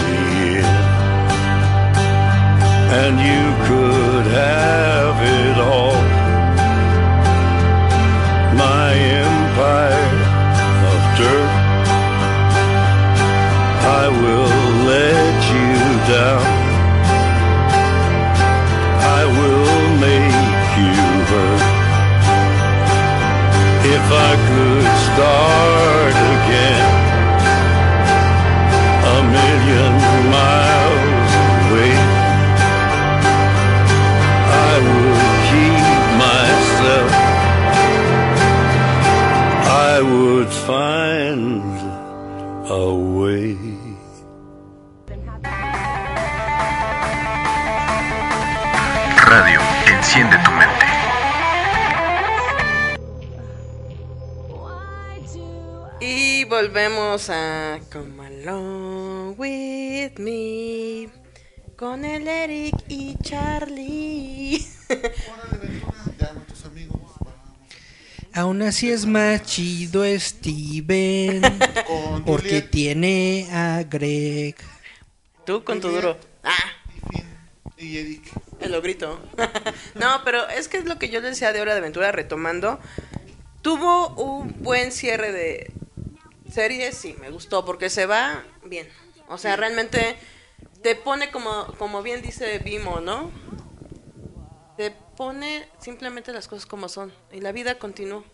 [SPEAKER 7] the end. And you could have it all. My empire of dirt. I will let you down. I will make you hurt. If I could start again a million miles away, I would keep myself. I would find a way.
[SPEAKER 8] Radio, enciende tu mente.
[SPEAKER 3] Y volvemos a Come Along With Me con el Eric y Charlie.
[SPEAKER 4] Llama a tus amigos.
[SPEAKER 5] Aún así es más chido Steven
[SPEAKER 4] Con
[SPEAKER 5] porque
[SPEAKER 4] Juliet
[SPEAKER 5] tiene a Greg.
[SPEAKER 3] Tú con tu duro. Ah,
[SPEAKER 4] y Finn y Eric.
[SPEAKER 3] El logrito. no, pero es que es lo que yo les decía de Hora de Aventura retomando. Tuvo un buen cierre de serie, sí, me gustó, porque se va bien. O sea, realmente te pone como, como bien dice Vimo, ¿no? Te pone simplemente las cosas como son. Y la vida continuó.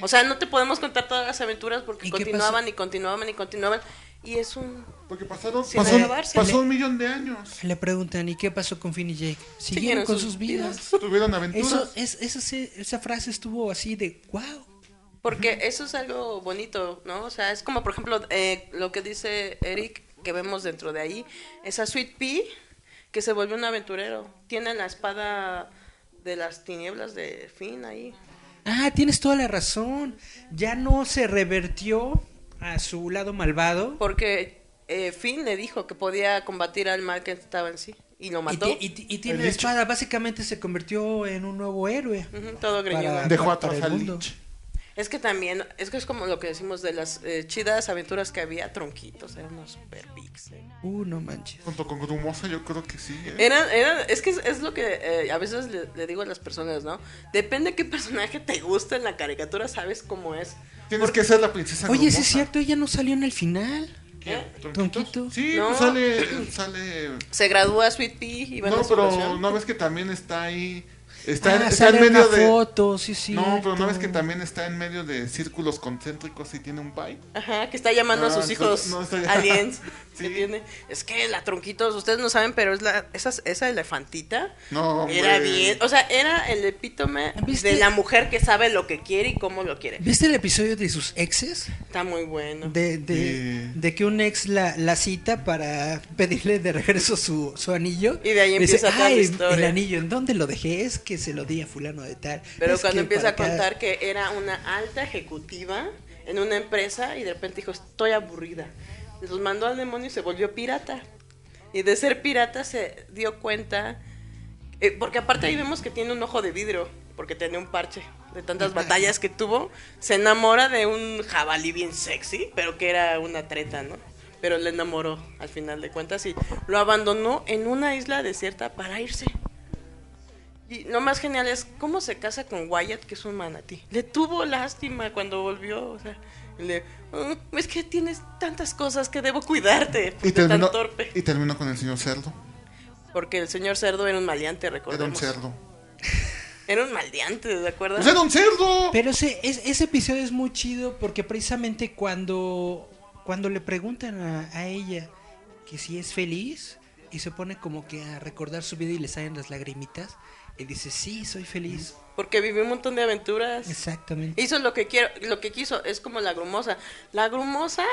[SPEAKER 3] O sea, no te podemos contar todas las aventuras
[SPEAKER 5] ¿Y
[SPEAKER 3] porque
[SPEAKER 5] qué pasó?
[SPEAKER 3] continuaban y continuaban y continuaban. Y es un...
[SPEAKER 4] Porque pasaron,
[SPEAKER 3] Sin
[SPEAKER 4] pasó,
[SPEAKER 3] acabarse.
[SPEAKER 4] pasó un millón de años.
[SPEAKER 5] Le preguntan, ¿y qué pasó con Finn y Jake? Siguieron
[SPEAKER 3] Siguieron
[SPEAKER 5] con
[SPEAKER 3] sus
[SPEAKER 5] sus vidas.
[SPEAKER 4] Tuvieron aventuras.
[SPEAKER 5] Eso, es, eso sí- esa frase estuvo así de, wow.
[SPEAKER 3] Porque eso es algo bonito, ¿no? O sea, es como, por ejemplo, eh, lo que dice Eric, que vemos dentro de ahí, esa Sweet Pea que se volvió un aventurero. Tiene la espada de las tinieblas de Finn ahí.
[SPEAKER 5] Ah, tienes toda la razón. Ya no se revertió a su lado malvado.
[SPEAKER 3] Porque eh, Finn le dijo que podía combatir al mal que estaba en sí. Y lo
[SPEAKER 5] Y,
[SPEAKER 3] mató.
[SPEAKER 5] ti- y ti- y tiene
[SPEAKER 4] El
[SPEAKER 5] la
[SPEAKER 4] Lich.
[SPEAKER 5] espada. Básicamente se convirtió en un nuevo héroe.
[SPEAKER 3] Ujú, todo greñudo.
[SPEAKER 5] Para-
[SPEAKER 4] Dejó
[SPEAKER 5] para
[SPEAKER 4] atrás
[SPEAKER 5] el
[SPEAKER 4] al
[SPEAKER 5] mundo.
[SPEAKER 4] Lich.
[SPEAKER 3] Es que también, es que es como lo que decimos de las eh, chidas aventuras que había, tronquitos, eran unos super pigs, ¿eh?
[SPEAKER 5] Uh, no manches.
[SPEAKER 4] Junto con Grumosa, yo creo que sí. ¿eh?
[SPEAKER 3] Eran, eran- es que es, es lo que eh, a veces le, le digo a las personas, ¿no? Depende qué personaje te gusta en la caricatura, sabes cómo es.
[SPEAKER 4] Tienes que ser la princesa.
[SPEAKER 5] Oye, sí
[SPEAKER 4] Grumosa.
[SPEAKER 5] es cierto, ella no salió en el final.
[SPEAKER 3] ¿eh?
[SPEAKER 5] Tonquito.
[SPEAKER 4] pues, Sí,
[SPEAKER 3] No.
[SPEAKER 4] pues sale. sale
[SPEAKER 3] Se gradúa Sweet Pea y van a
[SPEAKER 4] no,
[SPEAKER 3] su
[SPEAKER 4] pero
[SPEAKER 3] pensión.
[SPEAKER 4] no ves que también está ahí. Está, en-
[SPEAKER 5] ah,
[SPEAKER 4] está
[SPEAKER 5] sale
[SPEAKER 4] en medio
[SPEAKER 5] una
[SPEAKER 4] de.
[SPEAKER 5] foto, sí, sí.
[SPEAKER 4] no, pero no ves que también está en medio de círculos concéntricos y tiene un bite.
[SPEAKER 3] Ajá, que está llamando a
[SPEAKER 4] Ah,
[SPEAKER 3] sus
[SPEAKER 4] no,
[SPEAKER 3] hijos
[SPEAKER 4] no, está-
[SPEAKER 3] aliens.
[SPEAKER 4] Sí.
[SPEAKER 3] que tiene. Es que la tronquitos, ustedes no saben, pero es la, esa, esa elefantita.
[SPEAKER 4] No, hombre.
[SPEAKER 3] Era bien, o sea, era el epítome
[SPEAKER 5] ¿Viste?
[SPEAKER 3] de la mujer que sabe lo que quiere y cómo lo quiere.
[SPEAKER 5] ¿Viste el episodio de sus exes?
[SPEAKER 3] Está muy bueno.
[SPEAKER 5] De, de, de que un ex la, la cita para pedirle de regreso su, su anillo.
[SPEAKER 3] Y de ahí
[SPEAKER 5] Le
[SPEAKER 3] empieza toda la
[SPEAKER 5] "Ay,
[SPEAKER 3] historia".
[SPEAKER 5] El anillo, ¿en dónde lo dejé? Es que se lo di a fulano de tal.
[SPEAKER 3] Pero
[SPEAKER 5] Es
[SPEAKER 3] cuando
[SPEAKER 5] que
[SPEAKER 3] empieza a
[SPEAKER 5] para acá".
[SPEAKER 3] contar que era una alta ejecutiva en una empresa y de repente dijo, estoy aburrida. Los mandó al demonio y se volvió pirata. Y de ser pirata se dio cuenta, eh, porque aparte ahí vemos que tiene un ojo de vidrio, porque tenía un parche de tantas batallas que tuvo. Se enamora de un jabalí bien sexy, pero que era una treta, ¿no? Pero le enamoró al final de cuentas y lo abandonó en una isla desierta para irse. Y lo más genial es cómo se casa con Wyatt, que es un manatí. Le tuvo lástima cuando volvió, o sea, Y le, "Mm, es que tienes tantas cosas que debo cuidarte.
[SPEAKER 4] Y
[SPEAKER 3] fuiste
[SPEAKER 4] terminó,
[SPEAKER 3] tan torpe.
[SPEAKER 4] y terminó con el señor cerdo.
[SPEAKER 3] Porque el señor cerdo era un maleante,
[SPEAKER 4] Era un
[SPEAKER 3] recordemos.
[SPEAKER 4] cerdo.
[SPEAKER 3] Era un maleante, ¿de acuerdo?
[SPEAKER 4] ¡Pues era un cerdo!
[SPEAKER 5] Pero ese, es- ese episodio es muy chido porque precisamente cuando, cuando le preguntan a, a ella que si es feliz y se pone como que a recordar su vida y le salen las lagrimitas y dice, sí, soy feliz.
[SPEAKER 3] Porque viví un montón de aventuras.
[SPEAKER 5] Exactamente.
[SPEAKER 3] Hizo lo que quiero, lo que quiso, es como la grumosa. La grumosa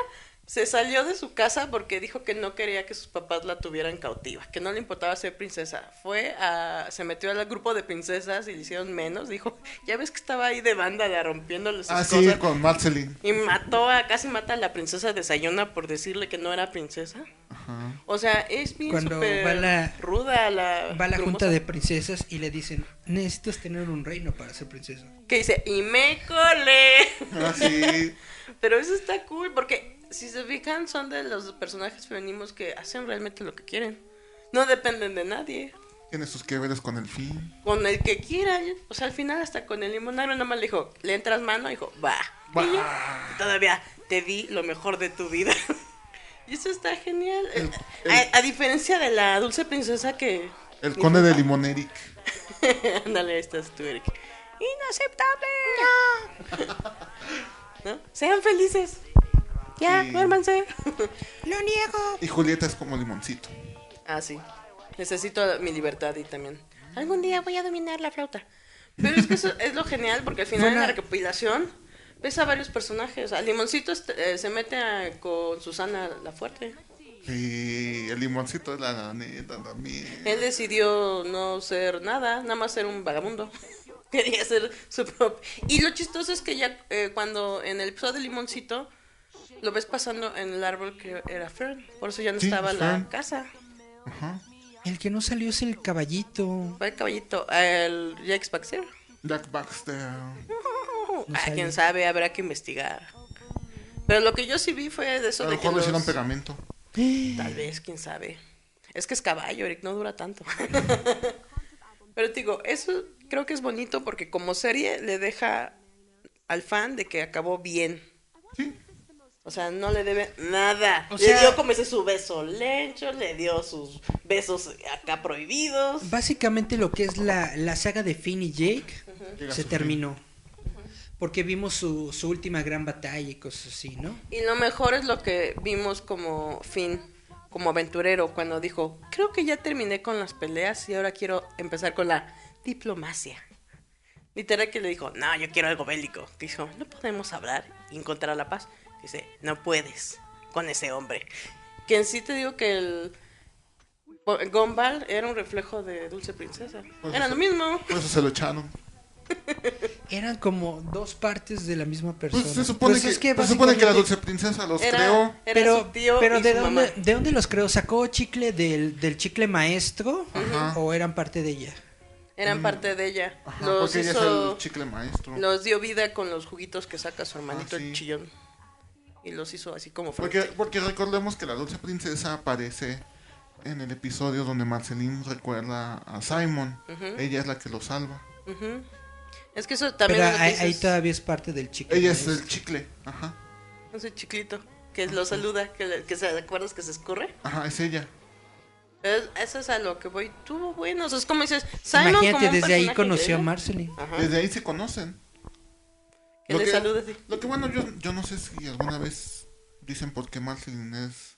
[SPEAKER 3] se salió de su casa porque dijo que no quería que sus papás la tuvieran cautiva, que no le importaba ser princesa. Fue a, se metió al grupo de princesas y le hicieron menos, dijo, ya ves que estaba ahí de banda la rompiéndole sus
[SPEAKER 4] Así
[SPEAKER 3] cosas.
[SPEAKER 4] Ah, con Marceline.
[SPEAKER 3] Y mató a, casi mata a la princesa de Sayona por decirle que no era princesa. O sea, es bien
[SPEAKER 5] Cuando
[SPEAKER 3] súper
[SPEAKER 5] va la-
[SPEAKER 3] ruda la
[SPEAKER 5] Va a la junta
[SPEAKER 3] grumosa.
[SPEAKER 5] de princesas y le dicen, necesitas tener un reino para ser princesa.
[SPEAKER 3] que dice, y me colé.
[SPEAKER 4] Ah, Así.
[SPEAKER 3] Pero eso está cool, porque si se fijan, son de los personajes femeninos que hacen realmente lo que quieren. No dependen de nadie.
[SPEAKER 4] Tiene sus que veres con el fin.
[SPEAKER 3] Con el que quieran. O sea, al final, hasta con el limonero, nada más le dijo, le entras mano, dijo, va.
[SPEAKER 4] Va.
[SPEAKER 3] Y ya. Y todavía te di lo mejor de tu vida. y eso está genial.
[SPEAKER 4] El-
[SPEAKER 3] A, a diferencia de la dulce princesa que.
[SPEAKER 4] El conde de Limoneric.
[SPEAKER 3] Ándale, ahí estás tú, Eric. ¡Inaceptable! ¿No? Sean felices. Ya,
[SPEAKER 4] Sí.
[SPEAKER 3] duérmanse.
[SPEAKER 4] Y Julieta es como limoncito.
[SPEAKER 3] Ah, sí. Necesito mi libertad y también. Algún día voy a dominar la flauta. Pero es que eso es lo genial, porque al final de la
[SPEAKER 5] Bueno.
[SPEAKER 3] recopilación ves a varios personajes. Al limoncito este, eh, se mete a- con Susana la Fuerte.
[SPEAKER 4] Y el limoncito es la neta también.
[SPEAKER 3] Él decidió no ser nada, nada más ser un vagabundo. Quería ser su propio. Y lo chistoso es que ya eh, cuando en el episodio de Limoncito lo ves pasando en el árbol que era Fern, por eso ya no
[SPEAKER 4] Sí,
[SPEAKER 3] estaba
[SPEAKER 4] Fern.
[SPEAKER 3] la casa.
[SPEAKER 4] Ajá.
[SPEAKER 5] El que no salió es el caballito.
[SPEAKER 3] Va el caballito, el Jack Baxter.
[SPEAKER 4] Jack Baxter.
[SPEAKER 3] Ah,
[SPEAKER 5] sale.
[SPEAKER 3] quién sabe, habrá que investigar. Pero lo que yo sí vi fue de
[SPEAKER 4] A
[SPEAKER 3] eso
[SPEAKER 4] lo
[SPEAKER 3] de que
[SPEAKER 4] mejor le hicieron
[SPEAKER 3] los...
[SPEAKER 4] pegamento.
[SPEAKER 3] Tal vez, quién sabe. Es que es caballo, Eric, no dura tanto. Pero te digo, eso creo que es bonito porque como serie le deja al fan de que acabó bien.
[SPEAKER 4] Sí.
[SPEAKER 3] O sea, no le debe nada.
[SPEAKER 5] O
[SPEAKER 3] le
[SPEAKER 5] sea-
[SPEAKER 3] dio como ese su beso lencho, le dio sus besos acá prohibidos.
[SPEAKER 5] Básicamente lo que es la, la saga de Finn y Jake
[SPEAKER 4] Llega a
[SPEAKER 5] se
[SPEAKER 4] su
[SPEAKER 5] terminó. Porque vimos su, su última gran batalla y cosas así, ¿no?
[SPEAKER 3] Y lo mejor es lo que vimos como Finn, como aventurero, cuando dijo, creo que ya terminé con las peleas y ahora quiero empezar con la diplomacia. Literal que le dijo, no, yo quiero algo bélico. Que dijo, no podemos hablar y encontrar la paz. Dice, no puedes con ese hombre. Que en sí te digo que el... Gombal era un reflejo de Dulce Princesa.
[SPEAKER 4] Pues
[SPEAKER 3] Era
[SPEAKER 4] eso-
[SPEAKER 3] lo mismo.
[SPEAKER 4] Por eso se lo echaron.
[SPEAKER 5] Eran como dos partes de la misma persona.
[SPEAKER 4] Pues se supone,
[SPEAKER 5] Pues
[SPEAKER 4] que,
[SPEAKER 5] es que
[SPEAKER 4] se supone que la
[SPEAKER 5] básicamente-
[SPEAKER 4] dulce princesa los
[SPEAKER 3] Era,
[SPEAKER 4] creó.
[SPEAKER 3] era
[SPEAKER 5] Pero,
[SPEAKER 3] su tío
[SPEAKER 5] pero
[SPEAKER 3] y
[SPEAKER 5] ¿de,
[SPEAKER 3] su
[SPEAKER 5] dónde,
[SPEAKER 3] mamá.
[SPEAKER 5] ¿de dónde los creó? ¿Sacó chicle del, del chicle maestro?
[SPEAKER 4] Ajá.
[SPEAKER 5] ¿O eran parte de ella? Mm.
[SPEAKER 3] Eran parte de ella.
[SPEAKER 4] Ajá,
[SPEAKER 3] Los
[SPEAKER 4] porque pues ella es
[SPEAKER 3] hizo-
[SPEAKER 4] el chicle maestro.
[SPEAKER 3] Los dio vida con los juguitos que saca su hermanito
[SPEAKER 4] Ah, sí.
[SPEAKER 3] el chillón. Y los hizo así como
[SPEAKER 4] Porque,
[SPEAKER 3] fruta.
[SPEAKER 4] porque recordemos que la dulce princesa aparece en el episodio donde Marceline recuerda a Simon. Ella es la que lo salva.
[SPEAKER 3] Ujú. Es que eso también
[SPEAKER 5] Pero
[SPEAKER 3] es lo que
[SPEAKER 5] ahí, ahí
[SPEAKER 3] dices,
[SPEAKER 5] todavía es parte del chicle
[SPEAKER 4] Ella es
[SPEAKER 5] maestro.
[SPEAKER 4] el chicle. Ajá.
[SPEAKER 3] ese chiquito que lo saluda, que, le- que se acuerdas que se escurre.
[SPEAKER 4] Ajá, es ella.
[SPEAKER 3] Es- eso es a lo que voy. Tuvo buenos. Es como dices, Simon como
[SPEAKER 5] Imagínate,
[SPEAKER 3] un
[SPEAKER 5] desde ahí
[SPEAKER 3] personaje
[SPEAKER 5] conoció a
[SPEAKER 3] increíble.
[SPEAKER 5] Marceline.
[SPEAKER 3] Ajá.
[SPEAKER 4] Desde ahí se conocen.
[SPEAKER 3] Que le salude así.
[SPEAKER 4] Lo que bueno, yo, yo no sé si alguna vez dicen por qué Marceline es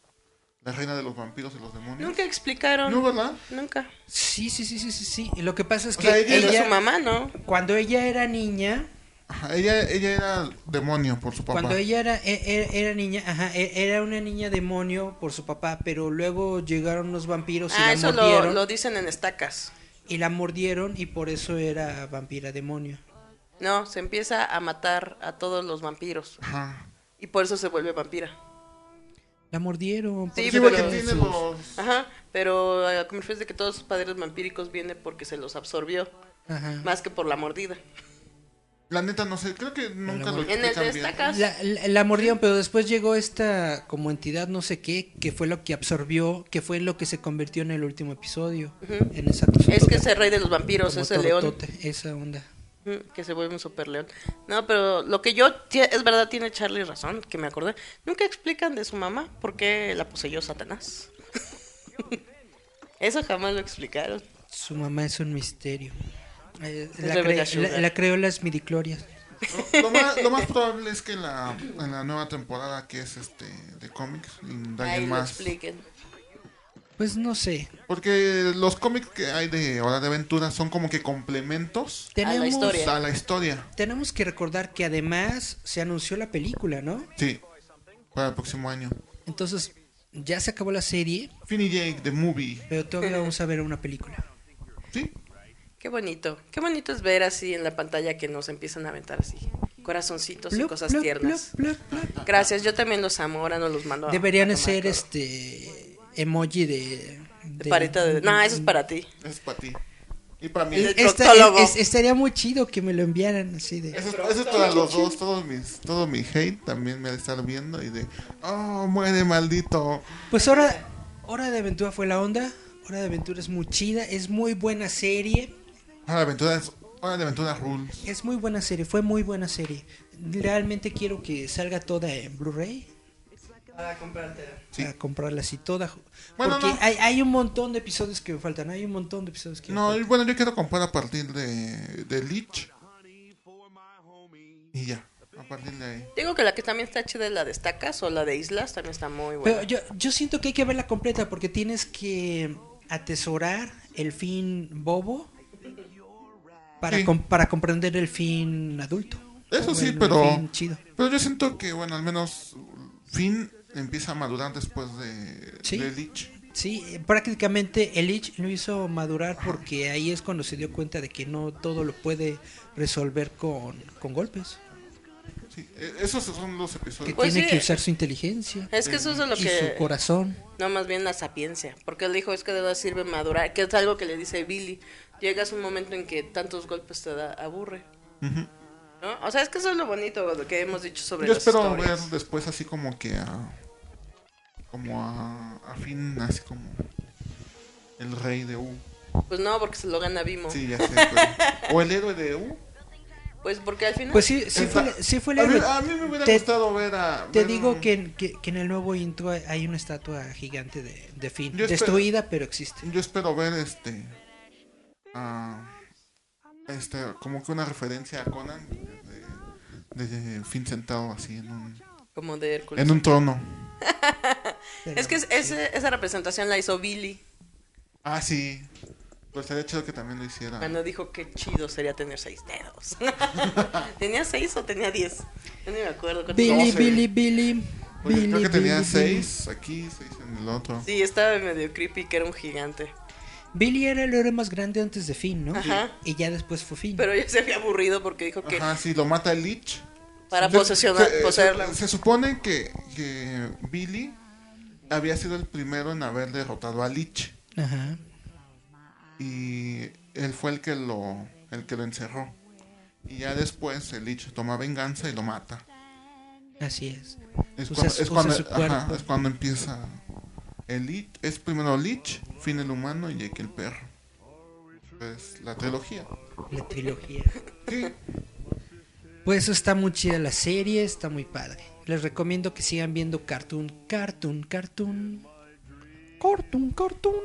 [SPEAKER 4] la reina de los vampiros y los demonios.
[SPEAKER 3] Nunca explicaron.
[SPEAKER 4] No, ¿verdad?
[SPEAKER 3] Nunca.
[SPEAKER 5] Sí, sí, sí, sí, sí, sí. Y lo que pasa es
[SPEAKER 4] O
[SPEAKER 5] que
[SPEAKER 4] sea, ella-
[SPEAKER 3] Ella,
[SPEAKER 5] ella,
[SPEAKER 3] su mamá, ¿no?
[SPEAKER 5] cuando ella era niña,
[SPEAKER 4] Ajá, Eh, ella, ella era demonio por su papá.
[SPEAKER 5] cuando ella era, e- e- era niña, ajá, e- era una niña demonio por su papá, pero luego llegaron los vampiros y
[SPEAKER 3] Ah,
[SPEAKER 5] la
[SPEAKER 3] eso lo,
[SPEAKER 5] mordieron.
[SPEAKER 3] lo dicen en estacas.
[SPEAKER 5] Y la mordieron y por eso era vampira demonio.
[SPEAKER 3] No, se empieza a matar a todos los vampiros.
[SPEAKER 4] Ajá.
[SPEAKER 3] Y por eso se vuelve vampira.
[SPEAKER 5] La mordieron. por
[SPEAKER 3] Sí,
[SPEAKER 4] Sí,
[SPEAKER 5] eso
[SPEAKER 4] porque
[SPEAKER 3] pero-
[SPEAKER 4] tiene
[SPEAKER 5] sus-
[SPEAKER 4] los...
[SPEAKER 3] Ajá, pero eh, como refieres de que todos sus padres vampíricos viene porque se los absorbió,
[SPEAKER 5] Ajá.
[SPEAKER 3] más que por la mordida.
[SPEAKER 4] La neta, no sé, creo que nunca lo
[SPEAKER 3] En el
[SPEAKER 4] explican bien.
[SPEAKER 3] destacas,
[SPEAKER 5] La, la- la mordieron, pero después llegó esta como entidad no sé qué, que fue lo que absorbió, que fue lo que se convirtió en el último episodio. En esa cosa
[SPEAKER 3] es que
[SPEAKER 5] total,
[SPEAKER 3] es el rey de los vampiros,
[SPEAKER 5] como
[SPEAKER 3] es el león.
[SPEAKER 5] torotote, Esa onda.
[SPEAKER 3] Mm, Que se vuelve un super león. No, pero lo que yo. ti- Es verdad, tiene Charlie razón, que me acordé. Nunca explican de su mamá por qué la poseyó Satanás. Eso jamás lo explicaron.
[SPEAKER 5] Su mamá es un misterio. Eh,
[SPEAKER 3] Es
[SPEAKER 5] La,
[SPEAKER 3] Rebecca
[SPEAKER 5] cre- la-
[SPEAKER 3] Sugar.
[SPEAKER 5] la creó las midiclorias.
[SPEAKER 4] Lo, lo más, lo más probable es que la, en la nueva temporada que es este de cómics,
[SPEAKER 3] Ahí
[SPEAKER 4] indaguen
[SPEAKER 3] lo
[SPEAKER 4] más.
[SPEAKER 3] expliquen.
[SPEAKER 5] Pues no sé.
[SPEAKER 4] Porque los cómics que hay de Hora de Aventura son como que complementos
[SPEAKER 5] Tenemos,
[SPEAKER 3] historia.
[SPEAKER 4] a la historia.
[SPEAKER 5] tenemos que recordar que además se anunció la película, ¿no?
[SPEAKER 4] Sí, para el próximo año.
[SPEAKER 5] Entonces, ya se acabó la serie,
[SPEAKER 4] Finny Jake, The Movie.
[SPEAKER 5] pero todavía vamos a ver una película.
[SPEAKER 4] Sí,
[SPEAKER 3] Qué bonito. Qué bonito es ver así en la pantalla que nos empiezan a aventar así. Corazoncitos y
[SPEAKER 5] Blup,
[SPEAKER 3] cosas
[SPEAKER 5] blup,
[SPEAKER 3] tiernas.
[SPEAKER 5] blup, blup, blup.
[SPEAKER 3] Gracias, yo también los amo. Ahora no los mando a.
[SPEAKER 5] Deberían
[SPEAKER 3] a tomar
[SPEAKER 5] hacer
[SPEAKER 3] coro.
[SPEAKER 5] este emoji de...
[SPEAKER 3] De parita de. No, eso es para ti.
[SPEAKER 4] es para ti. Y para mí.
[SPEAKER 5] Eh,
[SPEAKER 4] Eso
[SPEAKER 3] del
[SPEAKER 5] esta-
[SPEAKER 3] proctólogo.
[SPEAKER 5] es- estaría muy chido que me lo enviaran así de...
[SPEAKER 4] es, eso es para los dos, todos mis, todo mi hate también me ha de estar viendo y de, oh, muere maldito.
[SPEAKER 5] Pues ahora, Hora de Aventura fue la onda. Hora de Aventura es muy chida, es muy buena serie.
[SPEAKER 4] Hora de Aventura es Hora de Aventura Rules.
[SPEAKER 5] Es muy buena serie, fue muy buena serie. Realmente quiero que salga toda en Blu-ray.
[SPEAKER 4] Sí.
[SPEAKER 5] Para comprarla así toda.
[SPEAKER 4] Bueno,
[SPEAKER 5] porque
[SPEAKER 4] no.
[SPEAKER 5] hay, hay un montón de episodios que me faltan. Hay un montón de episodios que me
[SPEAKER 4] No, y
[SPEAKER 5] faltan.
[SPEAKER 4] bueno, yo quiero comprar a partir de, de Lich. Y ya, a partir de ahí.
[SPEAKER 3] Digo que la que también está chida es la de Estacas o la de Islas. También está muy buena.
[SPEAKER 5] Pero yo, yo siento que hay que verla completa porque tienes que atesorar el fin bobo para,
[SPEAKER 4] Sí.
[SPEAKER 5] com- para comprender el fin adulto.
[SPEAKER 4] Eso
[SPEAKER 5] O
[SPEAKER 4] sí,
[SPEAKER 5] el- el
[SPEAKER 4] pero.
[SPEAKER 5] fin chido.
[SPEAKER 4] Pero yo siento que, bueno, al menos Finn empieza a madurar después de,
[SPEAKER 5] Sí.
[SPEAKER 4] de Lich.
[SPEAKER 5] Sí, eh, prácticamente el Itch lo hizo madurar porque ahí es cuando se dio cuenta de que no todo lo puede resolver con, con golpes.
[SPEAKER 4] Sí, eh, esos son los
[SPEAKER 5] Que
[SPEAKER 4] episodios.
[SPEAKER 3] Pues
[SPEAKER 5] tiene
[SPEAKER 3] sí.
[SPEAKER 5] que usar su inteligencia
[SPEAKER 3] Es que eso es de lo
[SPEAKER 5] y su
[SPEAKER 3] que.
[SPEAKER 5] corazón.
[SPEAKER 3] No, más bien la sapiencia. Porque él dijo es que de nada sirve madurar. Que es algo que le dice Billy. Llegas a un momento en que tantos golpes te da, aburre. ¿No? O sea, es que eso es lo bonito lo que hemos dicho sobre
[SPEAKER 4] Yo
[SPEAKER 3] las
[SPEAKER 4] espero
[SPEAKER 3] historias.
[SPEAKER 4] ver después así como que a. Como a, a Finn, así como. El rey de U.
[SPEAKER 3] Pues no, porque se lo gana Vimo.
[SPEAKER 4] Sí, ya sé. pues. pero- o el héroe de U.
[SPEAKER 3] Pues porque al final.
[SPEAKER 5] Pues sí, sí
[SPEAKER 4] Está-
[SPEAKER 5] fue, sí fue
[SPEAKER 4] a, mí,
[SPEAKER 5] leve.
[SPEAKER 4] a mí me hubiera
[SPEAKER 5] Te-
[SPEAKER 4] gustado ver a.
[SPEAKER 5] Te
[SPEAKER 4] ver-
[SPEAKER 5] digo que, en- que- que en el nuevo intro hay- hay una estatua gigante de, de Finn.
[SPEAKER 4] Yo espero-
[SPEAKER 5] Destruida, pero existe.
[SPEAKER 4] Yo espero ver este. a- este, como que una referencia a Conan. De, de Finn sentado así en un,
[SPEAKER 3] Como de Hércules.
[SPEAKER 4] en un trono.
[SPEAKER 5] Pero-
[SPEAKER 3] Es que es- ese- esa representación la hizo Billy
[SPEAKER 4] Ah, sí. Pues estaría chido que también lo
[SPEAKER 5] Ah.
[SPEAKER 4] hiciera.
[SPEAKER 3] cuando dijo que chido sería tener seis dedos. ¿Tenía seis o tenía diez? Yo ni me acuerdo. cuántos
[SPEAKER 5] Billy,
[SPEAKER 3] tenía.
[SPEAKER 4] sé.
[SPEAKER 5] Billy, Billy.
[SPEAKER 4] Oye,
[SPEAKER 5] Billy,
[SPEAKER 4] creo que
[SPEAKER 5] Billy,
[SPEAKER 4] tenía
[SPEAKER 5] Billy.
[SPEAKER 4] seis aquí, seis en el otro.
[SPEAKER 3] Sí, estaba medio creepy que era un gigante.
[SPEAKER 5] Billy era el héroe más grande antes de Finn, ¿no?
[SPEAKER 3] Ajá.
[SPEAKER 5] Y ya después fue Finn.
[SPEAKER 3] Pero ya se había aburrido porque dijo que
[SPEAKER 4] Ajá, Ah, sí, lo mata el Lich.
[SPEAKER 3] para
[SPEAKER 4] Se-
[SPEAKER 3] posesionar,
[SPEAKER 4] se-
[SPEAKER 3] poseerla.
[SPEAKER 4] Se, se supone que, que Billy había sido el primero en haber derrotado a Lich.
[SPEAKER 5] Ajá.
[SPEAKER 4] Y él fue el que lo, el que lo encerró. Y ya después el Lich toma venganza y lo mata.
[SPEAKER 5] Así es.
[SPEAKER 4] Es,
[SPEAKER 5] Usa
[SPEAKER 4] cuando, es,
[SPEAKER 5] su- usa
[SPEAKER 4] cuando,
[SPEAKER 5] su
[SPEAKER 4] ajá,
[SPEAKER 5] cuerpo.
[SPEAKER 4] es cuando empieza el Lich. Es primero Lich, fin el humano y Jake el perro. Es la trilogía.
[SPEAKER 5] La trilogía.
[SPEAKER 4] Sí.
[SPEAKER 5] Pues está muy chida la serie, está muy padre. Les recomiendo que sigan viendo Cartoon, Cartoon, Cartoon. Cartoon, Cartoon.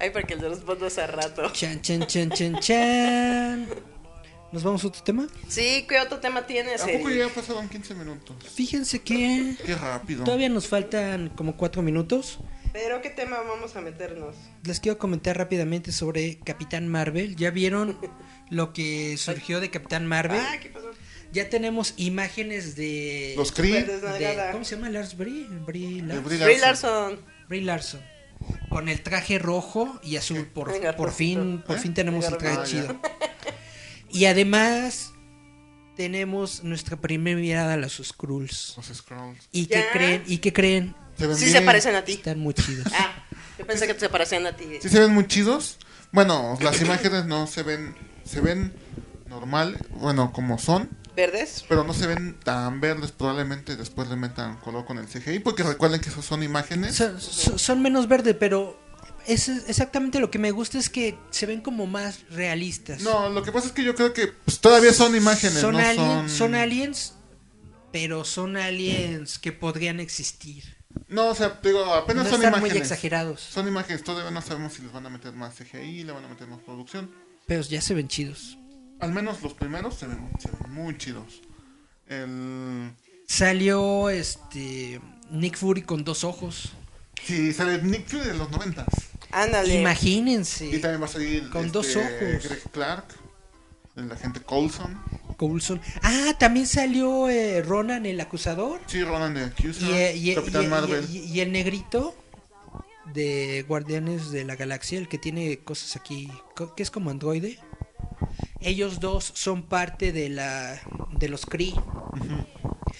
[SPEAKER 3] Ay, para que le respondo hace rato.
[SPEAKER 5] Chan, chan, chan, chan, chan. ¿Nos vamos a otro tema?
[SPEAKER 3] Sí, ¿qué otro tema tienes?
[SPEAKER 4] ¿A poco
[SPEAKER 3] Eric?
[SPEAKER 4] ya pasaron 15 minutos?
[SPEAKER 5] Fíjense que
[SPEAKER 4] Qué rápido.
[SPEAKER 5] todavía nos faltan como cuatro minutos.
[SPEAKER 3] Pero ¿qué tema vamos a meternos?
[SPEAKER 5] Les quiero comentar rápidamente sobre Capitán Marvel. ¿Ya vieron lo que surgió de Capitán Marvel?
[SPEAKER 3] Ah, ¿qué pasó?
[SPEAKER 5] Ya tenemos imágenes de...
[SPEAKER 4] Los Kree.
[SPEAKER 3] Verdes,
[SPEAKER 5] de-
[SPEAKER 3] nalgada.
[SPEAKER 5] ¿Cómo se llama? Lars Brie. Brie
[SPEAKER 4] de
[SPEAKER 5] Lars-
[SPEAKER 4] Brie
[SPEAKER 3] Brie
[SPEAKER 4] Larson.
[SPEAKER 3] Larson.
[SPEAKER 5] Brie Larson. Con el traje rojo y azul. Por,
[SPEAKER 3] Venga,
[SPEAKER 5] por fin, por
[SPEAKER 4] ¿Eh?
[SPEAKER 5] fin tenemos el
[SPEAKER 3] Venga,
[SPEAKER 5] traje
[SPEAKER 4] hermano.
[SPEAKER 5] chido. Y además tenemos nuestra primera mirada a los Skrulls.
[SPEAKER 4] Los Skrulls.
[SPEAKER 5] ¿Y qué
[SPEAKER 3] ¿Ya?
[SPEAKER 5] creen? ¿Y qué creen?
[SPEAKER 4] Se ven
[SPEAKER 3] Sí
[SPEAKER 4] bien.
[SPEAKER 3] se parecen a ti.
[SPEAKER 5] Están muy chidos.
[SPEAKER 3] Ah, yo pensé que se parecían a ti.
[SPEAKER 4] Sí se ven muy chidos. Bueno, las imágenes no se ven, se ven normal, bueno, como son,
[SPEAKER 3] ¿Verdes?
[SPEAKER 4] pero no se ven tan verdes. Probablemente después le metan color con el CGI, porque recuerden que esas son imágenes.
[SPEAKER 5] Son, son- son menos verde, pero es exactamente lo que me gusta es que se ven como más realistas.
[SPEAKER 4] No, lo que pasa es que yo creo que pues, todavía son imágenes,
[SPEAKER 5] son,
[SPEAKER 4] no
[SPEAKER 5] alien-
[SPEAKER 4] son...
[SPEAKER 5] son aliens, pero son aliens que podrían existir.
[SPEAKER 4] No, o sea, te digo,
[SPEAKER 5] No
[SPEAKER 4] apenas son
[SPEAKER 5] están muy
[SPEAKER 4] imágenes.
[SPEAKER 5] exagerados,
[SPEAKER 4] Son imágenes, todavía no sabemos si les van a meter más CGI, le van a meter más producción.
[SPEAKER 5] pero ya se ven chidos.
[SPEAKER 4] Al menos los primeros se ven, se ven muy chidos. El...
[SPEAKER 5] Salió este Nick Fury con dos ojos.
[SPEAKER 4] Sí, sale Nick Fury de los noventas.
[SPEAKER 3] Ándale.
[SPEAKER 4] Y
[SPEAKER 5] Imagínense,
[SPEAKER 4] también va a salir este
[SPEAKER 5] Con dos ojos.
[SPEAKER 4] Greg Clark, el agente Coulson.
[SPEAKER 5] Coulson. Ah, también salió eh, Ronan el acusador
[SPEAKER 4] Sí, Ronan de
[SPEAKER 5] y,
[SPEAKER 4] Accuser.
[SPEAKER 5] eh, y-
[SPEAKER 4] Capitán
[SPEAKER 5] y- y-
[SPEAKER 4] Marvel.
[SPEAKER 5] y- y el negrito de Guardianes de la Galaxia, el que tiene cosas aquí, co- que es como androide. Ellos dos son parte de la de los Kree.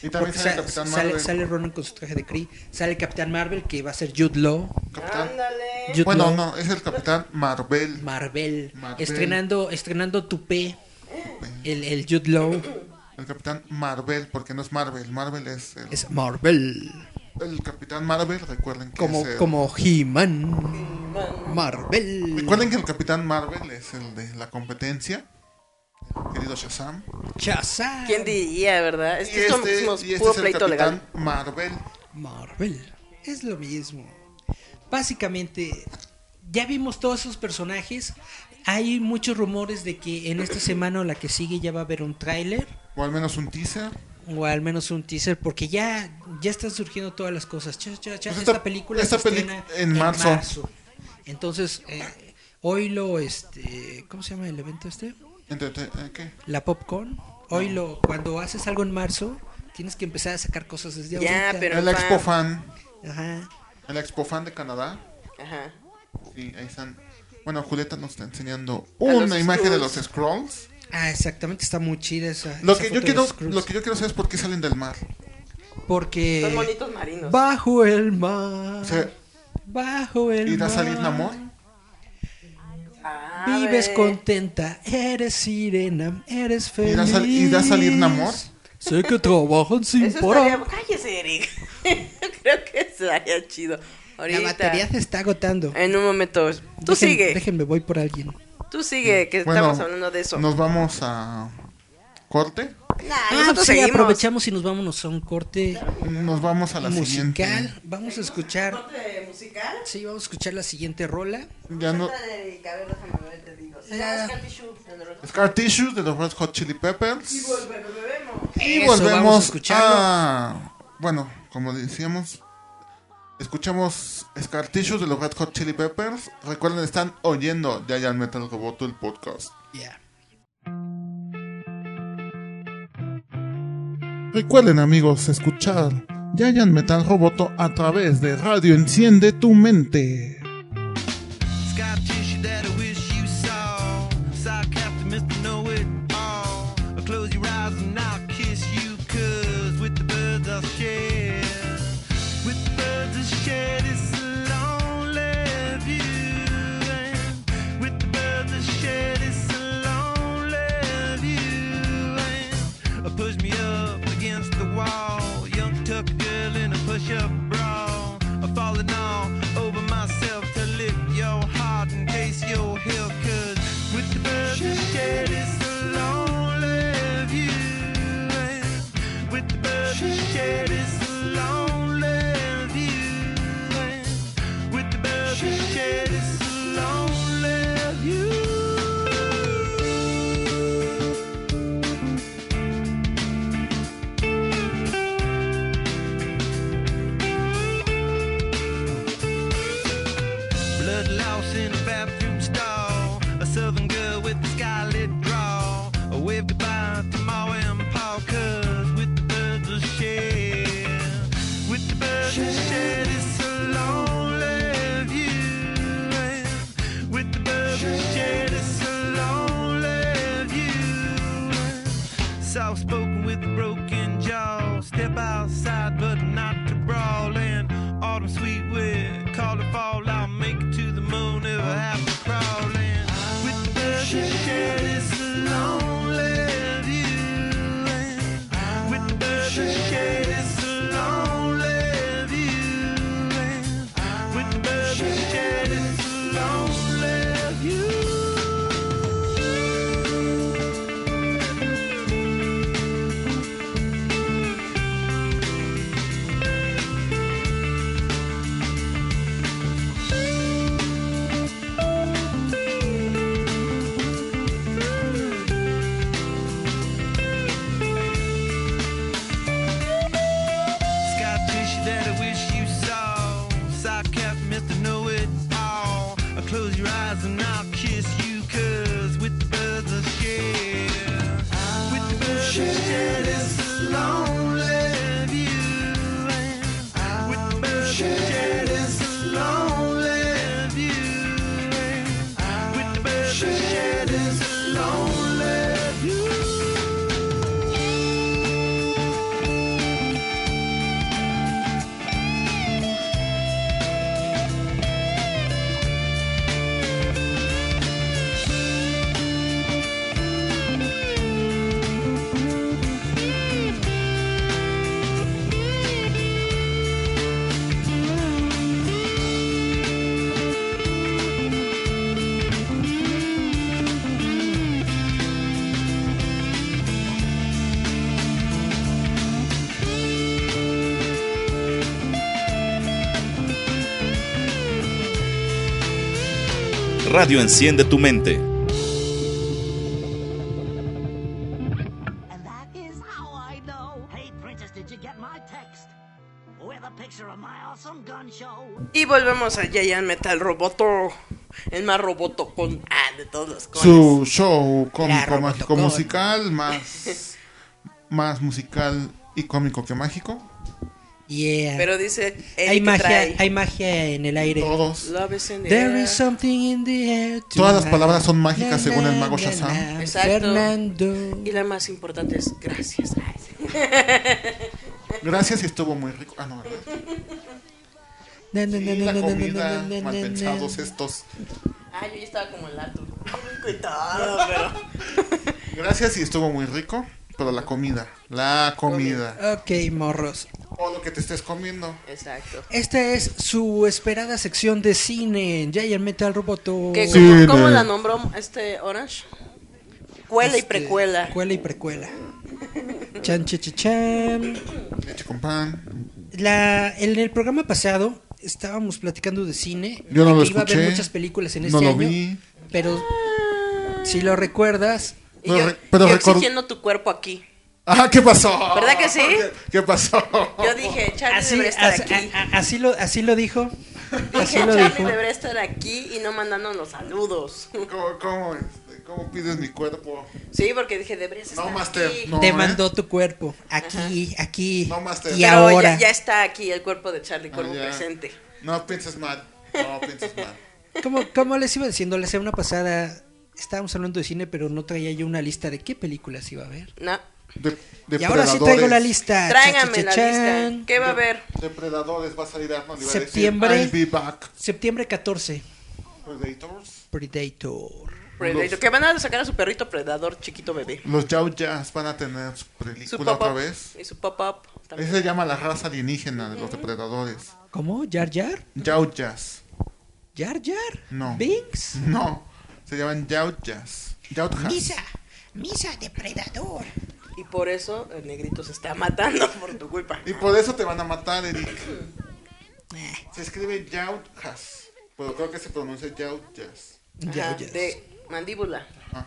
[SPEAKER 4] Y, también
[SPEAKER 5] Porque
[SPEAKER 4] sale
[SPEAKER 5] sa-
[SPEAKER 4] Capitán
[SPEAKER 5] sale-
[SPEAKER 4] Marvel.
[SPEAKER 5] sale Ronan con su traje de Kree. Sale Capitán Marvel que va a ser Jude Law.
[SPEAKER 4] Capitán-
[SPEAKER 3] Ándale.
[SPEAKER 5] Jude
[SPEAKER 4] Bueno,
[SPEAKER 5] Law.
[SPEAKER 4] no, es el Capitán Marvel.
[SPEAKER 5] Marvel.
[SPEAKER 4] Marvel.
[SPEAKER 5] Estrenando, estrenando Tupé. El, el Jude Law
[SPEAKER 4] El Capitán Marvel, porque no es Marvel. Marvel es el,
[SPEAKER 5] es Marvel.
[SPEAKER 4] el Capitán Marvel. Recuerden que
[SPEAKER 5] Como,
[SPEAKER 4] es el-
[SPEAKER 5] como He-Man. Marvel.
[SPEAKER 4] Recuerden que el Capitán Marvel es el de la competencia. Querido Shazam.
[SPEAKER 5] Shazam.
[SPEAKER 3] ¿Quién diría, verdad? Es
[SPEAKER 4] Y
[SPEAKER 3] que esto
[SPEAKER 4] este,
[SPEAKER 3] somos
[SPEAKER 4] y este
[SPEAKER 3] puro
[SPEAKER 4] es el
[SPEAKER 3] pleito
[SPEAKER 4] Capitán
[SPEAKER 3] legal.
[SPEAKER 4] Marvel.
[SPEAKER 5] Marvel. Es lo mismo. Básicamente, ya vimos todos esos personajes. Hay muchos rumores de que en esta semana o la que sigue ya va a haber un tráiler.
[SPEAKER 4] O al menos un teaser.
[SPEAKER 5] O al menos un teaser, porque ya, ya están surgiendo todas las cosas. Cha, cha, cha,
[SPEAKER 4] Pues
[SPEAKER 5] esta,
[SPEAKER 4] esta-
[SPEAKER 5] película
[SPEAKER 4] esta
[SPEAKER 5] se
[SPEAKER 4] peli-
[SPEAKER 5] estrena
[SPEAKER 4] en marzo.
[SPEAKER 5] Entonces, eh, hoy lo, este, ¿cómo se llama el evento este?
[SPEAKER 4] Entonces, eh, ¿qué?
[SPEAKER 5] La popcorn. Hoy lo, cuando haces algo en marzo, tienes que empezar a sacar cosas desde
[SPEAKER 3] Ya,
[SPEAKER 5] ahorita.
[SPEAKER 3] pero-
[SPEAKER 4] El Expo Fan.
[SPEAKER 5] Ajá.
[SPEAKER 4] El Expo Fan de Canadá.
[SPEAKER 3] Ajá.
[SPEAKER 4] Sí, ahí están. Bueno, Julieta nos está enseñando
[SPEAKER 3] los
[SPEAKER 4] una imagen de los
[SPEAKER 3] Skrulls.
[SPEAKER 4] Scrolls.
[SPEAKER 5] Ah, exactamente, está muy chida esa.
[SPEAKER 4] Lo
[SPEAKER 5] esa
[SPEAKER 4] que,
[SPEAKER 5] foto
[SPEAKER 4] yo
[SPEAKER 5] de
[SPEAKER 4] quiero,
[SPEAKER 5] los Skrulls.
[SPEAKER 4] lo que yo quiero saber es por qué salen del mar.
[SPEAKER 3] Son
[SPEAKER 5] Porque
[SPEAKER 3] bonitos marinos.
[SPEAKER 5] bajo el mar,
[SPEAKER 4] O sea,
[SPEAKER 5] bajo el
[SPEAKER 4] ¿irá a
[SPEAKER 5] mar,
[SPEAKER 4] salir Namor?
[SPEAKER 3] Ah,
[SPEAKER 5] vives
[SPEAKER 3] ve.
[SPEAKER 5] contenta, eres sirena, eres feliz.
[SPEAKER 4] ¿Irá a sal- irá a salir Namor?
[SPEAKER 5] Sé que trabajan sin
[SPEAKER 3] Eso
[SPEAKER 5] parar.
[SPEAKER 3] estaría... Cállese, Eric. Creo que estaría chido.
[SPEAKER 5] La
[SPEAKER 3] Ahorita.
[SPEAKER 5] batería se está agotando.
[SPEAKER 3] En un momento. Tú
[SPEAKER 5] Dejen-
[SPEAKER 3] sigue.
[SPEAKER 5] Déjenme, voy por alguien.
[SPEAKER 3] Tú sigue, que
[SPEAKER 4] Bueno,
[SPEAKER 3] estamos hablando de eso.
[SPEAKER 4] Nos vamos a corte.
[SPEAKER 3] Nah,
[SPEAKER 5] Ah,
[SPEAKER 3] nosotros
[SPEAKER 5] sí,
[SPEAKER 3] seguimos.
[SPEAKER 5] aprovechamos y nos vámonos a un corte
[SPEAKER 4] Nos vamos a la siguiente.
[SPEAKER 5] musical. Vamos a escuchar,
[SPEAKER 3] ¿Corte musical?
[SPEAKER 5] sí, vamos a escuchar la siguiente rola.
[SPEAKER 4] Ya no,
[SPEAKER 3] Ay, a ver, déjame ver, te digo. Se
[SPEAKER 5] Ah.
[SPEAKER 3] llama Scalpy Shoe, de los-
[SPEAKER 4] Scar Tissues de los Red Hot Chili Peppers. Y
[SPEAKER 5] Eso, vamos a
[SPEAKER 4] volvemos
[SPEAKER 5] escucharlo.
[SPEAKER 4] a. Bueno, como decíamos, escuchamos Scar Tissues de los Red Hot Chili Peppers. Recuerden, están oyendo Giant Metal Roboto, el podcast.
[SPEAKER 5] Ya.
[SPEAKER 4] Recuerden, amigos, escuchar Giant Metal Roboto a través de Radio Enciende tu Mente.
[SPEAKER 9] Scar tissue that I wish you saw. Sarcastic Mr. Know It All. I'll close your eyes and I'll kiss you, cause with the birds I'll share. With the birds I'll share this lonely view. And with the birds I'll share this lonely view. And uh, push me up against the wall. Young tuck girl in a push up bra. I'm falling all over myself to lick your heart and taste your hill. Cause with the birds I shed, it's a lonely view. And With the birds I shed, it's a lonely view. And With the birds I shed, it's a lonely view. Blood loss in a bathroom stall. A southern girl with a scarlet draw. A wave goodbye to Ma and Pa, 'cause with the birds of share. With the birds of share, it's a lonely view. And With the birds of share, it's a lonely view. Soft spoken with a broken jaw. Step outside, but not to brawl. And autumn sweet wind, call it fall. I'll make it to the moon if I have to crawl. And with the birds that shed, it's a lonely view. And with the birds that shed, it's a lonely view. And with the birds that shed, it's a
[SPEAKER 2] Radio Enciende tu Mente.
[SPEAKER 10] And that is how I know. Hey, Princess, did you get my text? With a picture of my awesome gun show.
[SPEAKER 3] Y volvemos a Yayan Metal Roboto. El más roboto con A de todos los cones.
[SPEAKER 4] Su show cómico
[SPEAKER 5] Robotocon.
[SPEAKER 4] mágico musical, más, más musical y cómico que mágico.
[SPEAKER 5] Yeah.
[SPEAKER 3] Pero dice, el
[SPEAKER 5] hay
[SPEAKER 3] que
[SPEAKER 5] magia,
[SPEAKER 3] trae,
[SPEAKER 5] hay magia en el aire.
[SPEAKER 4] Todos.
[SPEAKER 3] Love is in the
[SPEAKER 5] There
[SPEAKER 3] air.
[SPEAKER 5] is something in the air
[SPEAKER 4] Todas las
[SPEAKER 5] tonight.
[SPEAKER 4] palabras son mágicas
[SPEAKER 5] Na,
[SPEAKER 4] según el
[SPEAKER 5] na,
[SPEAKER 4] mago
[SPEAKER 5] na,
[SPEAKER 4] Shazam.
[SPEAKER 5] na.
[SPEAKER 3] Exacto.
[SPEAKER 5] Fernando.
[SPEAKER 3] Y la más importante es gracias.
[SPEAKER 4] Gracias y estuvo muy rico. Ah, no, ¿verdad?
[SPEAKER 5] Na, na, na,
[SPEAKER 4] Y
[SPEAKER 5] na,
[SPEAKER 4] la
[SPEAKER 5] na, na,
[SPEAKER 4] comida,
[SPEAKER 5] na, na,
[SPEAKER 4] mal
[SPEAKER 5] na,
[SPEAKER 4] pensados
[SPEAKER 5] na.
[SPEAKER 4] estos.
[SPEAKER 3] Ah, yo ya estaba como el Arthur. Muy rico y todo, pero...
[SPEAKER 4] Gracias y estuvo muy rico, pero la comida, la comida.
[SPEAKER 5] Ok, morros.
[SPEAKER 4] O lo que te estés comiendo.
[SPEAKER 3] Exacto.
[SPEAKER 5] Esta es su esperada sección de cine en Giant Metal Roboto.
[SPEAKER 3] Que
[SPEAKER 4] Sí,
[SPEAKER 3] como- ¿Cómo
[SPEAKER 4] de-
[SPEAKER 3] la nombró este Orange? Cuela y
[SPEAKER 5] Este,
[SPEAKER 3] precuela.
[SPEAKER 5] Cuela y precuela. Chan, che, che, chan.
[SPEAKER 4] Leche con pan.
[SPEAKER 5] La, en el programa pasado estábamos platicando de cine.
[SPEAKER 4] Yo no lo
[SPEAKER 5] que Iba a haber
[SPEAKER 4] escuché.
[SPEAKER 5] muchas películas en
[SPEAKER 4] No
[SPEAKER 5] este
[SPEAKER 4] lo
[SPEAKER 5] año.
[SPEAKER 4] vi.
[SPEAKER 5] Pero si lo recuerdas,
[SPEAKER 3] Y
[SPEAKER 4] Pero
[SPEAKER 3] yo,
[SPEAKER 4] re- pero
[SPEAKER 3] yo
[SPEAKER 4] record-
[SPEAKER 3] exigiendo tu cuerpo aquí.
[SPEAKER 4] Ah, ¿qué pasó?
[SPEAKER 3] ¿Verdad que sí?
[SPEAKER 4] ¿Qué, qué pasó?
[SPEAKER 3] Yo dije, Charlie
[SPEAKER 5] así,
[SPEAKER 3] debería estar
[SPEAKER 5] as-
[SPEAKER 3] aquí.
[SPEAKER 5] a- a- así lo, así lo dijo. Así
[SPEAKER 3] Dije,
[SPEAKER 5] lo
[SPEAKER 3] Charlie
[SPEAKER 5] dijo.
[SPEAKER 3] debería estar aquí y no mandándonos saludos.
[SPEAKER 4] ¿Cómo, cómo, este, cómo pides mi cuerpo?
[SPEAKER 3] Sí, porque dije, deberías estar
[SPEAKER 4] No, Master.
[SPEAKER 3] aquí.
[SPEAKER 4] No,
[SPEAKER 5] Te
[SPEAKER 4] ¿eh?
[SPEAKER 5] mandó tu cuerpo. Aquí, aquí.
[SPEAKER 4] No, Master.
[SPEAKER 5] y
[SPEAKER 4] Pero
[SPEAKER 3] Pero
[SPEAKER 5] ahora.
[SPEAKER 3] Ya, ya está aquí el cuerpo de Charlie, cuerpo
[SPEAKER 4] Ah, ya.
[SPEAKER 3] presente.
[SPEAKER 4] No pienses mal. No pienses mal.
[SPEAKER 5] Como, como les iba diciendo, la semana pasada estábamos hablando de cine, pero no traía yo una lista de qué películas iba a ver.
[SPEAKER 3] No.
[SPEAKER 4] De,
[SPEAKER 5] y ahora sí traigo la lista.
[SPEAKER 3] Tráigame la
[SPEAKER 5] Chachachachán.
[SPEAKER 3] lista. ¿Qué va a haber?
[SPEAKER 4] Depredadores va a salir a
[SPEAKER 5] Septiembre.
[SPEAKER 4] I'll be back.
[SPEAKER 5] Septiembre 14.
[SPEAKER 4] Predators.
[SPEAKER 5] Predator.
[SPEAKER 3] Predator.
[SPEAKER 4] Los-
[SPEAKER 3] Que van a sacar a su perrito predador chiquito bebé.
[SPEAKER 4] Los Yao Jazz van a tener su
[SPEAKER 3] Su
[SPEAKER 4] película otra
[SPEAKER 3] pop-up.
[SPEAKER 4] vez.
[SPEAKER 3] Y su pop-up. también.
[SPEAKER 4] Ese se llama la raza alienígena de los depredadores.
[SPEAKER 5] ¿Cómo? ¿Jar Jar?
[SPEAKER 4] Yao Jazz.
[SPEAKER 5] ¿Jar Jar?
[SPEAKER 4] No.
[SPEAKER 5] ¿Binks?
[SPEAKER 4] No, se llaman Yautjas. Yautjas.
[SPEAKER 5] Misa depredador.
[SPEAKER 3] Y por eso el negrito se está matando por tu culpa.
[SPEAKER 4] Y por eso te van a matar, Eric.
[SPEAKER 5] Eh.
[SPEAKER 4] Se escribe Yautjas. Pero creo que se pronuncia Yautjas.
[SPEAKER 5] Ya,
[SPEAKER 3] Ajá,
[SPEAKER 5] ya.
[SPEAKER 3] de mandíbula.
[SPEAKER 4] Ajá.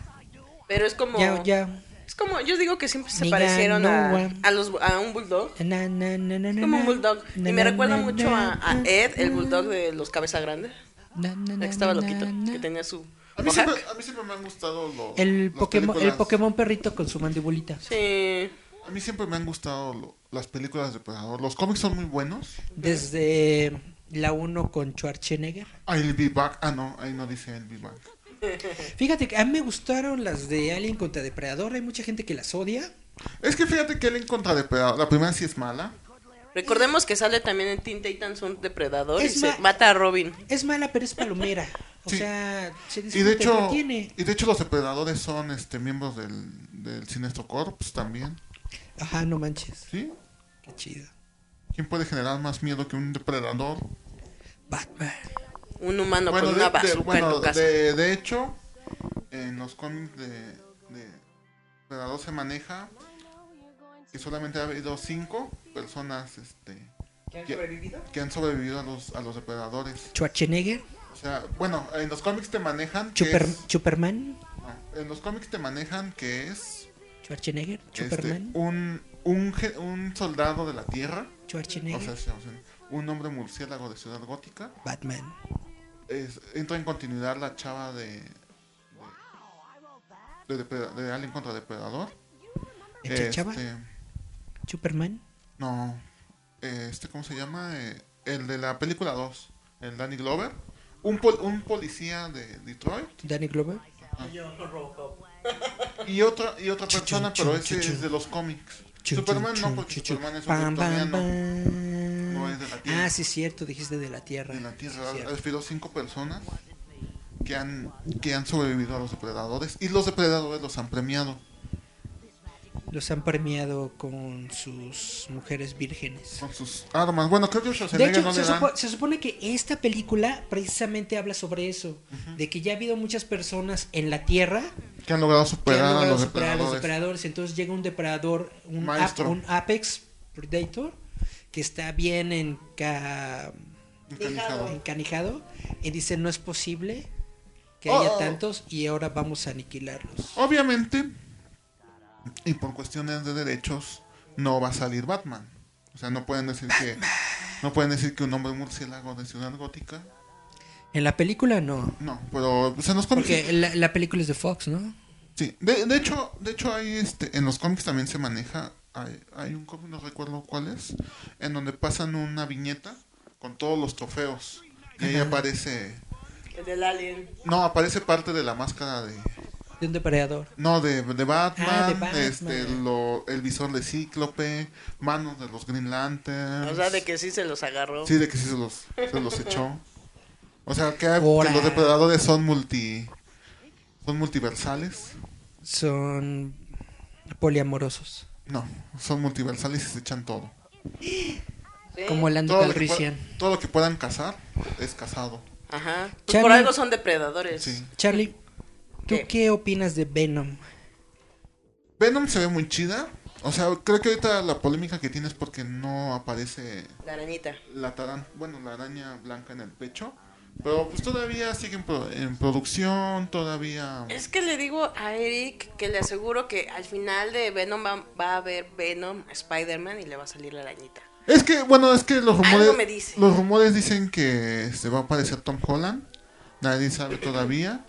[SPEAKER 3] Pero es como.
[SPEAKER 5] Ya, ya.
[SPEAKER 3] Es como, yo digo que siempre se
[SPEAKER 5] Ni
[SPEAKER 3] parecieron a,
[SPEAKER 5] ganó,
[SPEAKER 3] a, los, a un bulldog.
[SPEAKER 5] Na, na, na, na, na,
[SPEAKER 3] Como
[SPEAKER 5] na.
[SPEAKER 3] un bulldog.
[SPEAKER 5] Na,
[SPEAKER 3] Y me
[SPEAKER 5] na,
[SPEAKER 3] recuerda
[SPEAKER 5] na,
[SPEAKER 3] mucho a, a
[SPEAKER 5] na,
[SPEAKER 3] Ed, el
[SPEAKER 5] na,
[SPEAKER 3] bulldog de los cabeza grandes.
[SPEAKER 5] na, na,
[SPEAKER 3] El
[SPEAKER 5] na,
[SPEAKER 3] que estaba
[SPEAKER 5] na,
[SPEAKER 3] loquito,
[SPEAKER 5] na.
[SPEAKER 3] que tenía su.
[SPEAKER 4] A mí,
[SPEAKER 3] mohawk.
[SPEAKER 4] siempre, a mí siempre me han gustado los.
[SPEAKER 5] El
[SPEAKER 4] las
[SPEAKER 5] Pokémon, el
[SPEAKER 4] películas-
[SPEAKER 5] Pokémon perrito con su mandibulita.
[SPEAKER 3] Sí.
[SPEAKER 4] A mí siempre me han gustado lo- las películas de Depredador. Los cómics son muy buenos.
[SPEAKER 5] Desde la 1 con Schwarzenegger.
[SPEAKER 4] I'll be back. Ah, no, ahí no dice I'll be back.
[SPEAKER 5] Fíjate que a mí me gustaron las de Alien contra Depredador. Hay mucha gente que las odia.
[SPEAKER 4] Es que fíjate que él en contra de Depredador. La primera sí es mala.
[SPEAKER 3] Recordemos que sale también en Teen Titans un depredador y
[SPEAKER 5] Es
[SPEAKER 3] se
[SPEAKER 5] ma-
[SPEAKER 3] mata a Robin.
[SPEAKER 5] Es mala, pero es palomera. O
[SPEAKER 4] Sí.
[SPEAKER 5] sea, se disfruta
[SPEAKER 4] Y de hecho,
[SPEAKER 5] entretiene.
[SPEAKER 4] y de hecho los depredadores son este miembros del, del Sinestro Corps también.
[SPEAKER 5] Ajá, no manches.
[SPEAKER 4] ¿Sí?
[SPEAKER 5] Qué chido.
[SPEAKER 4] ¿Quién puede generar más miedo que un depredador?
[SPEAKER 5] Batman.
[SPEAKER 3] Un humano
[SPEAKER 4] bueno,
[SPEAKER 3] con
[SPEAKER 4] de,
[SPEAKER 3] una
[SPEAKER 4] de-
[SPEAKER 3] bazooka
[SPEAKER 4] bueno,
[SPEAKER 3] en tu casa.
[SPEAKER 4] de- de hecho, eh, en los cómics de, de depredador se maneja que solamente ha habido cinco personas este, que, que han sobrevivido a los, a los depredadores.
[SPEAKER 5] Schwarzenegger.
[SPEAKER 4] O sea, bueno, en los cómics te manejan... que
[SPEAKER 5] Chuper,
[SPEAKER 4] es-
[SPEAKER 5] Superman.
[SPEAKER 4] no, en los cómics te manejan que es
[SPEAKER 5] Schwarzenegger.
[SPEAKER 4] este,
[SPEAKER 5] Superman.
[SPEAKER 4] un, un, ge- un soldado de la Tierra, o
[SPEAKER 5] Schwarzenegger.
[SPEAKER 4] sea, sí, o sea, un hombre murciélago de Ciudad Gótica,
[SPEAKER 5] Batman.
[SPEAKER 4] es- entra en continuidad la chava de de, de, Depre- de Alien contra Depredador.
[SPEAKER 5] ¿La chachaba?
[SPEAKER 4] Este,
[SPEAKER 5] Superman.
[SPEAKER 4] no, eh, este, ¿cómo se llama? Eh, el de la película 2, el Danny Glover. Un, pol- un policía de Detroit
[SPEAKER 5] Danny Glover.
[SPEAKER 4] y otra y otra
[SPEAKER 5] Chuchun,
[SPEAKER 4] persona, pero
[SPEAKER 5] chun,
[SPEAKER 4] ese
[SPEAKER 5] chuchun.
[SPEAKER 4] es de los cómics.
[SPEAKER 5] Chun,
[SPEAKER 4] Superman
[SPEAKER 5] chun,
[SPEAKER 4] no,
[SPEAKER 5] chun,
[SPEAKER 4] porque
[SPEAKER 5] chun, chun.
[SPEAKER 4] Superman es un
[SPEAKER 5] Pam, pam,
[SPEAKER 4] kryptoniano
[SPEAKER 5] pam.
[SPEAKER 4] No es de la Tierra.
[SPEAKER 5] Ah, sí, cierto, dijiste de la Tierra.
[SPEAKER 4] de la Tierra.
[SPEAKER 5] Sí,
[SPEAKER 4] Ha
[SPEAKER 5] cierto.
[SPEAKER 4] habido cinco personas que han, que han sobrevivido a los depredadores y los depredadores los han premiado.
[SPEAKER 5] Los han premiado con sus mujeres vírgenes.
[SPEAKER 4] con sus armas. Bueno, creo que
[SPEAKER 5] De
[SPEAKER 4] Schwarzenegger
[SPEAKER 5] hecho,
[SPEAKER 4] no
[SPEAKER 5] se,
[SPEAKER 4] le dan.
[SPEAKER 5] supo- se supone que esta película precisamente habla sobre eso, de que ya ha habido muchas personas en la Tierra
[SPEAKER 4] Que han logrado
[SPEAKER 5] que han
[SPEAKER 4] superar a
[SPEAKER 5] logrado
[SPEAKER 4] los
[SPEAKER 5] superar a los
[SPEAKER 4] depredadores.
[SPEAKER 5] depredadores, entonces llega un depredador, un,
[SPEAKER 4] Maestro.
[SPEAKER 5] ap- un Apex Predator, que está bien enca-
[SPEAKER 4] Encanijado.
[SPEAKER 5] encanijado, y dice, no es posible que haya
[SPEAKER 4] Oh.
[SPEAKER 5] tantos y ahora vamos a aniquilarlos.
[SPEAKER 4] Obviamente, y por cuestiones de derechos, no va a salir Batman. O sea, no pueden decir que no pueden decir que un hombre murciélago de Ciudad Gótica.
[SPEAKER 5] En la película no.
[SPEAKER 4] No, pero se nos comics.
[SPEAKER 5] Porque la, la película es de Fox, ¿no?
[SPEAKER 4] Sí, de, de hecho, de hecho hay este en los cómics también se maneja hay, hay un cómic no recuerdo cuál es, en donde pasan una viñeta con todos los trofeos y ahí aparece
[SPEAKER 3] El del alien.
[SPEAKER 4] no, aparece parte de la máscara de
[SPEAKER 5] De un depredador.
[SPEAKER 4] No, de, de Batman,
[SPEAKER 5] Ah, de Batman.
[SPEAKER 4] Este, lo, el visor de Cíclope, manos de los Green Lanterns.
[SPEAKER 3] O sea, de que sí se los agarró.
[SPEAKER 4] Ah, Sí, de que sí se los, se los echó. O sea, que, que
[SPEAKER 5] Ahora.
[SPEAKER 4] los depredadores son multi... ¿Son multiversales?
[SPEAKER 5] Son poliamorosos.
[SPEAKER 4] No, son multiversales y se echan todo.
[SPEAKER 3] Sí.
[SPEAKER 5] Como el Andy
[SPEAKER 4] Todo lo, que
[SPEAKER 5] Calrissian.
[SPEAKER 4] pueda- todo lo que puedan cazar es cazado.
[SPEAKER 3] Ajá. Pues
[SPEAKER 5] Charlie-
[SPEAKER 3] por algo son depredadores.
[SPEAKER 4] Sí.
[SPEAKER 5] Charlie, ¿tú
[SPEAKER 3] ¿Qué?
[SPEAKER 5] qué opinas de Venom?
[SPEAKER 4] Venom se ve muy chida. O sea, creo que ahorita la polémica que tiene es porque no aparece
[SPEAKER 3] La arañita.
[SPEAKER 4] la taran- bueno, la araña blanca en el pecho. Pero pues todavía sigue en, pro- en producción, todavía...
[SPEAKER 3] Es que le digo a Eric que le aseguro que al final de Venom va, va a haber Venom, Spider-Man y le va a salir la arañita.
[SPEAKER 4] Es que, bueno, es que los rumores...
[SPEAKER 3] me dice.
[SPEAKER 4] Los rumores dicen que se va a aparecer Tom Holland. Nadie sabe todavía.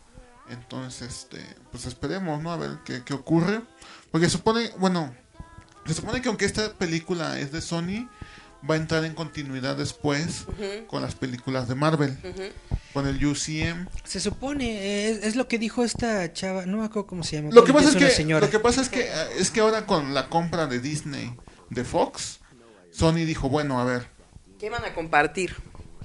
[SPEAKER 4] Entonces, este, pues esperemos, ¿no? A ver qué, qué ocurre. Porque supone, bueno, se supone que aunque esta película es de Sony, va a entrar en continuidad después con las películas de Marvel. Con el UCM.
[SPEAKER 5] Se supone, es, es lo que dijo esta chava, no me acuerdo cómo se llama.
[SPEAKER 4] Lo que
[SPEAKER 5] bueno,
[SPEAKER 4] pasa es
[SPEAKER 5] una
[SPEAKER 4] que
[SPEAKER 5] señora.
[SPEAKER 4] lo que pasa es que eh, es que ahora con la compra de Disney de Fox, Sony dijo, bueno, a ver.
[SPEAKER 3] ¿Qué van a compartir?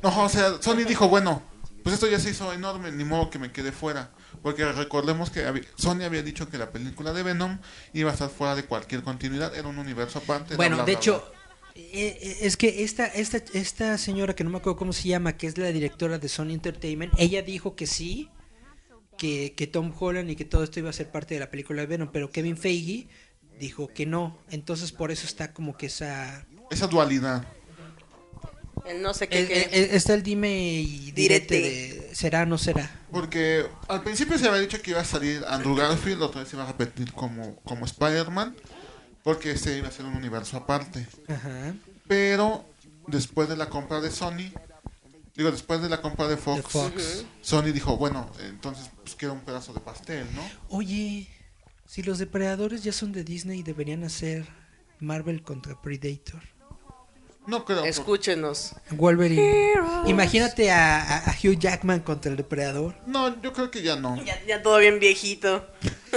[SPEAKER 4] No, o sea, Sony dijo, bueno, pues esto ya se hizo enorme, ni modo que me quede fuera, porque recordemos que habi- Sony había dicho que la película de Venom iba a estar fuera de cualquier continuidad, era un universo aparte. bla,
[SPEAKER 5] Bueno,
[SPEAKER 4] bla,
[SPEAKER 5] de
[SPEAKER 4] bla,
[SPEAKER 5] hecho, eh, eh, es que esta, esta, esta señora que no me acuerdo cómo se llama, que es la directora de Sony Entertainment, ella dijo que sí, que, que Tom Holland y que todo esto iba a ser parte de la película de Venom, pero Kevin Feige dijo que no. Entonces por eso está como que esa...
[SPEAKER 4] bla. esa dualidad.
[SPEAKER 3] El no sé qué.
[SPEAKER 5] eh,
[SPEAKER 3] qué.
[SPEAKER 5] eh, eh, está el dime y
[SPEAKER 3] Direte.
[SPEAKER 5] direte de será o no será.
[SPEAKER 4] Porque al principio se había dicho que iba a salir Andrew Garfield, otra vez se iba a repetir como, como Spider-Man, porque este iba a ser un universo aparte.
[SPEAKER 5] Ajá.
[SPEAKER 4] Pero después de la compra de Sony, digo, después de la compra de Fox,
[SPEAKER 5] De Fox.
[SPEAKER 4] Sony dijo, bueno, entonces pues quiero un pedazo de pastel, ¿no?
[SPEAKER 5] Oye, si los depredadores ya son de Disney, deberían hacer Marvel contra Predator.
[SPEAKER 4] No creo. por-
[SPEAKER 3] Escúchenos.
[SPEAKER 5] Wolverine. Imagínate a, a- a Hugh Jackman contra el depredador.
[SPEAKER 4] No, yo creo que ya no.
[SPEAKER 3] Ya, ya todo bien viejito.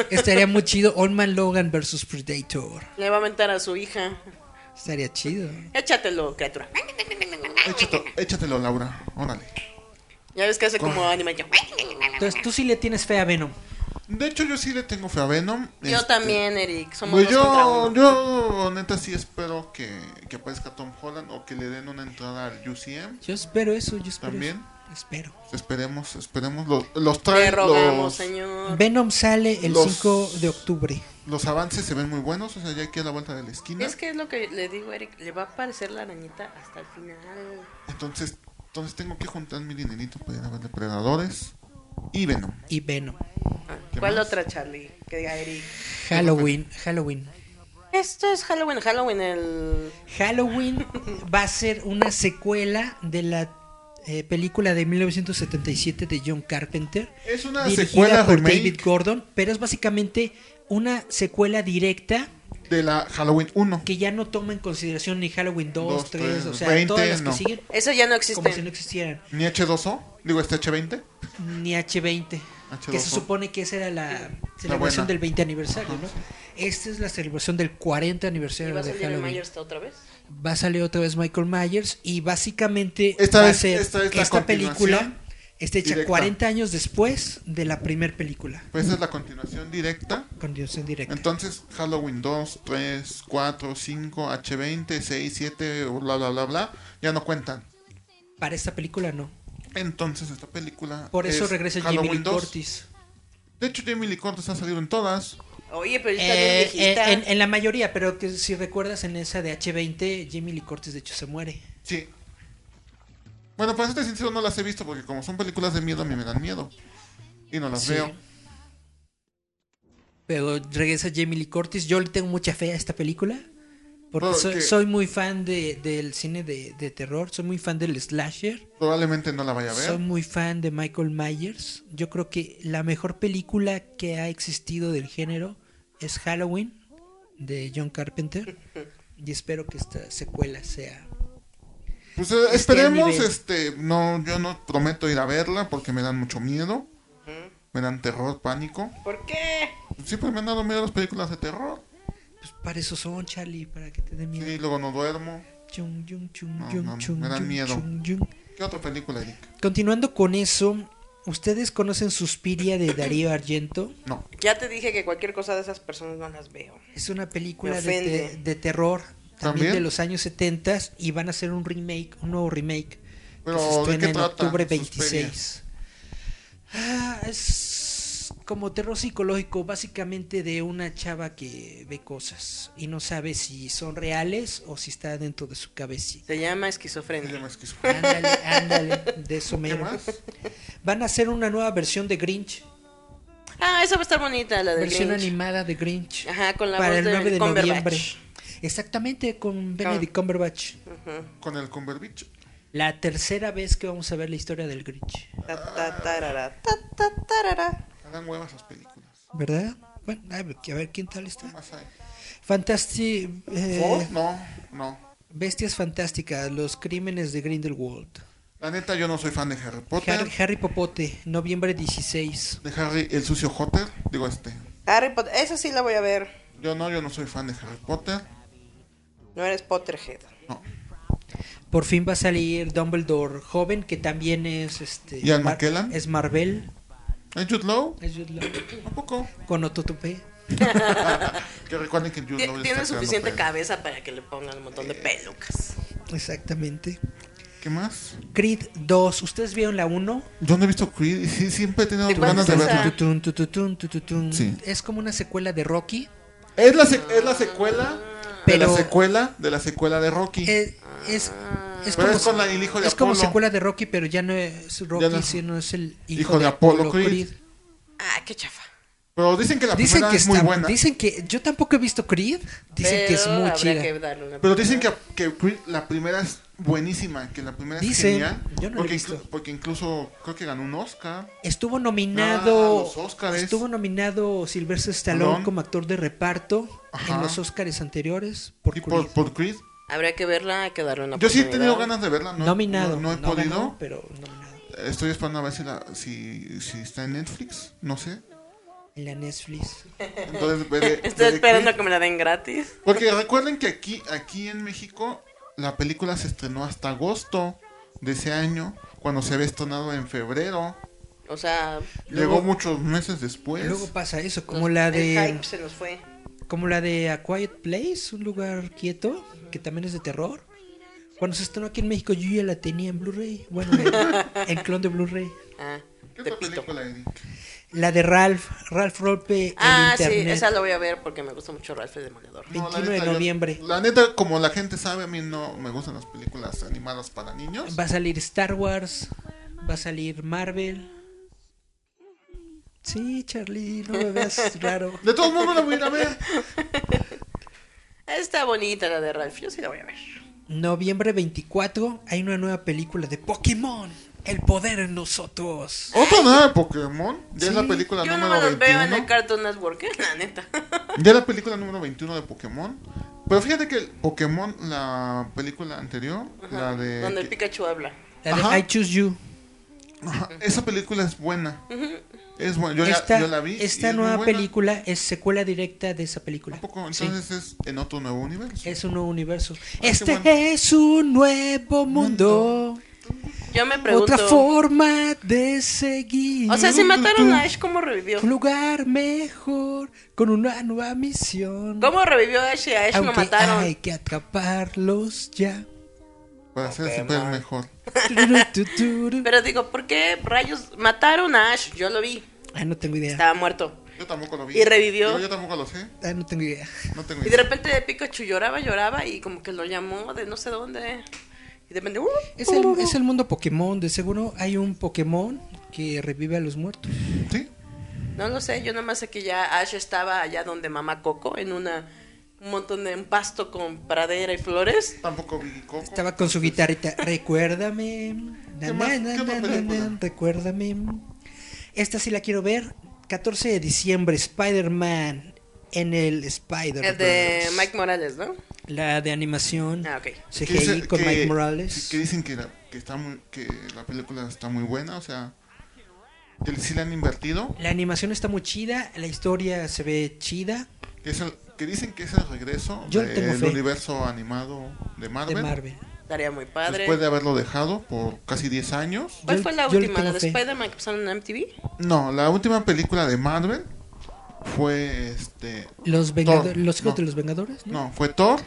[SPEAKER 5] Estaría muy chido. Old Man Logan versus Predator.
[SPEAKER 3] Le va a mentar a su hija.
[SPEAKER 5] Estaría chido.
[SPEAKER 3] Échatelo, criatura.
[SPEAKER 4] Échato- échatelo, Laura. Órale.
[SPEAKER 3] Ya ves que hace como anime. Yo,
[SPEAKER 5] Entonces tú sí le tienes fe a Venom.
[SPEAKER 4] De hecho, yo sí le tengo fe a Venom.
[SPEAKER 3] Yo
[SPEAKER 4] este,
[SPEAKER 3] también, Eric. Somos
[SPEAKER 4] Pues
[SPEAKER 3] dos contra
[SPEAKER 4] yo,
[SPEAKER 3] uno.
[SPEAKER 4] yo, neta, sí espero que, que aparezca Tom Holland o que le den una entrada al UCM.
[SPEAKER 5] Yo espero eso, yo espero.
[SPEAKER 4] ¿También?
[SPEAKER 5] eso. Espero.
[SPEAKER 4] Esperemos, esperemos. Los, los
[SPEAKER 3] Te
[SPEAKER 4] trailers,
[SPEAKER 3] rogamos,
[SPEAKER 4] los,
[SPEAKER 3] señor.
[SPEAKER 5] Venom sale el
[SPEAKER 4] Los-
[SPEAKER 5] 5 de octubre.
[SPEAKER 4] los avances se ven muy buenos. O sea, ya aquí a la vuelta de la esquina.
[SPEAKER 3] Es que es lo que le digo, Eric. Le va a aparecer la arañita hasta el final.
[SPEAKER 4] Entonces, entonces tengo que juntar mi dinerito para ir a ver Depredadores y Venom.
[SPEAKER 5] Y Venom.
[SPEAKER 3] Ah,
[SPEAKER 4] ¿Qué
[SPEAKER 3] ¿Cuál
[SPEAKER 4] más?
[SPEAKER 3] otra, Charlie? Que diga Eric.
[SPEAKER 5] Halloween. Halloween.
[SPEAKER 3] Esto es Halloween. Halloween, el.
[SPEAKER 5] Halloween va a ser una secuela de la eh, película de 1977 de John Carpenter.
[SPEAKER 4] Es una
[SPEAKER 5] dirigida
[SPEAKER 4] secuela
[SPEAKER 5] por
[SPEAKER 4] remake.
[SPEAKER 5] David Gordon, pero es básicamente una secuela directa
[SPEAKER 4] De la Halloween 1.
[SPEAKER 5] que ya no toma en consideración ni Halloween 2,
[SPEAKER 4] Dos,
[SPEAKER 5] 3,
[SPEAKER 4] tres,
[SPEAKER 5] o sea,
[SPEAKER 4] 20,
[SPEAKER 5] todas las que
[SPEAKER 4] no.
[SPEAKER 5] siguen,
[SPEAKER 3] Eso ya no
[SPEAKER 5] como si no
[SPEAKER 3] existe.
[SPEAKER 5] existieran,
[SPEAKER 4] Ni H2O. Digo, este H20.
[SPEAKER 5] ni H20, que se
[SPEAKER 4] H2O.
[SPEAKER 5] supone que esa era la celebración
[SPEAKER 4] buena.
[SPEAKER 5] del 20 aniversario, ¿no? Esta es la celebración del
[SPEAKER 3] ¿Y
[SPEAKER 5] 40 aniversario
[SPEAKER 3] va a
[SPEAKER 5] de
[SPEAKER 3] salir el
[SPEAKER 5] Halloween.
[SPEAKER 3] Myers otra vez?
[SPEAKER 5] va a salir otra vez Michael Myers y básicamente
[SPEAKER 4] Esta
[SPEAKER 5] va a
[SPEAKER 4] vez-
[SPEAKER 5] ser
[SPEAKER 4] esta
[SPEAKER 5] esta,
[SPEAKER 4] es la continuación
[SPEAKER 5] película está hecha
[SPEAKER 4] directa.
[SPEAKER 5] 40 años después de la primer película
[SPEAKER 4] Pues esa es la continuación directa.
[SPEAKER 5] con dirección directa.
[SPEAKER 4] Entonces, Halloween 2, 3, 4, 5, H20, 6, 7, bla, bla, bla, bla, ya no cuentan.
[SPEAKER 5] Para esta película no.
[SPEAKER 4] Entonces, esta película.
[SPEAKER 5] Por eso
[SPEAKER 4] es
[SPEAKER 5] regresa Jamie
[SPEAKER 4] Halloween
[SPEAKER 5] Lee
[SPEAKER 4] 2.
[SPEAKER 5] Curtis.
[SPEAKER 4] De hecho, Jamie Lee Curtis ha salido en todas.
[SPEAKER 3] Oye, pero está
[SPEAKER 5] Eh,
[SPEAKER 3] bien viejita.
[SPEAKER 5] eh, en, en la mayoría, pero que si recuerdas en esa de H20, Jamie Lee Curtis de hecho se muere.
[SPEAKER 4] Sí. pues, este Bueno, para serte sincero, no las he visto porque, como son películas de miedo, a mí me dan miedo. y no las
[SPEAKER 5] Sí.
[SPEAKER 4] veo.
[SPEAKER 5] Pero regresa Jamie Lee Curtis. Yo le tengo mucha fe a esta película. Porque
[SPEAKER 4] Porque-
[SPEAKER 5] soy, soy muy fan de- del cine de, de terror. Soy muy fan del slasher.
[SPEAKER 4] Probablemente no la vaya a ver.
[SPEAKER 5] Soy muy fan de Michael Myers. Yo creo que la mejor película que ha existido del género es Halloween de John Carpenter. Y espero que esta secuela sea.
[SPEAKER 4] Pues eh,
[SPEAKER 5] Este
[SPEAKER 4] esperemos,
[SPEAKER 5] nivel.
[SPEAKER 4] este, no, yo no prometo ir a verla porque me dan mucho miedo. Me dan terror, pánico.
[SPEAKER 3] ¿Por qué?
[SPEAKER 4] Siempre me han dado miedo las películas de terror.
[SPEAKER 5] Pues para eso son, Charlie, para que te dé miedo.
[SPEAKER 4] Sí, luego no duermo.
[SPEAKER 5] Chung, chung, chung,
[SPEAKER 4] No,
[SPEAKER 5] chung,
[SPEAKER 4] no,
[SPEAKER 5] chung,
[SPEAKER 4] me dan
[SPEAKER 5] chung,
[SPEAKER 4] miedo.
[SPEAKER 5] chung, chung.
[SPEAKER 4] ¿Qué otra película, Eric?
[SPEAKER 5] Continuando con eso, ¿ustedes conocen Suspiria de Darío Argento?
[SPEAKER 4] No.
[SPEAKER 3] Ya te dije que cualquier cosa de esas personas no las veo.
[SPEAKER 5] Es una película
[SPEAKER 3] Me
[SPEAKER 5] de, te-
[SPEAKER 3] ofende.
[SPEAKER 5] de terror también,
[SPEAKER 4] ¿También?
[SPEAKER 5] de los años 70 y van a hacer un remake, un nuevo remake.
[SPEAKER 4] Pero,
[SPEAKER 5] que se
[SPEAKER 4] ¿de
[SPEAKER 5] estrena
[SPEAKER 4] qué
[SPEAKER 5] en
[SPEAKER 4] trata
[SPEAKER 5] octubre
[SPEAKER 4] Suspiria?
[SPEAKER 5] 26. Ah, es como terror psicológico, básicamente de una chava que ve cosas y no sabe si son reales o si está dentro de su cabeza.
[SPEAKER 3] Se llama
[SPEAKER 4] Se
[SPEAKER 3] esquizofrenia.
[SPEAKER 4] llama esquizofrenia.
[SPEAKER 5] Ándale, ándale, de eso
[SPEAKER 4] ¿Qué
[SPEAKER 5] mero.
[SPEAKER 4] más?
[SPEAKER 5] Van a hacer una nueva versión de Grinch,
[SPEAKER 3] Ah, esa va a estar bonita, la de
[SPEAKER 5] versión
[SPEAKER 3] Grinch.
[SPEAKER 5] animada de Grinch.
[SPEAKER 3] Ajá, con la
[SPEAKER 5] para
[SPEAKER 3] voz
[SPEAKER 5] el
[SPEAKER 3] de
[SPEAKER 5] 9 de
[SPEAKER 3] Cumberbatch.
[SPEAKER 5] noviembre. Exactamente, con Benedict Cumberbatch.
[SPEAKER 4] Con el Cumberbatch.
[SPEAKER 5] La tercera vez que vamos a ver la historia del Grinch,
[SPEAKER 3] Ta, ta, tarara, ta, ta, tarara.
[SPEAKER 4] Hagan huevas las películas.
[SPEAKER 5] ¿verdad? Bueno, a ver, a ver quién tal está.
[SPEAKER 4] Más hay.
[SPEAKER 5] Fantastic.
[SPEAKER 4] ¿Ford? No, no.
[SPEAKER 5] Bestias fantásticas, los crímenes de Grindelwald.
[SPEAKER 4] La neta, yo no soy fan de Harry Potter.
[SPEAKER 5] Harry, Harry Popote, noviembre 16.
[SPEAKER 4] De Harry, el sucio Hotter. Digo, este.
[SPEAKER 3] Harry Potter, esa sí la voy a ver.
[SPEAKER 4] Yo no, yo no soy fan de Harry Potter.
[SPEAKER 3] No eres Potterhead.
[SPEAKER 4] No.
[SPEAKER 5] Por fin va a salir Dumbledore joven, que también es este.
[SPEAKER 4] Ian McKellen.
[SPEAKER 5] Es Marvel.
[SPEAKER 4] ¿Es Jude Law?
[SPEAKER 5] es Jude Law,
[SPEAKER 4] ¿A poco?
[SPEAKER 5] Con Ototopé.
[SPEAKER 4] Que recuerden que Jude Law
[SPEAKER 3] Tie-
[SPEAKER 4] ya
[SPEAKER 3] Tiene
[SPEAKER 4] está
[SPEAKER 3] suficiente
[SPEAKER 4] creando
[SPEAKER 3] cabeza para que le pongan un montón de
[SPEAKER 4] Eh.
[SPEAKER 3] pelucas.
[SPEAKER 5] Exactamente.
[SPEAKER 4] pelo. ¿Qué más?
[SPEAKER 5] Creed 2. ¿Ustedes vieron la 1?
[SPEAKER 4] Yo no he visto Creed y sí, siempre he tenido
[SPEAKER 3] ¿De cuándo
[SPEAKER 4] ganas de
[SPEAKER 3] es esa?
[SPEAKER 4] verla.
[SPEAKER 5] Tutun, tututun, tututun.
[SPEAKER 4] Sí.
[SPEAKER 5] Es como una secuela de Rocky.
[SPEAKER 4] Es la, sec- es la secuela de
[SPEAKER 5] Pero-
[SPEAKER 4] la secuela de la secuela de Rocky.
[SPEAKER 5] Eh, Es, es
[SPEAKER 4] Pero
[SPEAKER 5] como,
[SPEAKER 4] es con la- el hijo de
[SPEAKER 5] es como
[SPEAKER 4] Apolo.
[SPEAKER 5] secuela de Rocky, pero ya no es Rocky,
[SPEAKER 4] Ya no.
[SPEAKER 5] sino es el hijo,
[SPEAKER 4] Hijo de Apolo Creed.
[SPEAKER 3] Ah, qué chafa.
[SPEAKER 4] Pero dicen que la
[SPEAKER 5] Dicen
[SPEAKER 4] primera
[SPEAKER 5] que
[SPEAKER 4] es muy
[SPEAKER 5] está-
[SPEAKER 4] buena.
[SPEAKER 5] Dicen que yo tampoco he visto Creed. Dicen que es
[SPEAKER 3] Pero
[SPEAKER 5] muy
[SPEAKER 3] habrá
[SPEAKER 5] chida.
[SPEAKER 3] que darle una-
[SPEAKER 4] Pero dicen que, que Creed, la primera es buenísima, que la primera
[SPEAKER 5] Dicen,
[SPEAKER 4] es genial.
[SPEAKER 5] yo no la he
[SPEAKER 4] porque,
[SPEAKER 5] visto.
[SPEAKER 4] inclu- porque incluso creo que ganó un Oscar.
[SPEAKER 5] Estuvo
[SPEAKER 4] Ah,
[SPEAKER 5] nominado.
[SPEAKER 4] los Óscares.
[SPEAKER 5] estuvo nominado Sylvester Stallone
[SPEAKER 4] Stallone.
[SPEAKER 5] como actor de reparto
[SPEAKER 4] Ajá.
[SPEAKER 5] en los Óscares anteriores por
[SPEAKER 4] y
[SPEAKER 5] Creed.
[SPEAKER 4] por, por Creed.
[SPEAKER 3] Habrá que verla, hay que darle una
[SPEAKER 4] Yo sí he tenido
[SPEAKER 3] oportunidad.
[SPEAKER 4] ganas de verla. No,
[SPEAKER 5] nominado.
[SPEAKER 4] No, no he
[SPEAKER 5] No
[SPEAKER 4] podido.
[SPEAKER 5] ganó, pero nominado.
[SPEAKER 4] Estoy esperando a ver si, la, si, si está en Netflix. No sé.
[SPEAKER 5] En la Netflix.
[SPEAKER 4] Entonces veré-
[SPEAKER 3] Estoy
[SPEAKER 4] veré
[SPEAKER 3] esperando
[SPEAKER 4] Creed.
[SPEAKER 3] que me la den gratis.
[SPEAKER 4] Porque recuerden que aquí, aquí en México la película se estrenó hasta agosto de ese año, cuando se había estrenado en febrero.
[SPEAKER 3] O sea,
[SPEAKER 4] Llegó pues. muchos meses después.
[SPEAKER 5] Luego pasa eso, como
[SPEAKER 3] nos-
[SPEAKER 5] la
[SPEAKER 3] el
[SPEAKER 5] de
[SPEAKER 3] hype se nos fue.
[SPEAKER 5] como la de A Quiet Place, un lugar quieto, que también es de terror. Cuando se estrenó aquí en México, yo ya la tenía en Blu-ray. Bueno, en- en clon de Blu-ray.
[SPEAKER 3] Ah,
[SPEAKER 4] ¿Qué
[SPEAKER 3] te
[SPEAKER 4] otra
[SPEAKER 3] pito.
[SPEAKER 4] película, Eric?
[SPEAKER 5] La de Ralph, Ralph Rolpe en
[SPEAKER 3] Ah, sí,
[SPEAKER 5] internet.
[SPEAKER 3] esa la voy a ver porque me gusta mucho Ralph el Demoledor.
[SPEAKER 4] No, la
[SPEAKER 5] 21 de
[SPEAKER 4] yo-
[SPEAKER 5] noviembre.
[SPEAKER 4] la neta, como la gente sabe, a mí no me gustan las películas animadas para niños.
[SPEAKER 5] Va a salir Star Wars, va a salir Marvel. Sí, Charlie, no me veas raro.
[SPEAKER 4] De todos modos la voy a ir a ver.
[SPEAKER 3] Está bonita la de Ralph, yo sí la voy a ver.
[SPEAKER 5] Noviembre 24 hay una nueva película de Pokémon. El poder en nosotros.
[SPEAKER 4] Otra nada de Pokémon. Ya es la
[SPEAKER 5] Sí,
[SPEAKER 4] película
[SPEAKER 3] Yo no me
[SPEAKER 4] número
[SPEAKER 3] las veo en el
[SPEAKER 4] 21.
[SPEAKER 3] Cartoon Network, ¿eh? la neta.
[SPEAKER 4] Ya es la película número 21 de Pokémon. Pero fíjate que el Pokémon, la película anterior, la de...
[SPEAKER 3] Donde
[SPEAKER 4] que-
[SPEAKER 3] el Pikachu habla.
[SPEAKER 5] La de
[SPEAKER 4] Ajá.
[SPEAKER 5] I Choose You.
[SPEAKER 4] Ajá, Esa película es buena. Es buena. Yo,
[SPEAKER 5] esta
[SPEAKER 4] la, yo la vi. y
[SPEAKER 5] esta
[SPEAKER 4] es muy
[SPEAKER 5] nueva
[SPEAKER 4] buena.
[SPEAKER 5] película es secuela directa de esa película.
[SPEAKER 4] ¿A poco?
[SPEAKER 5] Sí,
[SPEAKER 4] Entonces es en otro nuevo universo. Ah,
[SPEAKER 5] es un nuevo universo.
[SPEAKER 4] qué
[SPEAKER 5] este
[SPEAKER 4] bueno.
[SPEAKER 5] es un nuevo mundo.
[SPEAKER 3] Yo me pregunto.
[SPEAKER 5] Otra forma de seguir.
[SPEAKER 3] O sea, si mataron a Ash, ¿cómo revivió?
[SPEAKER 5] un lugar mejor con una nueva misión.
[SPEAKER 3] ¿Cómo revivió Ash y a Ash lo
[SPEAKER 5] Aunque
[SPEAKER 3] mataron?
[SPEAKER 5] hay que atraparlos ya.
[SPEAKER 4] Para ser siempre el mejor.
[SPEAKER 5] Tururu, tuturu.
[SPEAKER 3] Pero digo, ¿por qué rayos mataron a Ash? Yo lo vi,
[SPEAKER 5] Ah, no tengo idea.
[SPEAKER 3] estaba muerto.
[SPEAKER 4] Yo tampoco lo vi.
[SPEAKER 3] ¿Y revivió?
[SPEAKER 4] Digo, Yo, tampoco lo sé.
[SPEAKER 5] Ah, no tengo idea.
[SPEAKER 4] No tengo
[SPEAKER 3] Y de
[SPEAKER 4] idea.
[SPEAKER 3] repente Pikachu lloraba, lloraba y como que lo llamó de no sé dónde. Y de repente. ¡uh!
[SPEAKER 5] Es el, es el mundo Pokémon. De seguro hay un Pokémon que revive a los muertos.
[SPEAKER 3] No lo sé, yo nomás sé que ya Ash estaba allá donde mamá Coco, en una un montón de un pasto con pradera y flores.
[SPEAKER 4] Tampoco vi Coco.
[SPEAKER 5] Estaba con su guitarrita. Recuérdame. na,
[SPEAKER 4] ¿Qué
[SPEAKER 5] na,
[SPEAKER 4] más? ¿Qué
[SPEAKER 5] na,
[SPEAKER 4] otra
[SPEAKER 5] na, na,
[SPEAKER 4] película?
[SPEAKER 5] na, recuérdame. Esta sí la quiero ver. 14 de diciembre, Spider-Man en el spider
[SPEAKER 3] El Eh, de Mike Morales, ¿no?
[SPEAKER 5] La de animación.
[SPEAKER 3] Ah, ok.
[SPEAKER 5] CGI
[SPEAKER 4] Que dice-
[SPEAKER 5] con
[SPEAKER 4] que-
[SPEAKER 5] Mike Morales.
[SPEAKER 4] Que dicen que la, que, está muy- que la película está muy buena, o sea, que sí la han invertido.
[SPEAKER 5] La animación está muy chida, la historia se ve chida
[SPEAKER 4] Que, es el- que dicen que es el regreso
[SPEAKER 5] Yo le tengo
[SPEAKER 4] del
[SPEAKER 5] fe.
[SPEAKER 4] universo animado de Marvel.
[SPEAKER 5] de Marvel.
[SPEAKER 3] Estaría muy padre.
[SPEAKER 4] Después de haberlo dejado por casi 10 años.
[SPEAKER 3] ¿Cuál
[SPEAKER 5] Yo-
[SPEAKER 3] fue la
[SPEAKER 5] yo le
[SPEAKER 3] última? ¿La
[SPEAKER 5] tengo
[SPEAKER 3] de
[SPEAKER 5] fe.
[SPEAKER 3] Spider-Man que pasaron en MTV?
[SPEAKER 4] No, la última película de Marvel fue este.
[SPEAKER 5] Los Vengadores,
[SPEAKER 4] Thor,
[SPEAKER 5] los hijos
[SPEAKER 4] no.
[SPEAKER 5] de los Vengadores, ¿no?
[SPEAKER 4] No, fue Thor,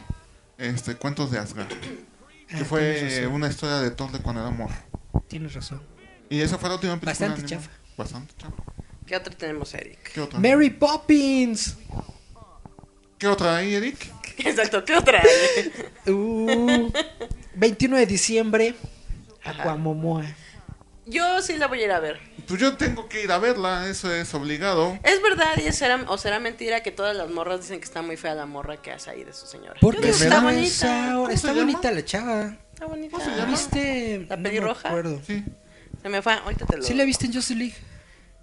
[SPEAKER 4] este, Cuentos de Asgard.
[SPEAKER 5] Ah,
[SPEAKER 4] Que fue
[SPEAKER 5] tienes
[SPEAKER 4] eh,
[SPEAKER 5] razón,
[SPEAKER 4] una historia de Thor de cuando era amor.
[SPEAKER 5] Tienes razón.
[SPEAKER 4] Y esa fue la última película.
[SPEAKER 5] Bastante
[SPEAKER 4] animada.
[SPEAKER 5] chafa.
[SPEAKER 4] Bastante chafa.
[SPEAKER 3] ¿Qué otra tenemos, Eric?
[SPEAKER 4] ¿Qué otra?
[SPEAKER 5] Mary Poppins.
[SPEAKER 4] ¿Qué otra hay, Eric?
[SPEAKER 3] Exacto, ¿qué otra?
[SPEAKER 5] Uh, 21 de diciembre, Aquamomoa.
[SPEAKER 3] Yo sí la voy a ir a ver.
[SPEAKER 4] Pues yo tengo que ir a verla, eso es obligado.
[SPEAKER 3] ¿Es verdad y será, o será mentira que todas las morras dicen que está muy fea la morra que hace ahí de su señora?
[SPEAKER 5] ¿Por
[SPEAKER 3] Yo
[SPEAKER 5] qué
[SPEAKER 3] digo, está
[SPEAKER 5] no
[SPEAKER 3] bonita.
[SPEAKER 5] es ahora?
[SPEAKER 4] se
[SPEAKER 5] Está
[SPEAKER 4] llama?
[SPEAKER 5] bonita la chava.
[SPEAKER 3] Está bonita.
[SPEAKER 4] ¿Cómo se llama?
[SPEAKER 5] ¿Viste?
[SPEAKER 3] ¿La
[SPEAKER 5] No me
[SPEAKER 3] pelirroja?
[SPEAKER 5] acuerdo.
[SPEAKER 4] Sí.
[SPEAKER 3] Se me fue, ahorita te lo...
[SPEAKER 5] Sí la viste en Justice League.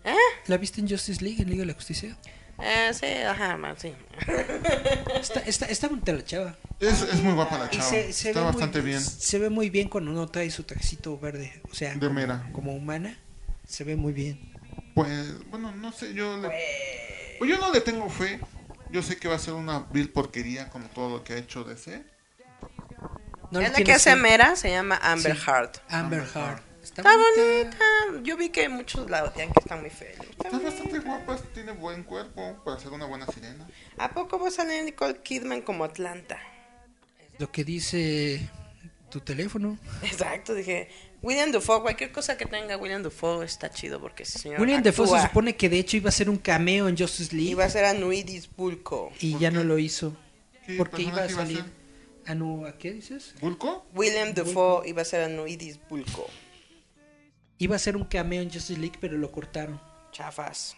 [SPEAKER 3] ¿Eh?
[SPEAKER 5] ¿La viste en Justice League, en Liga de la Justicia?
[SPEAKER 3] Eh, sí, ajá, ma, sí.
[SPEAKER 5] Está, eh, está, está bonita la chava.
[SPEAKER 4] Es, es muy guapa la
[SPEAKER 5] Y
[SPEAKER 4] chava.
[SPEAKER 5] se, se
[SPEAKER 4] Está
[SPEAKER 5] ve muy-
[SPEAKER 4] bastante bien.
[SPEAKER 5] Se ve muy bien cuando uno trae su trajecito verde. O sea,
[SPEAKER 4] De
[SPEAKER 5] como,
[SPEAKER 4] mera.
[SPEAKER 5] como humana, se ve muy bien.
[SPEAKER 4] Pues, bueno, no sé, yo le... Pues yo no le tengo fe. Yo sé que va a ser una vil porquería como todo lo que ha hecho DC.
[SPEAKER 5] No le
[SPEAKER 3] es la que
[SPEAKER 5] tienes
[SPEAKER 3] hace
[SPEAKER 5] fe.
[SPEAKER 3] Mera, se llama Amber
[SPEAKER 5] Sí.
[SPEAKER 3] Heart.
[SPEAKER 5] Amber Heart.
[SPEAKER 3] Está bonita. Yo vi que muchos la odian que está muy fea. "Ah, Está
[SPEAKER 4] Está
[SPEAKER 3] bonita.
[SPEAKER 4] bastante guapa, tiene buen cuerpo para ser una buena sirena.
[SPEAKER 3] ¿A poco va a salir Nicole Kidman como Atlanta?
[SPEAKER 5] Lo que dice tu teléfono.
[SPEAKER 3] Exacto, dije. William Dafoe, cualquier cosa que tenga William Dafoe está chido porque ese señor.
[SPEAKER 5] William Defoe se
[SPEAKER 3] actúa.
[SPEAKER 5] supone que de hecho iba a ser un cameo en Justice League.
[SPEAKER 3] Iba a ser Anuidis Bulco.
[SPEAKER 5] Y ya no lo hizo.
[SPEAKER 4] ¿Qué
[SPEAKER 5] Porque iba a
[SPEAKER 4] personaje pues, iba a
[SPEAKER 5] salir.
[SPEAKER 4] ser?
[SPEAKER 5] ¿A no, ¿a qué dices?
[SPEAKER 4] ¿Bulco?
[SPEAKER 3] William Dafoe iba a ser Anuidis Bulco.
[SPEAKER 5] Iba a ser un cameo en Justice League, pero lo cortaron.
[SPEAKER 3] Chafas.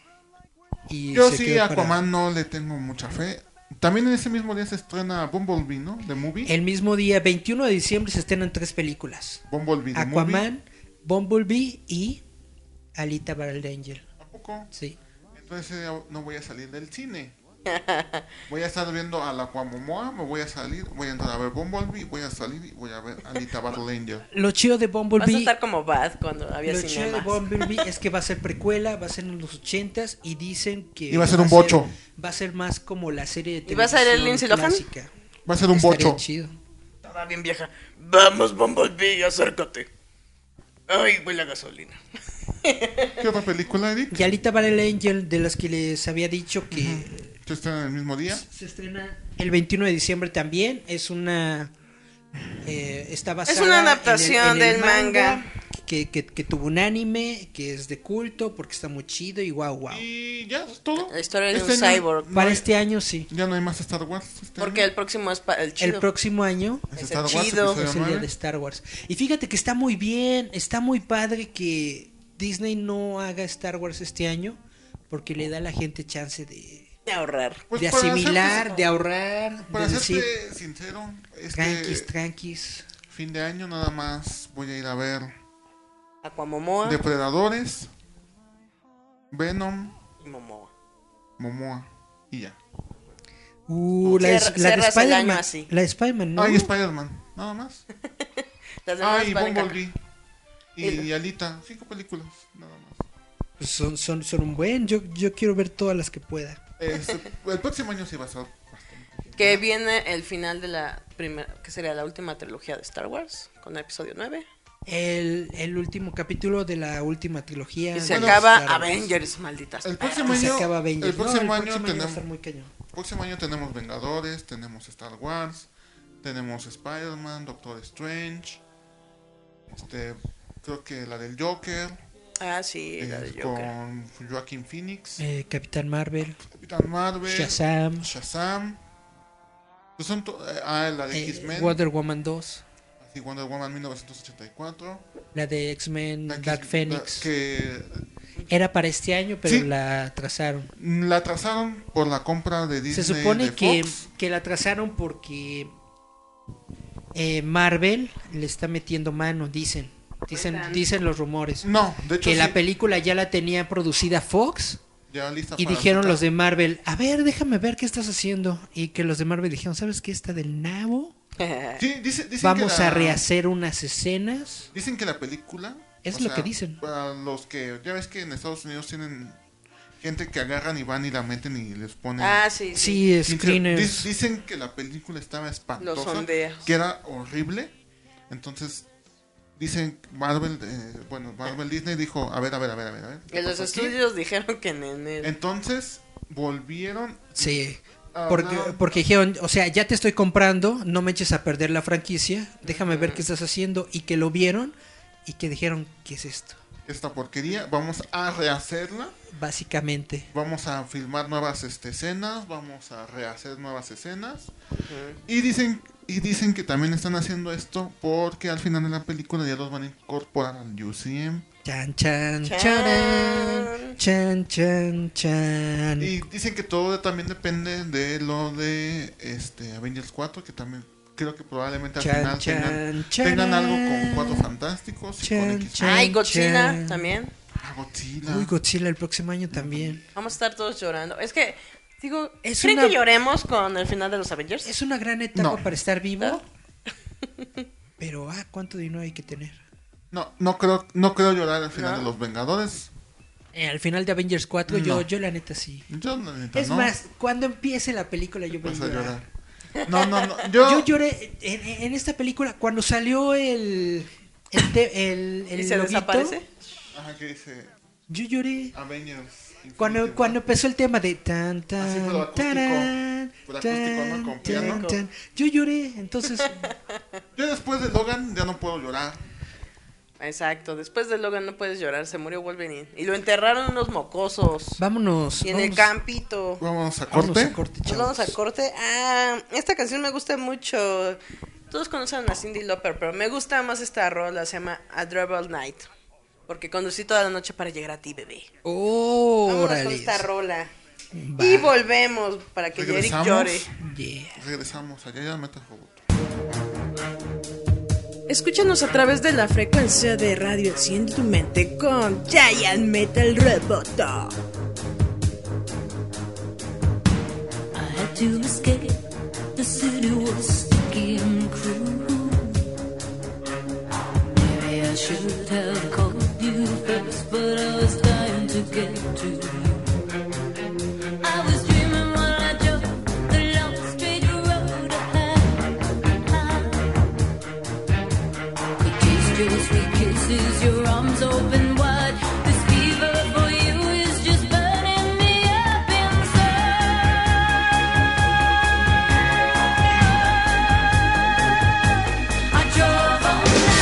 [SPEAKER 5] Y
[SPEAKER 4] Yo
[SPEAKER 5] se
[SPEAKER 4] sí,
[SPEAKER 5] quedó
[SPEAKER 4] a
[SPEAKER 5] para-
[SPEAKER 4] Aquaman no le tengo mucha fe. También en ese mismo día se estrena Bumblebee, ¿no? The Movie.
[SPEAKER 5] El mismo día, 21 de diciembre, se estrenan tres películas:
[SPEAKER 4] Bumblebee, The Movie.
[SPEAKER 5] Aquaman, Bumblebee y Alita Battle Angel.
[SPEAKER 4] ¿A poco?
[SPEAKER 5] Sí.
[SPEAKER 4] Entonces eh, no voy a salir del cine. Voy a estar viendo a la Cuamomoa, me voy a salir, voy a entrar a ver Bumblebee, voy a salir y voy a ver Alita Battle Angel.
[SPEAKER 5] Lo chido de
[SPEAKER 3] Vas a
[SPEAKER 5] Bumblebee.
[SPEAKER 3] estar como Bad cuando había
[SPEAKER 5] Lo chido de
[SPEAKER 3] cinemas.
[SPEAKER 5] Bumblebee es que va a ser precuela, va a ser en los 80s y dicen que.
[SPEAKER 4] Y va a ser un bocho.
[SPEAKER 5] va a ser más como la serie de
[SPEAKER 3] ¿Y va a ser el
[SPEAKER 5] televisión
[SPEAKER 3] Lindsay Lohan?
[SPEAKER 5] clásica.
[SPEAKER 4] Va a ser un
[SPEAKER 5] Estaría
[SPEAKER 4] bocho.
[SPEAKER 5] chido.
[SPEAKER 3] Estaba bien vieja. Vamos, Bumblebee, acércate. Ay, huele a gasolina.
[SPEAKER 4] ¿Qué otra película, Eric?
[SPEAKER 5] Y Alita Battle Angel, de las que les había dicho que
[SPEAKER 4] Se estrena el mismo día.
[SPEAKER 5] se estrena el 21 de diciembre también, es una... eh, está basada
[SPEAKER 3] una
[SPEAKER 5] en el-
[SPEAKER 3] adaptación
[SPEAKER 5] en el
[SPEAKER 3] del manga.
[SPEAKER 5] Que, que- que tuvo un anime, que es de culto, porque está muy chido y guau, guau.
[SPEAKER 4] Y ya, es todo.
[SPEAKER 3] La historia de un
[SPEAKER 4] año
[SPEAKER 3] cyborg.
[SPEAKER 4] no
[SPEAKER 5] Para
[SPEAKER 4] hay-
[SPEAKER 5] este año sí.
[SPEAKER 4] Ya no hay más Star Wars. este
[SPEAKER 3] Porque
[SPEAKER 4] año.
[SPEAKER 3] el próximo es pa- el chido.
[SPEAKER 5] El próximo año
[SPEAKER 4] Es
[SPEAKER 3] es
[SPEAKER 4] Star
[SPEAKER 3] el
[SPEAKER 4] Wars,
[SPEAKER 3] chido,
[SPEAKER 4] episodio
[SPEAKER 5] es el día de
[SPEAKER 4] nueve.
[SPEAKER 5] Star Wars. Y fíjate que está muy bien, está muy padre que Disney no haga Star Wars este año, porque le da a la gente chance de,
[SPEAKER 3] de ahorrar.
[SPEAKER 4] Pues
[SPEAKER 5] de
[SPEAKER 4] para ser-
[SPEAKER 5] asimilar, de ahorrar,
[SPEAKER 4] Para
[SPEAKER 5] de decir...
[SPEAKER 4] serte sincero, este
[SPEAKER 5] Tranquis, tranquis.
[SPEAKER 4] fin de año nada más voy a ir a ver
[SPEAKER 3] Aquamomoa
[SPEAKER 4] Depredadores, Venom,
[SPEAKER 3] y Momoa.
[SPEAKER 4] Momoa y ya.
[SPEAKER 5] Uh, la, de-
[SPEAKER 3] Cierra-
[SPEAKER 5] la
[SPEAKER 3] cierras el
[SPEAKER 5] de
[SPEAKER 3] año
[SPEAKER 5] Spider-Man.
[SPEAKER 3] así.
[SPEAKER 5] La de Spider-Man, ¿no?
[SPEAKER 4] Ah, y Spider-Man, nada más.
[SPEAKER 3] Las
[SPEAKER 4] Ah,
[SPEAKER 3] demás
[SPEAKER 4] y
[SPEAKER 3] van en
[SPEAKER 4] Bumblebee. Y,
[SPEAKER 3] Y-
[SPEAKER 4] Alita, cinco películas, nada más.
[SPEAKER 5] Pues son, son, son un buen. Yo, yo quiero ver todas las que pueda.
[SPEAKER 4] Este, el próximo año sí va a ser.
[SPEAKER 3] cap- Que viene el final de la primera, que sería la última trilogía de Star Wars, con el episodio 9.
[SPEAKER 5] El, el último capítulo de la última trilogía.
[SPEAKER 3] Y se
[SPEAKER 5] de
[SPEAKER 3] acaba
[SPEAKER 5] Star Wars.
[SPEAKER 3] Avengers, malditas.
[SPEAKER 4] El
[SPEAKER 5] Y
[SPEAKER 4] próximo
[SPEAKER 5] se
[SPEAKER 4] año,
[SPEAKER 5] acaba Avengers.
[SPEAKER 4] el próximo
[SPEAKER 5] no, el
[SPEAKER 4] año
[SPEAKER 5] próximo año va a
[SPEAKER 4] tenemos,
[SPEAKER 5] estar muy cañón.
[SPEAKER 4] próximo año tenemos Vengadores, tenemos Star Wars, tenemos Spider-Man, Doctor Strange, este, creo que la del Joker,
[SPEAKER 3] Ah, sí,
[SPEAKER 4] eh,
[SPEAKER 3] la de Joker.
[SPEAKER 4] con Joaquin Phoenix,
[SPEAKER 5] Eh, Capitán Marvel,
[SPEAKER 4] Capitán Marvel,
[SPEAKER 5] Shazam,
[SPEAKER 4] Shazam. Pues son to- eh, ah, la de
[SPEAKER 5] eh,
[SPEAKER 4] X-Men.
[SPEAKER 5] Wonder Woman 2.
[SPEAKER 4] y Wonder Woman 1984.
[SPEAKER 5] La de X-Men
[SPEAKER 4] La que-
[SPEAKER 5] Dark Phoenix.
[SPEAKER 4] la que
[SPEAKER 5] Era para este año, pero
[SPEAKER 4] Sí.
[SPEAKER 5] la atrasaron.
[SPEAKER 4] la atrasaron por la compra de Disney.
[SPEAKER 5] Se supone
[SPEAKER 4] de
[SPEAKER 5] que,
[SPEAKER 4] Fox.
[SPEAKER 5] que la atrasaron porque eh, Marvel le está metiendo mano, dicen. Dicen,
[SPEAKER 4] Cuentan.
[SPEAKER 5] dicen los rumores.
[SPEAKER 4] No, de hecho
[SPEAKER 5] Que
[SPEAKER 4] sí.
[SPEAKER 5] la película ya la tenía producida Fox.
[SPEAKER 4] Ya lista
[SPEAKER 5] Y
[SPEAKER 4] para
[SPEAKER 5] dijeron
[SPEAKER 4] sacar.
[SPEAKER 5] los de Marvel, a ver, déjame ver qué estás haciendo. Y que los de Marvel dijeron, ¿sabes qué está del nabo?
[SPEAKER 4] Sí, dice- dicen
[SPEAKER 5] Vamos
[SPEAKER 4] que la-
[SPEAKER 5] a rehacer unas escenas.
[SPEAKER 4] Dicen que la película.
[SPEAKER 5] Es
[SPEAKER 4] o
[SPEAKER 5] lo que dicen.
[SPEAKER 4] Para los que. Ya ves que en Estados Unidos tienen gente que agarran y van y la meten y les ponen.
[SPEAKER 3] Ah, sí, sí.
[SPEAKER 5] Sí,
[SPEAKER 4] Dicen-
[SPEAKER 5] screeners.
[SPEAKER 4] dis- Dicen que la película estaba espantosa.
[SPEAKER 3] Los sondeos.
[SPEAKER 4] Que era horrible. Entonces. Dicen Marvel, eh, bueno, Marvel Disney dijo, a ver, a ver, a ver, a ver. A ver ¿qué
[SPEAKER 3] En los
[SPEAKER 4] pasó aquí?
[SPEAKER 3] estudios dijeron que en enero.
[SPEAKER 4] Entonces volvieron
[SPEAKER 5] Sí.
[SPEAKER 4] Ah,
[SPEAKER 5] Porque,
[SPEAKER 4] no.
[SPEAKER 5] porque dijeron, o sea, ya te estoy comprando, no me eches a perder la franquicia, déjame ver qué estás haciendo. Y que lo vieron y que dijeron, ¿qué es esto?
[SPEAKER 4] esta porquería, vamos a rehacerla,
[SPEAKER 5] Básicamente.
[SPEAKER 4] vamos a filmar nuevas este, escenas, vamos a rehacer nuevas escenas. Y dicen y dicen que también están haciendo esto porque al final de la película ya los van a incorporar al UCM.
[SPEAKER 5] Chan, chan,
[SPEAKER 3] Chan.
[SPEAKER 5] chan, chan, chan, chan.
[SPEAKER 4] Y dicen que todo también depende de lo de este Avengers 4, que también creo que probablemente al
[SPEAKER 5] Chan,
[SPEAKER 4] final
[SPEAKER 5] chan,
[SPEAKER 4] tengan,
[SPEAKER 5] chan.
[SPEAKER 4] tengan algo con Cuatro Fantásticos y con
[SPEAKER 5] Chan,
[SPEAKER 4] X.
[SPEAKER 5] chan,
[SPEAKER 3] Ay, Godzilla
[SPEAKER 5] chan.
[SPEAKER 3] también.
[SPEAKER 4] Ah, Godzilla.
[SPEAKER 5] Uy, Godzilla el próximo año también.
[SPEAKER 3] Vamos a estar todos llorando. Es que, digo,
[SPEAKER 5] Es
[SPEAKER 3] ¿creen
[SPEAKER 5] una-
[SPEAKER 3] que lloremos con el final de los Avengers?
[SPEAKER 5] Es una gran etapa
[SPEAKER 4] No.
[SPEAKER 5] para estar vivo. Pero, ah, ¿cuánto dinero hay que tener?
[SPEAKER 4] No, no creo, no creo llorar al final
[SPEAKER 3] No.
[SPEAKER 4] de los Vengadores.
[SPEAKER 5] Eh, al final de Avengers 4, yo,
[SPEAKER 4] No.
[SPEAKER 5] yo la neta sí.
[SPEAKER 4] Yo la neta,
[SPEAKER 5] Es
[SPEAKER 4] no.
[SPEAKER 5] más, cuando empiece la película yo voy a
[SPEAKER 4] Vas a
[SPEAKER 5] llorar.
[SPEAKER 4] llorar. No, no, no. Yo,
[SPEAKER 5] Yo lloré en, en esta película cuando salió el. el, te- el, el
[SPEAKER 3] ¿Y se
[SPEAKER 5] loguito,
[SPEAKER 3] desaparece?
[SPEAKER 4] Ajá, que dice
[SPEAKER 5] Yo lloré.
[SPEAKER 4] Avengers. Infinity
[SPEAKER 5] Cuando,
[SPEAKER 4] War.
[SPEAKER 5] cuando empezó el tema de tan
[SPEAKER 4] Así,
[SPEAKER 5] tan
[SPEAKER 4] pero acústico.
[SPEAKER 5] tarán,
[SPEAKER 4] Pero acústico, ¿no? Con piano.
[SPEAKER 5] yo lloré, entonces
[SPEAKER 4] Yo después de Logan ya no puedo llorar.
[SPEAKER 3] Exacto. Después de Logan no puedes llorar. Se murió Wolverine. Y lo enterraron unos mocosos.
[SPEAKER 5] vámonos.
[SPEAKER 3] Y en el
[SPEAKER 5] vámonos-
[SPEAKER 3] campito.
[SPEAKER 4] Vamos a
[SPEAKER 5] vámonos
[SPEAKER 4] corte.
[SPEAKER 5] a corte,
[SPEAKER 3] Pues
[SPEAKER 5] chavos.
[SPEAKER 3] vamos a corte. Ah, esta canción me gusta mucho. Todos conocen a Cindy Lauper, pero me gusta más esta rola. Se llama A Trouble Night. Porque conducí toda la noche para llegar a ti, bebé.
[SPEAKER 4] Oh,
[SPEAKER 3] Vámonos con
[SPEAKER 5] Órale.
[SPEAKER 3] esta rola.
[SPEAKER 5] Va.
[SPEAKER 3] Y volvemos para que Eric
[SPEAKER 4] Regresamos.
[SPEAKER 3] llore.
[SPEAKER 5] Yeah.
[SPEAKER 4] Regresamos allá ya meta robot.
[SPEAKER 1] Escúchanos a través de la frecuencia de radio Enciende tu mente con Giant Metal Roboto.
[SPEAKER 11] I had to escape. The city was sticky and cruel. Maybe I should have called you first, but I was dying to get to you. I was dreaming while I drove the long straight road ahead. We kissed your sweet kisses, your arms open wide. This fever for you is just burning me up inside. I drove all night.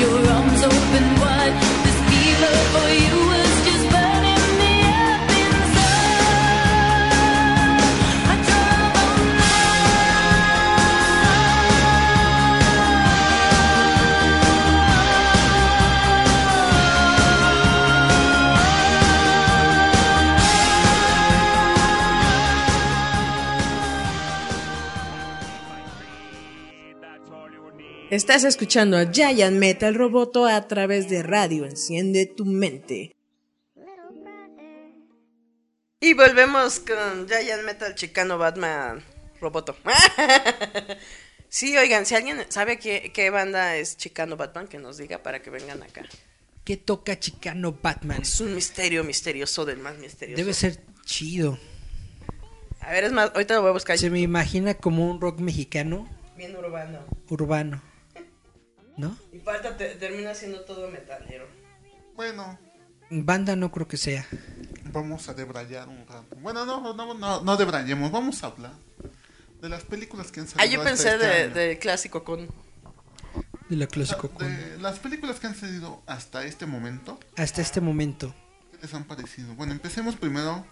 [SPEAKER 11] your arms open wide. This fever for you was just burning me up inside. I drove all
[SPEAKER 1] Estás escuchando a Giant Metal Roboto a través de radio. Enciende tu mente.
[SPEAKER 3] Y volvemos con Giant Metal Chicano Batman Roboto. sí, oigan, si alguien sabe qué, qué banda es Chicano Batman, que nos diga para que vengan acá.
[SPEAKER 5] ¿Qué toca Chicano Batman?
[SPEAKER 3] Es un misterio misterioso del más misterioso.
[SPEAKER 5] Debe ser chido.
[SPEAKER 3] A ver, es más, ahorita lo voy a buscar.
[SPEAKER 5] Se me imagina como un rock mexicano
[SPEAKER 3] Bien urbano.
[SPEAKER 5] urbano. ¿No?
[SPEAKER 3] Y falta, te- termina siendo todo metalero.
[SPEAKER 4] Bueno,
[SPEAKER 5] Banda no creo que sea.
[SPEAKER 4] vamos a debrayar un rato. Bueno, no, no, no, no debrayemos, vamos a hablar de las películas que han
[SPEAKER 3] Ah,
[SPEAKER 4] salido.
[SPEAKER 3] yo
[SPEAKER 4] hasta
[SPEAKER 3] pensé
[SPEAKER 4] este
[SPEAKER 3] de,
[SPEAKER 4] año.
[SPEAKER 3] de clásico con...
[SPEAKER 5] De la clásico
[SPEAKER 4] De Eh, las películas que han salido hasta este momento,
[SPEAKER 5] Hasta este momento.
[SPEAKER 4] ¿qué les han parecido? Bueno, empecemos primero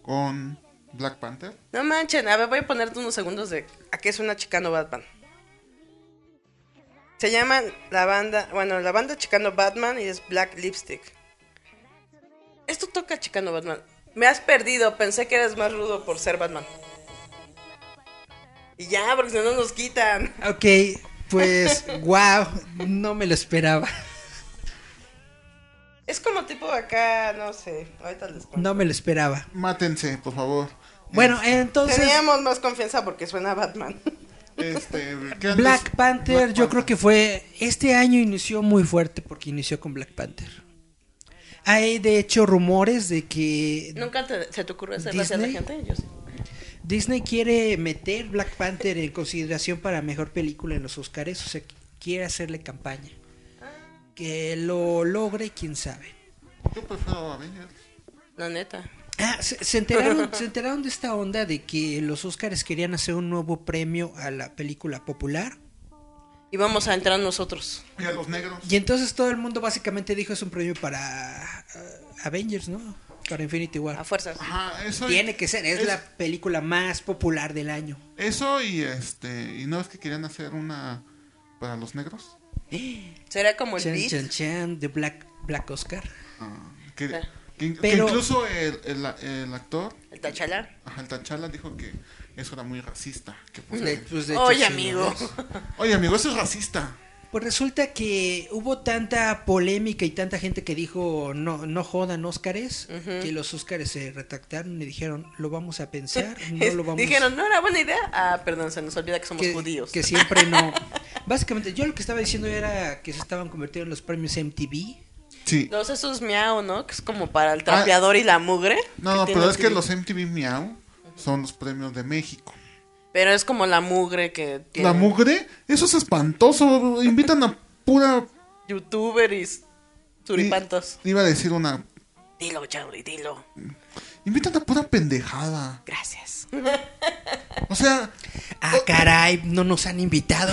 [SPEAKER 4] con Black Panther.
[SPEAKER 3] No manchen, a ver, voy a ponerte unos segundos de a qué suena Chicano Batman. Se llama la banda, bueno, la banda Chicano Batman y es Black Lipstick. Esto toca Chicano Batman. Me has perdido, pensé que eras más rudo por ser Batman. Y ya, porque si no nos quitan.
[SPEAKER 5] Ok, pues wow, no me lo esperaba.
[SPEAKER 3] Es como tipo acá, no sé, ahorita les cuento.
[SPEAKER 5] No me lo esperaba.
[SPEAKER 4] Mátense, por favor.
[SPEAKER 5] Bueno, entonces
[SPEAKER 3] Teníamos más confianza porque suena Batman.
[SPEAKER 4] Este, ¿qué han
[SPEAKER 5] Black
[SPEAKER 4] des-
[SPEAKER 5] Panther
[SPEAKER 4] Black
[SPEAKER 5] yo creo que fue este año inició muy fuerte porque inició con Black Panther. Hay de hecho rumores de que
[SPEAKER 3] ¿Nunca te- se te ocurre hacer gracia a la
[SPEAKER 5] Disney.
[SPEAKER 3] gente? Yo sí.
[SPEAKER 5] Disney quiere meter Black Panther en consideración para mejor película en los Oscars, o sea, quiere hacerle campaña. Que lo logre, quién sabe.
[SPEAKER 4] Yo pues, prefiero Avengers.
[SPEAKER 3] La neta.
[SPEAKER 5] Ah, se, se enteraron, se enteraron de esta onda de que los Oscars querían hacer un nuevo premio a la película popular.
[SPEAKER 3] Y vamos a entrar nosotros.
[SPEAKER 4] Y a los negros.
[SPEAKER 5] Y entonces todo el mundo básicamente dijo es un premio para eh, Avengers, ¿no? Para Infinity
[SPEAKER 3] A
[SPEAKER 5] War.
[SPEAKER 3] fuerzas.
[SPEAKER 4] Ajá, eso y-
[SPEAKER 5] Tiene que ser, es,
[SPEAKER 4] es-
[SPEAKER 5] la película más popular del año.
[SPEAKER 4] Eso y este, y no es que querían hacer una para los negros.
[SPEAKER 3] Será como el
[SPEAKER 5] Chan,
[SPEAKER 3] beat.
[SPEAKER 5] chan, chan, de Black, Black Oscar.
[SPEAKER 4] Ah, que,
[SPEAKER 3] Ah.
[SPEAKER 4] que- que
[SPEAKER 5] Pero-
[SPEAKER 4] incluso el, el, el actor,
[SPEAKER 3] El tachalá.
[SPEAKER 4] ajá, el T'Challa dijo que eso era muy racista. que por
[SPEAKER 5] De-
[SPEAKER 4] qué.
[SPEAKER 5] pues, de hecho,
[SPEAKER 3] Oye,
[SPEAKER 5] sí,
[SPEAKER 3] amigo.
[SPEAKER 5] ¿no?
[SPEAKER 4] Oye, amigo, eso es racista.
[SPEAKER 5] Pues resulta que hubo tanta polémica y tanta gente que dijo no, no jodan Óscares, que los Óscares se retractaron y dijeron lo vamos a pensar, no lo vamos
[SPEAKER 3] Dijeron, no era buena idea. Ah, perdón, se nos olvida que somos
[SPEAKER 5] que,
[SPEAKER 3] judíos.
[SPEAKER 5] que siempre no. Básicamente yo lo que estaba diciendo era que se estaban convirtiendo en los premios MTV.
[SPEAKER 4] Sí.
[SPEAKER 3] Los esos miau, ¿no? Que es como para el trapeador y la mugre.
[SPEAKER 4] Ah. No, no,
[SPEAKER 3] tiene
[SPEAKER 4] pero es que
[SPEAKER 3] MTV.
[SPEAKER 4] los MTV Miau son los premios de México.
[SPEAKER 3] Pero es como la mugre que tiene.
[SPEAKER 4] La mugre, eso es espantoso. Invitan a pura.
[SPEAKER 3] Youtuber y s- suripantos.
[SPEAKER 4] Iba a decir una.
[SPEAKER 3] Dilo, Chauri, dilo.
[SPEAKER 4] Invitan a pura pendejada.
[SPEAKER 3] Gracias.
[SPEAKER 4] O sea,
[SPEAKER 5] Ah, caray, no nos han invitado.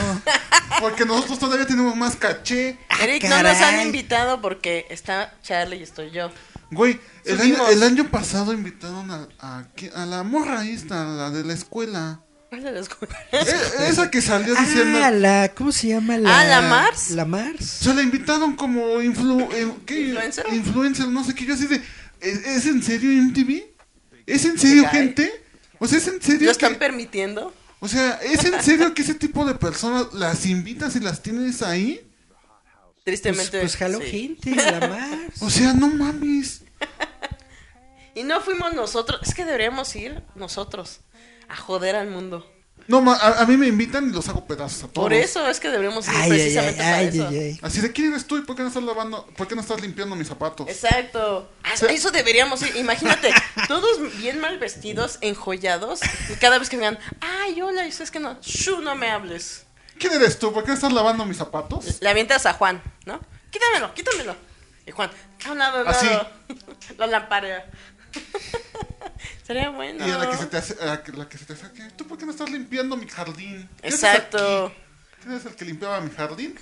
[SPEAKER 4] porque nosotros todavía tenemos más caché.
[SPEAKER 5] Ah,
[SPEAKER 3] Eric, no nos han
[SPEAKER 5] caray.
[SPEAKER 3] invitado porque está Charlie y estoy yo.
[SPEAKER 4] Güey, el año,
[SPEAKER 3] Subimos.
[SPEAKER 4] el año pasado invitaron a, a, qui- a la morra esta, la de la escuela.
[SPEAKER 3] ¿Cuál de las cosas?
[SPEAKER 4] E- esa que salió diciendo.
[SPEAKER 5] Ah, la, ¿cómo se llama?
[SPEAKER 3] Ah, la Mars.
[SPEAKER 5] La
[SPEAKER 4] O
[SPEAKER 5] Mars.
[SPEAKER 4] sea, la invitaron como influ- eh, ¿qué?
[SPEAKER 3] ¿Influencer?
[SPEAKER 4] Influencer, no sé qué. Yo así de. ¿Es, es en serio MTV? ¿Es en serio,
[SPEAKER 3] cae.
[SPEAKER 4] gente? O sea, ¿es en serio?
[SPEAKER 3] ¿Lo
[SPEAKER 4] que-
[SPEAKER 3] están permitiendo?
[SPEAKER 4] O sea, ¿es en serio que ese tipo de personas las invitas y las tienes ahí?
[SPEAKER 5] Pues,
[SPEAKER 3] Tristemente.
[SPEAKER 5] pues jaló
[SPEAKER 3] sí.
[SPEAKER 5] gente, la Mars.
[SPEAKER 4] O sea, no mames.
[SPEAKER 3] Y no fuimos nosotros. Es que deberíamos ir nosotros a joder al mundo.
[SPEAKER 4] No, ma- a, a mí me invitan y los hago pedazos a todos.
[SPEAKER 3] Por eso es que deberíamos ir
[SPEAKER 5] Ay, ay, ay,
[SPEAKER 3] precisamente para
[SPEAKER 5] ay,
[SPEAKER 3] eso.
[SPEAKER 5] ay, ay.
[SPEAKER 4] Así de quién eres tú y por qué no estás lavando, por qué no estás limpiando mis zapatos.
[SPEAKER 3] Exacto. A
[SPEAKER 4] Sí.
[SPEAKER 3] eso deberíamos ir. Imagínate, todos bien mal vestidos, enjollados, y cada vez que vengan, ay, hola, y es que no, shu, no me hables.
[SPEAKER 4] ¿Quién eres tú? ¿Por qué no estás lavando mis zapatos?
[SPEAKER 3] Le avientas a Juan, ¿no? Quítamelo, quítamelo. Y Juan, "Ah, a un lado, a un
[SPEAKER 4] Así.
[SPEAKER 3] lado. Lo lamparea.
[SPEAKER 4] Y
[SPEAKER 3] Sería bueno.
[SPEAKER 4] a la que se te hace, ah, a la que- la que se te acerque, ¿tú por qué no estás limpiando mi jardín? ¿Qué haces
[SPEAKER 3] Exacto.
[SPEAKER 4] aquí? ¿Quién eres el que limpiaba mi jardín?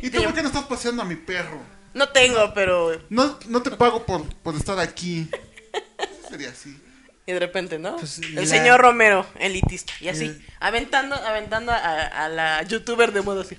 [SPEAKER 4] ¿Y tú por qué no estás paseando a mi perro?
[SPEAKER 3] No tengo, pero.
[SPEAKER 4] No, no te pago por, por estar aquí. Eso sería así.
[SPEAKER 3] Y de repente, ¿no? el
[SPEAKER 4] Pues la-
[SPEAKER 3] señor Romero, elitista. Y así,
[SPEAKER 4] El-
[SPEAKER 3] aventando, aventando a, a la youtuber de modo así.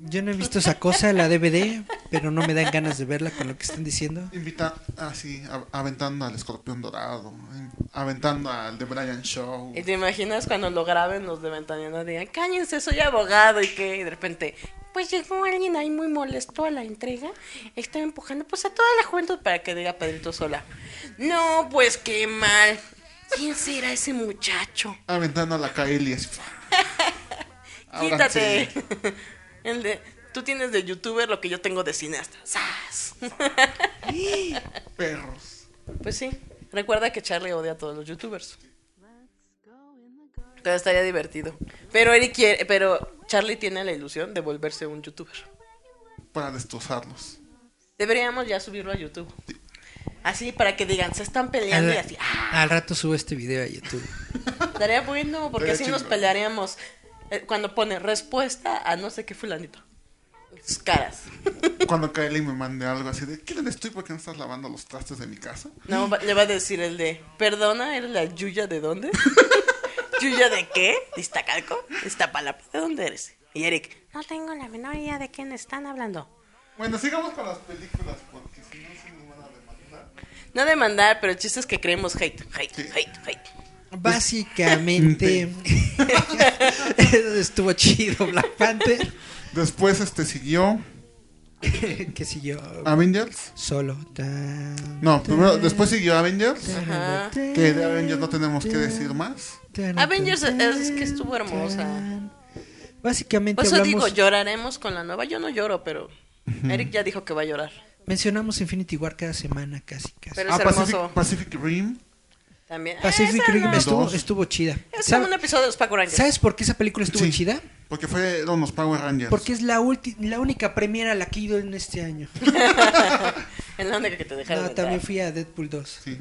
[SPEAKER 5] Yo no he visto esa cosa, la DVD, pero no me dan ganas de verla con lo que están diciendo.
[SPEAKER 4] Invita así, a- aventando al escorpión dorado, eh, aventando al de Brian Shaw.
[SPEAKER 3] Y te imaginas cuando lo graben los de Ventaneando digan, cállense, soy abogado y que y de repente, pues llegó alguien ahí muy molesto a la entrega, está empujando pues a toda la juventud para que diga Pedrito sola. No, pues qué mal. ¿Quién será ese muchacho?
[SPEAKER 4] Aventando a la Kaeli así. Ahora
[SPEAKER 3] Quítate.
[SPEAKER 4] sí.
[SPEAKER 3] El de, tú tienes de youtuber lo que yo tengo de cineasta. ¡Sas!
[SPEAKER 4] Perros.
[SPEAKER 3] Pues sí. Recuerda que Charlie odia a todos los youtubers. Pero estaría divertido. Pero Eric quiere, pero Charlie tiene la ilusión de volverse un youtuber.
[SPEAKER 4] Para destrozarlos.
[SPEAKER 3] Deberíamos ya subirlo a YouTube. Así para que digan, se están peleando y
[SPEAKER 5] Al,
[SPEAKER 3] así.
[SPEAKER 4] Eh.
[SPEAKER 3] ¡ah!
[SPEAKER 5] al rato subo este video a YouTube.
[SPEAKER 3] Estaría bueno, porque así
[SPEAKER 5] Estaría
[SPEAKER 3] nos
[SPEAKER 5] chingón.
[SPEAKER 3] pelearíamos. Eh, Cuando pone respuesta a no sé qué fulanito. Sus caras.
[SPEAKER 4] Cuando Kaeli me mande algo así de: ¿Quién eres tú y por qué no estás lavando los trastes de mi casa?
[SPEAKER 3] No, va- le va a decir el de, perdona, ¿eres la Yuya de dónde? ¿Yuya de qué? ¿De Iztacalco? ¿De Iztapalapa? ¿De dónde eres? Y Eric, No tengo la menor idea de quién están hablando.
[SPEAKER 4] Bueno, sigamos con las películas porque si no se nos van a demandar.
[SPEAKER 3] no demandar, pero el chiste es que creemos hate, hate, hate, hate.
[SPEAKER 5] Básicamente, Em, estuvo chido Black Panther.
[SPEAKER 4] Después este siguió
[SPEAKER 5] ¿Qué siguió?
[SPEAKER 4] Avengers.
[SPEAKER 5] Solo.
[SPEAKER 4] No, primero, después siguió Avengers.
[SPEAKER 3] Ajá.
[SPEAKER 4] Que de Avengers no tenemos que decir más.
[SPEAKER 3] Avengers es, es que estuvo hermosa.
[SPEAKER 5] Básicamente
[SPEAKER 3] Por eso
[SPEAKER 5] hablamos,
[SPEAKER 3] digo, lloraremos con la nueva. Yo no lloro, pero Eric ya dijo que va a llorar.
[SPEAKER 5] mencionamos Infinity War cada semana casi. casi.
[SPEAKER 3] Pero es hermoso.
[SPEAKER 4] Ah, Pacific, Pacific Rim.
[SPEAKER 3] También.
[SPEAKER 5] Pacific
[SPEAKER 3] Esa
[SPEAKER 5] Rim
[SPEAKER 3] no.
[SPEAKER 5] estuvo,
[SPEAKER 4] Dos.
[SPEAKER 5] estuvo chida.
[SPEAKER 3] Es
[SPEAKER 5] ¿Sabe-
[SPEAKER 3] como un episodio de los Paco Rangers.
[SPEAKER 5] ¿Sabes por qué esa película estuvo
[SPEAKER 4] Sí.
[SPEAKER 5] chida?
[SPEAKER 4] Porque fueron los Power Rangers.
[SPEAKER 5] Porque es la, ulti- la única premiera a la que he ido en este año.
[SPEAKER 3] Es la única que te dejaron.
[SPEAKER 5] No,
[SPEAKER 3] entrar.
[SPEAKER 5] también fui a Deadpool 2.
[SPEAKER 4] Sí.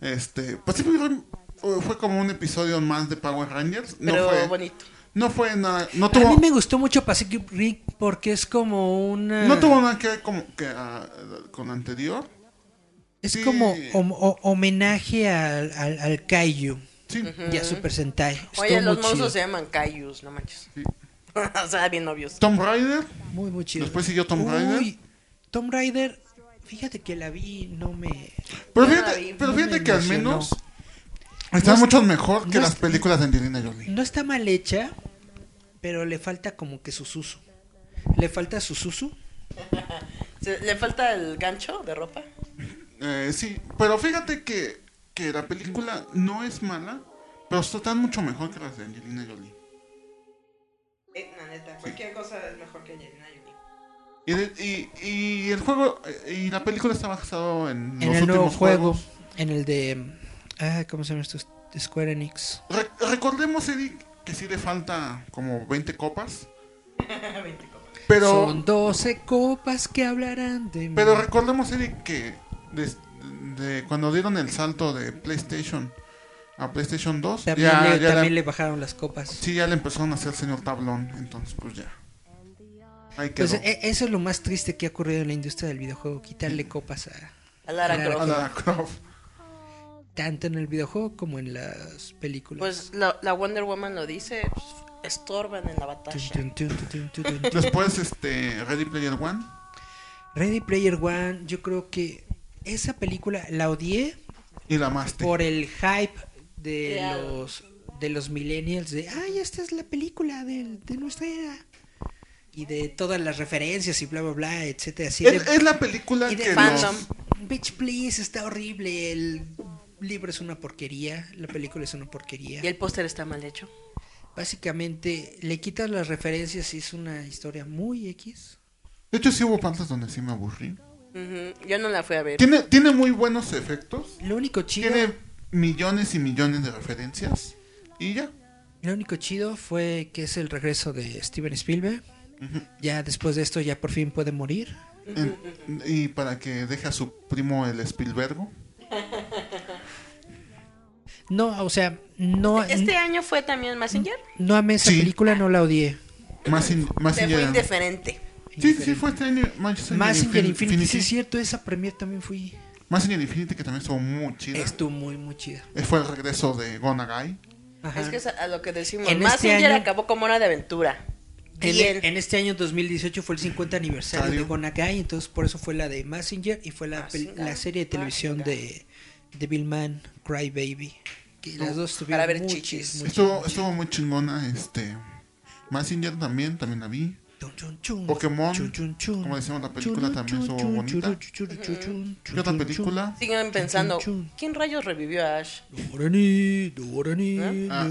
[SPEAKER 4] Este, Pacific Rim eh, fue como un episodio más de Power Rangers. No
[SPEAKER 3] Pero
[SPEAKER 4] fue,
[SPEAKER 3] bonito.
[SPEAKER 4] No fue nada. No
[SPEAKER 5] A mí
[SPEAKER 4] tuvo,
[SPEAKER 5] me gustó mucho Pacific Rim porque es como una...
[SPEAKER 4] no tuvo nada que ver como que, ah, con anterior.
[SPEAKER 5] Es
[SPEAKER 4] Sí.
[SPEAKER 5] como hom- o- homenaje al, al, al Kaiju y a Super Sentai.
[SPEAKER 3] Oye,
[SPEAKER 5] Estuvo
[SPEAKER 3] los
[SPEAKER 5] muy
[SPEAKER 3] monstruos
[SPEAKER 5] chido.
[SPEAKER 3] se llaman Cayus, no manches. o sea, bien obvios.
[SPEAKER 4] Tomb Raider.
[SPEAKER 5] Muy, muy chido.
[SPEAKER 4] Después siguió Tomb
[SPEAKER 5] Uy,
[SPEAKER 4] Raider.
[SPEAKER 5] Tomb Raider, fíjate que la vi, no me...
[SPEAKER 4] Pero
[SPEAKER 5] no la
[SPEAKER 4] fíjate,
[SPEAKER 5] vi,
[SPEAKER 4] pero
[SPEAKER 5] no
[SPEAKER 4] fíjate
[SPEAKER 5] me
[SPEAKER 4] que al
[SPEAKER 5] emocionó.
[SPEAKER 4] menos está
[SPEAKER 5] No es-
[SPEAKER 4] mucho mejor que
[SPEAKER 5] no es-
[SPEAKER 4] las películas de Angelina Jolie.
[SPEAKER 5] No está mal hecha, pero le falta como que sususu. Le falta sususu.
[SPEAKER 3] Se- ¿Le falta el gancho de ropa?
[SPEAKER 4] Eh, sí, pero fíjate que, que la película no es mala, pero está tan mucho mejor que las de Angelina Jolie.
[SPEAKER 3] Eh, la neta, cualquier cosa es mejor que Angelina Jolie.
[SPEAKER 4] Y, de- y- y el juego, eh, y la película está basado en los
[SPEAKER 5] En el
[SPEAKER 4] últimos
[SPEAKER 5] nuevo juego,
[SPEAKER 4] juegos.
[SPEAKER 5] en el de... Ah, ¿Cómo se llama esto? Square Enix.
[SPEAKER 4] Re- recordemos, Eric, que sí le falta como 20 copas. Pero,
[SPEAKER 5] Son 12 copas que hablarán de mí.
[SPEAKER 4] pero recordemos, Eric, que des- de cuando dieron el salto de PlayStation a PlayStation 2,
[SPEAKER 5] También,
[SPEAKER 4] ya,
[SPEAKER 5] le,
[SPEAKER 4] ya la-
[SPEAKER 5] también le bajaron las copas.
[SPEAKER 4] sí, ya le empezaron a hacer señor tablón. Entonces, pues ya. Ahí quedó.
[SPEAKER 5] Pues e- eso es lo más triste que ha ocurrido en la industria del videojuego, quitarle copas a,
[SPEAKER 3] A Lara Croft.
[SPEAKER 4] A Mm. Lara Croft.
[SPEAKER 5] tanto en el videojuego como en las películas.
[SPEAKER 3] Pues la, la Wonder Woman lo dice, pues, estorban en la batalla.
[SPEAKER 5] Tun, tun, tun, tun, tun, tun, tun.
[SPEAKER 4] Después, este, Ready Player One.
[SPEAKER 5] Ready Player One, yo creo que esa película la odié
[SPEAKER 4] Y la amaste.
[SPEAKER 5] por el hype de
[SPEAKER 3] Claro.
[SPEAKER 5] los de los millennials de ah, ay esta es la película del- de, nuestra era y de todas las referencias y bla bla bla etcétera así
[SPEAKER 4] Es,
[SPEAKER 5] de-
[SPEAKER 4] es la película
[SPEAKER 5] y de
[SPEAKER 4] que
[SPEAKER 5] fandom.
[SPEAKER 4] los-
[SPEAKER 5] Bitch, please, está horrible. El libro es una porquería. La película es una porquería.
[SPEAKER 3] Y el póster está mal hecho.
[SPEAKER 5] Básicamente, le quitas las referencias y es una historia muy X.
[SPEAKER 4] De hecho, sí hubo partes donde sí me aburrí.
[SPEAKER 3] Ujú, Yo no la fui a ver.
[SPEAKER 4] Tiene, tiene muy buenos efectos.
[SPEAKER 5] Lo único chido.
[SPEAKER 4] Tiene millones y millones de referencias. Y ya.
[SPEAKER 5] Lo único chido fue que es el regreso de Steven Spielberg. Ya después de esto, ya por fin puede morir.
[SPEAKER 4] En- y para que deje a su primo el Spielbergo.
[SPEAKER 5] No, o sea, no,
[SPEAKER 3] Este año fue
[SPEAKER 4] Mm,
[SPEAKER 3] también Messenger.
[SPEAKER 5] no amé esa
[SPEAKER 4] Sí.
[SPEAKER 5] película, no la odié.
[SPEAKER 4] Más, in- más
[SPEAKER 3] Te fue
[SPEAKER 4] in-
[SPEAKER 3] indiferente.
[SPEAKER 4] Sí, sí, fue este año Manchester
[SPEAKER 5] Massinger
[SPEAKER 4] Infin-
[SPEAKER 5] Infinity.
[SPEAKER 4] Infinity.
[SPEAKER 5] Sí, es cierto, esa premier también fui.
[SPEAKER 4] Más en Infinity que también estuvo muy chida.
[SPEAKER 5] Estuvo muy, muy chida.
[SPEAKER 4] Eh, Fue el regreso de Gonagai.
[SPEAKER 3] Es que es a lo que decimos.
[SPEAKER 5] En
[SPEAKER 3] Más
[SPEAKER 5] este
[SPEAKER 3] Mazinger
[SPEAKER 5] año-
[SPEAKER 3] acabó como una de aventura. Bien.
[SPEAKER 5] En, en este año 2018 fue el 50 aniversario de Gonagai, entonces por eso fue la de Massinger y fue
[SPEAKER 3] Ah,
[SPEAKER 5] la, pel- la serie de televisión de, de Bill Mann, Cry Baby. Que las dos estuvieron
[SPEAKER 3] Para ver
[SPEAKER 5] muy
[SPEAKER 3] chichis.
[SPEAKER 5] chis- muy
[SPEAKER 4] Estuvo, estuvo muy chingona, este. Massinger también, también la vi. Pokémon, como decíamos, la película también estuvo bonita. ¿Qué otra película?
[SPEAKER 3] Siguen pensando, ¿quién rayos revivió a Ash? ¿Eh?
[SPEAKER 4] Ah,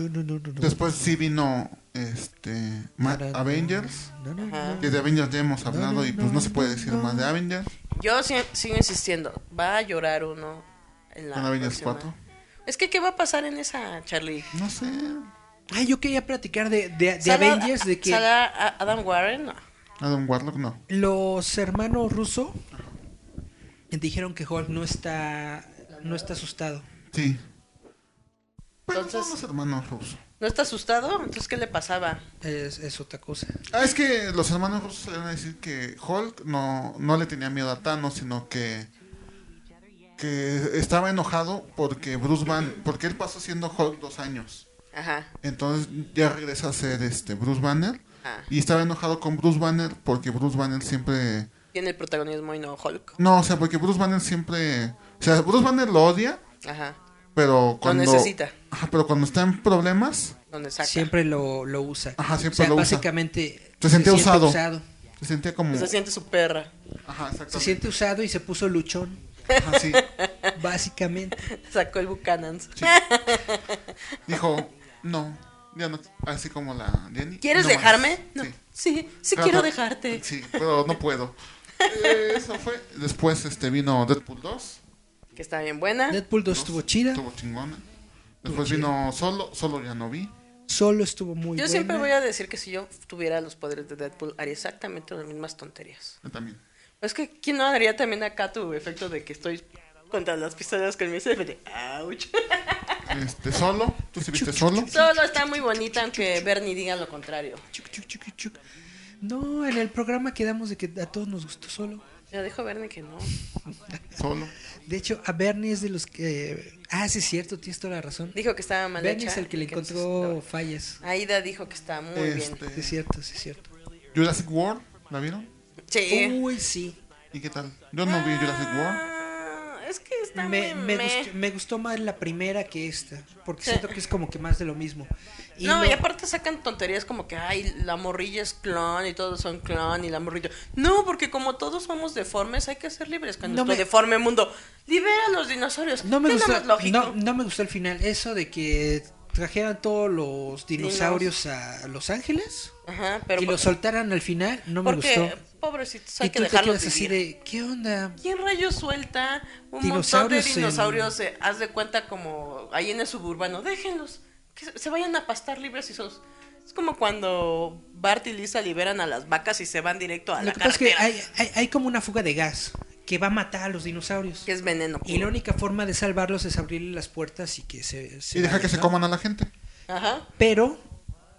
[SPEAKER 4] Después sí vino este Ma- Avengers.
[SPEAKER 3] Ajá.
[SPEAKER 4] Que de Avengers ya hemos hablado y pues no se puede decir más de Avengers.
[SPEAKER 3] Yo si- sigo insistiendo, va a llorar uno en la
[SPEAKER 4] Con Avengers
[SPEAKER 3] próxima.
[SPEAKER 4] 4.
[SPEAKER 3] Es que, ¿qué va a pasar en esa, Charlie?
[SPEAKER 4] No sé.
[SPEAKER 5] Ah, yo quería platicar de, de, de
[SPEAKER 3] ¿Sale
[SPEAKER 5] Avengers,
[SPEAKER 3] a-
[SPEAKER 5] de que
[SPEAKER 3] sale a Adam Warren? No.
[SPEAKER 4] Adam Ah, Warlock no.
[SPEAKER 5] los hermanos rusos dijeron que Hulk no está, no está asustado.
[SPEAKER 4] Sí.
[SPEAKER 3] Entonces,
[SPEAKER 4] Son los hermanos rusos.
[SPEAKER 3] ¿no está asustado? Entonces, ¿qué le pasaba?
[SPEAKER 5] Es, es otra cosa.
[SPEAKER 4] Ah, es que los hermanos rusos le van a decir que Hulk no, no le tenía miedo a Thanos, sino que, que estaba enojado porque Bruce Banner, porque él pasó siendo Hulk dos años.
[SPEAKER 3] Ajá.
[SPEAKER 4] Entonces ya regresa a ser este Bruce Banner.
[SPEAKER 3] Ah.
[SPEAKER 4] Y estaba enojado con Bruce Banner porque Bruce Banner siempre...
[SPEAKER 3] Tiene el protagonismo y no Hulk.
[SPEAKER 4] No, o sea, porque Bruce Banner siempre... O sea, Bruce Banner lo odia,
[SPEAKER 3] Ajá.
[SPEAKER 4] pero cuando...
[SPEAKER 3] necesita.
[SPEAKER 4] Ajá, pero cuando está en problemas,
[SPEAKER 3] Donde saca.
[SPEAKER 5] Siempre lo, lo usa.
[SPEAKER 4] Ajá, siempre
[SPEAKER 5] o sea,
[SPEAKER 4] lo usa.
[SPEAKER 5] básicamente
[SPEAKER 4] se sentía
[SPEAKER 5] siente
[SPEAKER 4] usado. Se sentía como...
[SPEAKER 3] Se siente su perra.
[SPEAKER 4] Ajá,
[SPEAKER 5] Se
[SPEAKER 4] exactamente.
[SPEAKER 5] siente usado y se puso luchón,
[SPEAKER 4] Ajá, sí.
[SPEAKER 5] básicamente.
[SPEAKER 3] Sacó el Buchanan.
[SPEAKER 4] Dijo, no, ya no, así como la Jenny.
[SPEAKER 3] ¿Quieres
[SPEAKER 4] no más".
[SPEAKER 3] dejarme? No.
[SPEAKER 4] Sí.
[SPEAKER 3] Sí, sí,
[SPEAKER 4] Claro.
[SPEAKER 3] quiero dejarte.
[SPEAKER 4] Sí, pero no puedo. Eh, Eso fue. Después este vino Deadpool 2,
[SPEAKER 3] Que está bien buena.
[SPEAKER 5] Deadpool 2 estuvo chida,
[SPEAKER 4] estuvo chingona. Después vino Solo, Solo ya no vi.
[SPEAKER 5] solo estuvo muy
[SPEAKER 3] Yo
[SPEAKER 5] buena.
[SPEAKER 3] siempre voy a decir que si yo tuviera los poderes de Deadpool, haría exactamente las mismas tonterías.
[SPEAKER 4] Yo también.
[SPEAKER 3] Es que, ¿quién no haría también acá tu efecto de que estoy contra las pistolas con mi cerebro? ¡Auch!
[SPEAKER 4] Este, Solo, tú sí viste Solo.
[SPEAKER 3] Solo está muy bonita, aunque Bernie diga lo contrario.
[SPEAKER 5] Chuc, chuc, chuc, chuc. No, en el programa quedamos de que a todos nos gustó solo.
[SPEAKER 3] Ya dijo Bernie que no.
[SPEAKER 4] Solo.
[SPEAKER 5] De hecho, a Bernie es de los que... Ah, sí es cierto, tienes toda la razón.
[SPEAKER 3] Dijo que estaba mal
[SPEAKER 5] Bernie
[SPEAKER 3] hecha,
[SPEAKER 5] es el que le
[SPEAKER 3] entonces,
[SPEAKER 5] encontró fallas.
[SPEAKER 3] no. Aida dijo que está muy bien.
[SPEAKER 5] Sí es
[SPEAKER 4] Este,
[SPEAKER 5] cierto, sí es cierto.
[SPEAKER 4] Jurassic World, ¿la vieron?
[SPEAKER 3] Sí.
[SPEAKER 5] Uy, sí.
[SPEAKER 4] ¿Y qué tal? Yo no vi Jurassic World.
[SPEAKER 3] Ah, es que está
[SPEAKER 5] Me,
[SPEAKER 3] muy
[SPEAKER 5] me
[SPEAKER 3] meh.
[SPEAKER 5] gustó, me gustó más la primera que esta, porque
[SPEAKER 3] Sí.
[SPEAKER 5] siento que es como que más de lo mismo. Y
[SPEAKER 3] no,
[SPEAKER 5] lo-
[SPEAKER 3] y aparte sacan tonterías como que, ay, la morrilla es clon y todos son clon y la morrilla. No, porque como todos somos deformes, hay que ser libres con
[SPEAKER 5] No
[SPEAKER 3] nuestro
[SPEAKER 5] me-
[SPEAKER 3] deforme mundo. Libera a los dinosaurios.
[SPEAKER 5] no me
[SPEAKER 3] ¿Qué es lo
[SPEAKER 5] gustó,
[SPEAKER 3] más lógico?
[SPEAKER 5] no, no me gustó el final, eso de que trajeran todos los dinosaurios a Los Ángeles
[SPEAKER 3] Ajá, pero
[SPEAKER 5] y los soltaran al final, no me
[SPEAKER 3] porque,
[SPEAKER 5] gustó.
[SPEAKER 3] pobrecitos,
[SPEAKER 5] Y
[SPEAKER 3] hay que
[SPEAKER 5] tú te
[SPEAKER 3] dejarlos
[SPEAKER 5] quedas así
[SPEAKER 3] vivir.
[SPEAKER 5] de, ¿qué onda?
[SPEAKER 3] ¿Quién rayos suelta un
[SPEAKER 5] Dinosaurios
[SPEAKER 3] montón
[SPEAKER 5] en-
[SPEAKER 3] de dinosaurios? eh, haz de cuenta como ahí en el suburbano. Déjenlos, que se- se vayan a pastar libres y solos. Es como cuando Bart y Lisa liberan a las vacas y se van directo a
[SPEAKER 5] Lo
[SPEAKER 3] la
[SPEAKER 5] que pasa es que
[SPEAKER 3] carretera.
[SPEAKER 5] hay, hay- hay como una fuga de gas que va a matar a los dinosaurios.
[SPEAKER 3] que es veneno.
[SPEAKER 5] Y la
[SPEAKER 3] puro.
[SPEAKER 5] única forma de salvarlos es abrirle las puertas y que se... se
[SPEAKER 4] Y deja
[SPEAKER 5] vayan,
[SPEAKER 4] que se
[SPEAKER 5] ¿no?
[SPEAKER 4] coman a la gente.
[SPEAKER 3] Ajá.
[SPEAKER 5] Pero,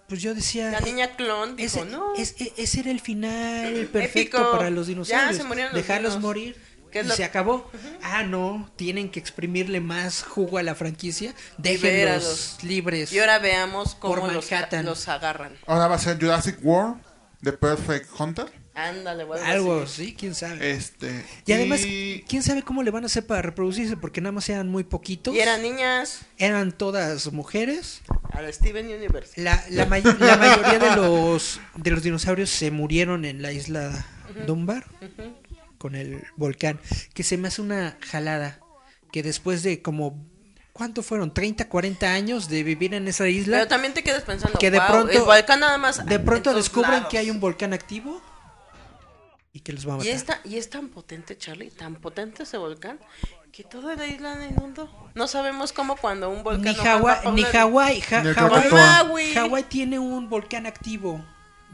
[SPEAKER 5] pues yo decía...
[SPEAKER 3] La niña clon dijo,
[SPEAKER 5] Ese,
[SPEAKER 3] no.
[SPEAKER 5] es- e- ese era el final perfecto
[SPEAKER 3] Épico.
[SPEAKER 5] para los
[SPEAKER 3] Ya,
[SPEAKER 5] dinosaurios.
[SPEAKER 3] se murieron los
[SPEAKER 5] Dejarlos
[SPEAKER 3] dinos.
[SPEAKER 5] morir.
[SPEAKER 3] ¿Qué es
[SPEAKER 5] y
[SPEAKER 3] lo-
[SPEAKER 5] se acabó. Ah, no, tienen que exprimirle más jugo a la franquicia.
[SPEAKER 3] Libéralos.
[SPEAKER 5] Déjenlos libres.
[SPEAKER 3] Y ahora veamos cómo
[SPEAKER 5] Por
[SPEAKER 3] los,
[SPEAKER 5] Manhattan.
[SPEAKER 3] los agarran.
[SPEAKER 4] Ahora va a ser Jurassic World, The Perfect Hunter.
[SPEAKER 3] Ándale, vuelvo
[SPEAKER 5] Algo, sí, quién sabe.
[SPEAKER 4] Este.
[SPEAKER 5] y además,
[SPEAKER 4] y-
[SPEAKER 5] quién sabe cómo le van a hacer para reproducirse, porque nada más eran muy poquitos.
[SPEAKER 3] Y eran niñas
[SPEAKER 5] Eran todas mujeres.
[SPEAKER 3] a la Steven Universe.
[SPEAKER 5] La, la may- la mayoría de los, de los dinosaurios se murieron en la isla Dunbar con el volcán. Que se me hace una jalada. Que después de como, ¿cuánto fueron? ¿30, 40 años de vivir en esa
[SPEAKER 3] Pero
[SPEAKER 5] isla?
[SPEAKER 3] también te quedas pensando
[SPEAKER 5] Que de
[SPEAKER 3] "Guau,
[SPEAKER 5] pronto-
[SPEAKER 3] el volcán nada más
[SPEAKER 5] De
[SPEAKER 3] en
[SPEAKER 5] pronto
[SPEAKER 3] todos
[SPEAKER 5] descubren
[SPEAKER 3] lados".
[SPEAKER 5] que hay un volcán activo y que los va a
[SPEAKER 3] y este
[SPEAKER 5] matar.
[SPEAKER 3] es, tan, y es tan potente, Charlie, tan potente ese volcán que toda la isla la inundó. No sabemos cómo cuando un
[SPEAKER 5] Ni,
[SPEAKER 3] volcán.
[SPEAKER 5] Hawa- ni Hawái. Ja-
[SPEAKER 4] Ni el
[SPEAKER 5] Hawái-
[SPEAKER 4] Krakatoa.
[SPEAKER 3] Maui.
[SPEAKER 5] Hawái tiene un volcán activo.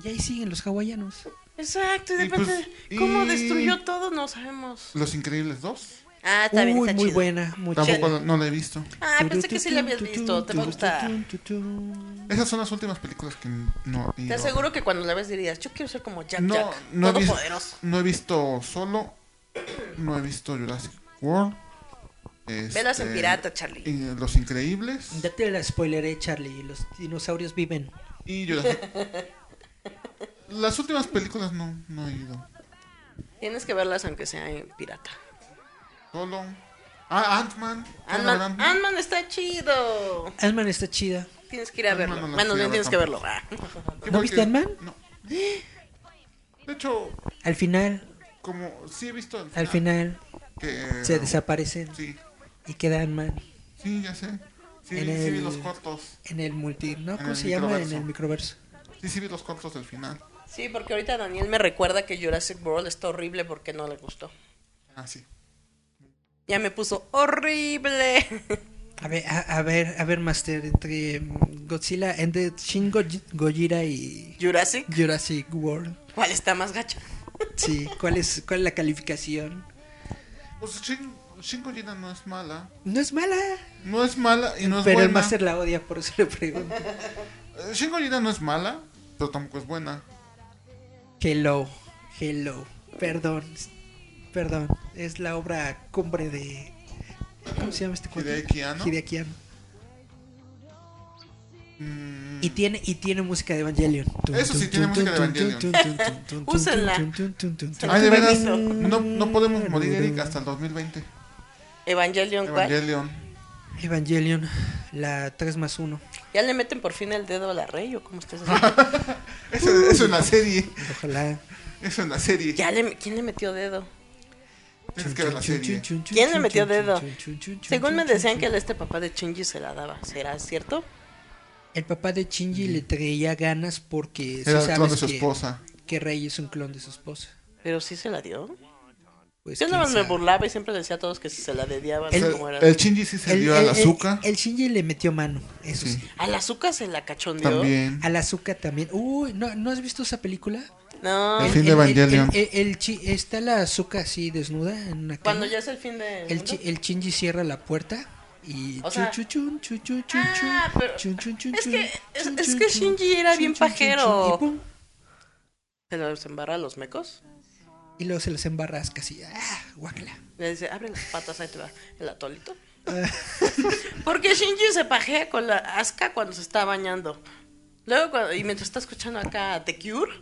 [SPEAKER 5] Y ahí siguen los hawaianos.
[SPEAKER 3] Exacto, y de
[SPEAKER 4] Y
[SPEAKER 3] repente,
[SPEAKER 4] pues,
[SPEAKER 3] ¿cómo
[SPEAKER 4] y-
[SPEAKER 3] destruyó todo? No sabemos.
[SPEAKER 4] Los Increíbles 2.
[SPEAKER 3] Ah, está bien,
[SPEAKER 5] Uy,
[SPEAKER 3] está
[SPEAKER 5] muy
[SPEAKER 3] chido.
[SPEAKER 5] buena, muy
[SPEAKER 4] Tampoco
[SPEAKER 5] chida.
[SPEAKER 4] la- no la he visto.
[SPEAKER 3] Ah, pensé que sí la habías visto. Te va a gustar.
[SPEAKER 4] Esas son las últimas películas que no he
[SPEAKER 3] Te
[SPEAKER 4] ido a ver.
[SPEAKER 3] aseguro que cuando la ves dirías, yo quiero ser como Jack
[SPEAKER 4] No,
[SPEAKER 3] Jack.
[SPEAKER 4] no he,
[SPEAKER 3] todo
[SPEAKER 4] visto,
[SPEAKER 3] poderoso.
[SPEAKER 4] no he visto Solo, no he visto Jurassic World.
[SPEAKER 3] Velas en
[SPEAKER 4] este,
[SPEAKER 3] pirata, Charlie.
[SPEAKER 4] y Los Increíbles
[SPEAKER 5] Ya te la spoileré, Charlie. Los dinosaurios viven.
[SPEAKER 4] y Jurassic Las últimas películas no, no he ido.
[SPEAKER 3] Tienes que verlas aunque sea en pirata.
[SPEAKER 4] Solo. Ah, Ant-Man.
[SPEAKER 3] Ant-Man Ant-Man está chido.
[SPEAKER 5] Ant-Man está chida.
[SPEAKER 3] Tienes que ir a
[SPEAKER 4] Ant-Man
[SPEAKER 3] verlo.
[SPEAKER 4] no la
[SPEAKER 3] bueno,
[SPEAKER 4] fui a ver
[SPEAKER 3] no tienes que verlo.
[SPEAKER 4] tampoco.
[SPEAKER 3] ah.
[SPEAKER 5] ¿No viste Ant-Man?
[SPEAKER 4] De hecho,
[SPEAKER 5] Al final,
[SPEAKER 4] como sí he visto al final.
[SPEAKER 5] al final,
[SPEAKER 4] Ah, que- um,
[SPEAKER 5] se desaparecen.
[SPEAKER 4] Sí.
[SPEAKER 5] Y queda Ant-Man
[SPEAKER 4] Sí, ya sé. Sí,
[SPEAKER 5] En
[SPEAKER 4] sí vi
[SPEAKER 5] el-
[SPEAKER 4] los cortos.
[SPEAKER 5] en el multi. ¿No?
[SPEAKER 4] En
[SPEAKER 5] ¿Cómo
[SPEAKER 4] el
[SPEAKER 5] se llama? En
[SPEAKER 4] microverso.
[SPEAKER 5] el microverso.
[SPEAKER 4] Sí, sí vi los cortos del final.
[SPEAKER 3] Sí, porque ahorita Daniel me recuerda que Jurassic World está horrible porque no le gustó.
[SPEAKER 4] Ah, sí.
[SPEAKER 3] Ya me puso horrible.
[SPEAKER 5] A ver, a, a ver, a ver, Master. Entre mm, Godzilla, entre Shin Go- Gojira y
[SPEAKER 3] Jurassic,
[SPEAKER 5] Jurassic World.
[SPEAKER 3] ¿cuál está más gacha?
[SPEAKER 5] Sí, ¿cuál es, cuál es la calificación?
[SPEAKER 4] Pues Shin, Shin Godzilla no es mala.
[SPEAKER 5] No es mala.
[SPEAKER 4] No es mala y no es
[SPEAKER 5] pero el
[SPEAKER 4] buena.
[SPEAKER 5] Master la odia, por eso le pregunto.
[SPEAKER 4] Eh, Shin Godzilla no es mala, pero tampoco es buena.
[SPEAKER 5] Hello, hello. Perdón, perdón. Es la obra cumbre de. ¿Cómo se llama este cuate?
[SPEAKER 4] Hideaki Anno.
[SPEAKER 5] Hideaki Anno.
[SPEAKER 4] Mm,
[SPEAKER 5] Y tiene, y tiene música de Evangelion.
[SPEAKER 4] Eso sí, tiene música de Evangelion.
[SPEAKER 3] Úsenla.
[SPEAKER 4] Ay, de veras,
[SPEAKER 3] Bonito.
[SPEAKER 4] no, no podemos morir, Eric, hasta el 2020.
[SPEAKER 3] Evangelion, ¿cuál?
[SPEAKER 4] Evangelion.
[SPEAKER 5] Evangelion, la 3 más 1.
[SPEAKER 3] ¿Ya le meten por fin el dedo a la rey o cómo estás?
[SPEAKER 4] Eso, eso en la serie.
[SPEAKER 5] Ojalá.
[SPEAKER 4] Eso en la serie.
[SPEAKER 3] ¿Ya le, ¿Quién le metió dedo?
[SPEAKER 4] Tienes que ver la serie.
[SPEAKER 3] ¿Quién le metió dedo? Según me decían que el este papá de Shinji se la daba. ¿Será cierto?
[SPEAKER 5] El papá de Shinji le traía ganas porque sí
[SPEAKER 4] Era el clon de
[SPEAKER 5] sabes
[SPEAKER 4] su
[SPEAKER 5] que-
[SPEAKER 4] esposa.
[SPEAKER 5] que Rey es un clon de su esposa.
[SPEAKER 3] ¿Pero sí se la dio?
[SPEAKER 5] Pues,
[SPEAKER 3] Yo
[SPEAKER 5] quién
[SPEAKER 3] nada más me
[SPEAKER 5] sabe.
[SPEAKER 3] burlaba y siempre decía a todos que se la dediaban.
[SPEAKER 4] El,
[SPEAKER 3] como era.
[SPEAKER 4] el Shinji sí se
[SPEAKER 5] El-
[SPEAKER 4] dio al
[SPEAKER 5] el- el-
[SPEAKER 4] azúcar.
[SPEAKER 5] El, Shinji le metió mano, eso sí.
[SPEAKER 3] ¿A la azúcar se la cachondeó?
[SPEAKER 4] También.
[SPEAKER 5] Al azúcar también. Uy, ¿no, ¿no has visto esa película?
[SPEAKER 3] No,
[SPEAKER 4] El fin de Evangelion.
[SPEAKER 5] el- el- el chi- está la azúcar así desnuda en una cama.
[SPEAKER 3] cuando ya es el fin de...
[SPEAKER 5] el, chi- el Shinji cierra la puerta y...
[SPEAKER 3] O sea-
[SPEAKER 5] chu, chu, chun, chu, chu, chun,
[SPEAKER 3] Ah,
[SPEAKER 5] chun,
[SPEAKER 3] pero-
[SPEAKER 5] chun, chun, chun,
[SPEAKER 3] es
[SPEAKER 5] chun,
[SPEAKER 3] que- es-
[SPEAKER 5] chun,
[SPEAKER 3] es
[SPEAKER 5] chun,
[SPEAKER 3] que
[SPEAKER 5] chun,
[SPEAKER 3] Shinji era
[SPEAKER 5] chun,
[SPEAKER 3] bien
[SPEAKER 5] chun, chun,
[SPEAKER 3] pajero.
[SPEAKER 5] chun, y pum,
[SPEAKER 3] ¿Se los embarra a los mecos?
[SPEAKER 5] Y luego se los embarras casi. Ah, guácala.
[SPEAKER 3] Le dice, abre las patas, ahí te va el atolito. Porque Shinji se pajea con la asca cuando se está bañando. Luego, cuando- y mientras está escuchando acá a The Cure,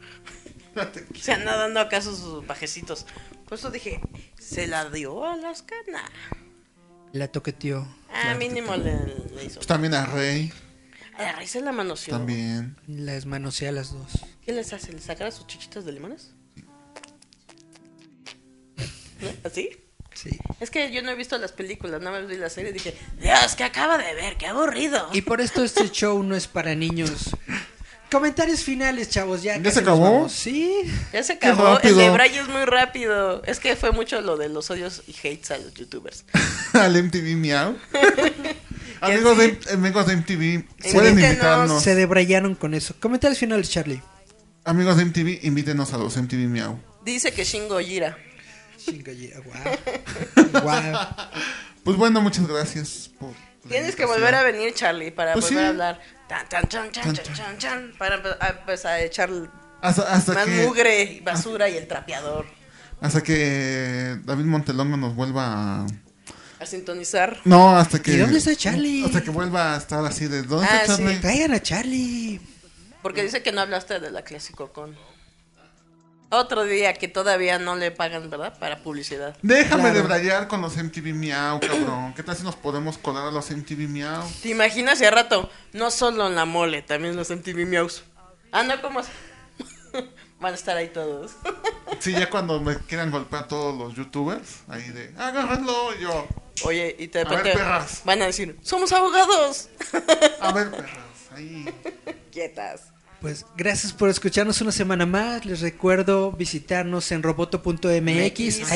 [SPEAKER 3] se anda dando acá sus- sus pajecitos. Por eso dije, ¿se la dio a Alaska? Nah.
[SPEAKER 5] La toqueteó.
[SPEAKER 3] Ah, mínimo le, le hizo.
[SPEAKER 4] Pues también a Rey.
[SPEAKER 3] A la raíz se la manoseó.
[SPEAKER 4] También.
[SPEAKER 5] Las manoseé a las dos.
[SPEAKER 3] ¿Qué les hace? ¿Les sacará sus chichitas de limones? ¿No? ¿Así?
[SPEAKER 5] Sí.
[SPEAKER 3] Es que yo no he visto las películas, nada más vi la serie y dije, Dios, que acaba de ver, qué aburrido.
[SPEAKER 5] Y por esto este show no es para niños. Comentarios finales, chavos. ¿Ya,
[SPEAKER 4] ¿Ya
[SPEAKER 5] casi
[SPEAKER 4] se
[SPEAKER 5] nos
[SPEAKER 4] acabó?
[SPEAKER 5] vamos. Sí.
[SPEAKER 3] Ya se
[SPEAKER 4] Qué
[SPEAKER 3] acabó. El de
[SPEAKER 4] rápido.
[SPEAKER 3] Bray es muy rápido. Es que fue mucho lo de los odios y hates a los youtubers.
[SPEAKER 4] al MTV Miau. amigos, de, amigos de MTV, pueden
[SPEAKER 5] Invítenos.
[SPEAKER 4] invitarnos.
[SPEAKER 5] Se debrayaron con eso. Comentarios finales, Charlie.
[SPEAKER 4] Amigos de MTV, invítenos a los MTV Miau.
[SPEAKER 3] Dice que Shingo Gira.
[SPEAKER 5] Chingallera, guau. Guau.
[SPEAKER 4] Pues bueno, muchas gracias por. la
[SPEAKER 3] Tienes que
[SPEAKER 4] invitación.
[SPEAKER 3] volver a venir, Charlie, para
[SPEAKER 4] Pues
[SPEAKER 3] volver
[SPEAKER 4] sí.
[SPEAKER 3] a hablar. Tan, tan, chan, chan,
[SPEAKER 4] Tan,
[SPEAKER 3] chan,
[SPEAKER 4] tan.
[SPEAKER 3] chan, chan, para empe- a- pues, a echar más
[SPEAKER 4] Hasta, hasta, que,
[SPEAKER 3] mugre y basura y el trapeador.
[SPEAKER 4] hasta que David Montelongo nos vuelva a.
[SPEAKER 3] A sintonizar.
[SPEAKER 4] No, hasta que.
[SPEAKER 5] ¿Y dónde está Charlie?
[SPEAKER 4] Hasta que vuelva a estar así de. ¿Dónde
[SPEAKER 3] Ah,
[SPEAKER 4] está
[SPEAKER 3] sí.
[SPEAKER 4] Charlie?
[SPEAKER 5] Traigan a Charlie.
[SPEAKER 3] Porque dice que no hablaste de la Clásico Con. Otro día que todavía no le pagan, ¿verdad? Para publicidad.
[SPEAKER 4] Déjame
[SPEAKER 5] Claro.
[SPEAKER 4] de brayar con los MTV Miau, cabrón. ¿Qué tal si nos podemos colar a los MTV Miau?
[SPEAKER 3] ¿Te imaginas y a rato? No solo en la mole, también los MTV Meows. Ah, no, ¿cómo? se- Van a estar ahí todos.
[SPEAKER 4] Sí, ya cuando me quieran golpear todos los youtubers, ahí de. ah. Agárrenlo y yo.
[SPEAKER 3] Oye, y de
[SPEAKER 4] A ver,
[SPEAKER 3] repente
[SPEAKER 4] perras.
[SPEAKER 3] van a decir, somos abogados.
[SPEAKER 4] A ver, perras, ahí.
[SPEAKER 3] Quietas.
[SPEAKER 5] Pues gracias por escucharnos una semana más. Les recuerdo visitarnos en roboto.mx. Ahí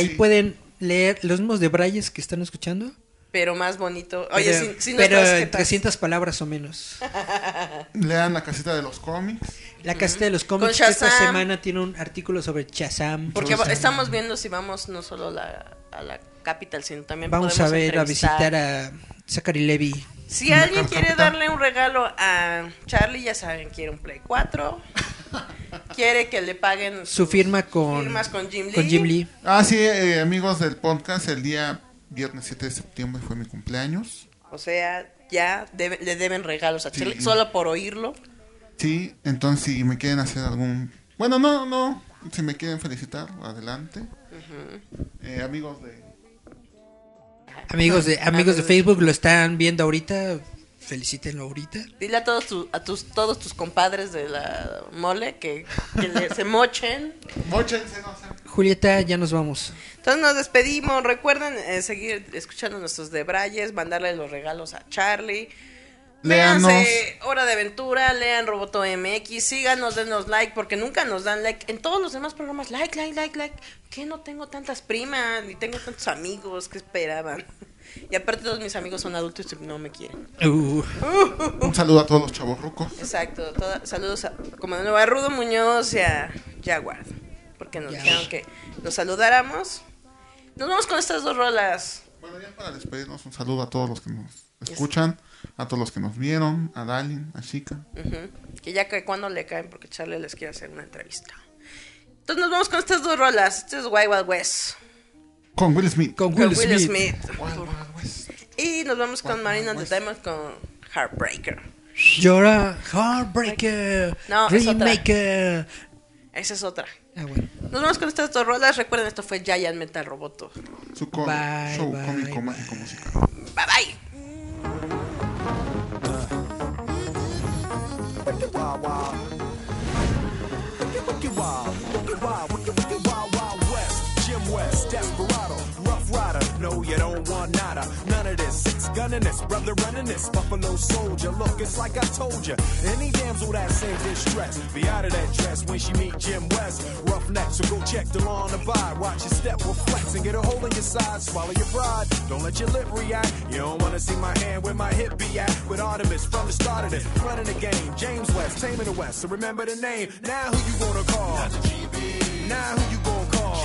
[SPEAKER 4] Sí.
[SPEAKER 5] pueden leer los mismos de Brayes que están escuchando.
[SPEAKER 3] Pero más bonito. Oye,
[SPEAKER 5] pero,
[SPEAKER 3] sin, sin
[SPEAKER 5] pero
[SPEAKER 3] nuestras
[SPEAKER 5] en
[SPEAKER 3] jetas.
[SPEAKER 5] 300 palabras o menos.
[SPEAKER 4] Lean la casita de los cómics.
[SPEAKER 5] La casita de los cómics
[SPEAKER 3] Con
[SPEAKER 5] esta
[SPEAKER 3] Shazam.
[SPEAKER 5] semana tiene un artículo sobre Chazam.
[SPEAKER 3] Porque va- estamos viendo si vamos no solo a la, a la Capital, sino también
[SPEAKER 5] Vamos a
[SPEAKER 3] podemos
[SPEAKER 5] ver, a
[SPEAKER 3] entrevistar.
[SPEAKER 5] visitar a Zachary Levy.
[SPEAKER 3] Si alguien quiere darle un regalo a Charlie, ya saben, quiere un Play 4. quiere que le paguen
[SPEAKER 5] Su firma con,
[SPEAKER 3] firmas con Jim Lee.
[SPEAKER 4] Ah, sí, eh, amigos del podcast, el día viernes 7 de septiembre fue mi cumpleaños.
[SPEAKER 3] O sea, ya debe- le deben regalos a
[SPEAKER 4] Sí.
[SPEAKER 3] Charlie solo por oírlo.
[SPEAKER 4] Sí, entonces si me quieren hacer algún... Bueno, no, no, si me quieren felicitar, adelante. Eh, amigos de...
[SPEAKER 5] Amigos de, amigos de Facebook lo están viendo ahorita. Felicítenlo ahorita.
[SPEAKER 3] Dile a todos tu- a tus todos tus compadres de la mole que, que le- se mochen.
[SPEAKER 4] Mochense, no
[SPEAKER 5] Julieta, ya nos vamos.
[SPEAKER 3] Entonces nos despedimos. Recuerden eh, seguir escuchando nuestros debrayes, mandarle los regalos a Charlie.
[SPEAKER 4] Léanos.
[SPEAKER 3] Léanse Hora de Aventura, lean Roboto MX, síganos, denos like, porque nunca nos dan like. En todos los demás programas, like, like, like, like. Que no tengo tantas primas, ni tengo tantos amigos que esperaban. Y aparte todos mis amigos son adultos y no me quieren.
[SPEAKER 4] Uh. Un saludo a todos los chavos rucos.
[SPEAKER 3] Exacto. toda- saludos a, como de nuevo a Rudo Muñoz y a Jaguar. Porque nos dijeron que nos saludáramos. Nos vamos con estas dos rolas.
[SPEAKER 4] Para despedirnos, un saludo a todos los que nos escuchan, a todos los que nos vieron, a Dalin, a Chica.
[SPEAKER 3] Ujú. Que ya que cuando le caen, porque Charlie les quiere hacer una entrevista. Entonces nos vamos con estas dos rolas. Este es Wild Wild West.
[SPEAKER 4] Con Will Smith.
[SPEAKER 5] Con
[SPEAKER 3] con Will Smith. Y nos vamos con Marina the Diamond con Heartbreaker.
[SPEAKER 5] Llora, Heartbreaker,
[SPEAKER 3] No, es otra.
[SPEAKER 5] Dreammaker.
[SPEAKER 3] Esa es otra.
[SPEAKER 5] Ah, bueno.
[SPEAKER 3] Nos vamos con estas dos rolas. Recuerden, esto fue Giant Metal Roboto.
[SPEAKER 4] Su co-
[SPEAKER 5] Bye,
[SPEAKER 4] show
[SPEAKER 5] bye,
[SPEAKER 4] cómico, mágico, musical.
[SPEAKER 3] Bye bye.
[SPEAKER 12] Jim West, Desperado, Rough Rider. No, you don't want nada. None of this. Six gunning this, brother running this. Buffalo soldier. Look, it's like I told you. Any damsel that's in distress, be out of that dress when she meet Jim West. Rough neck, so go check the lawn and buy. Watch your step, will flex and get a hole in your side. Swallow your pride. Don't let your lip react. You don't wanna see my hand where my hip be at. With Artemis from the start of this, running the game. James West, taming the West. So remember the name. Now who you gonna call? Now who you gonna call?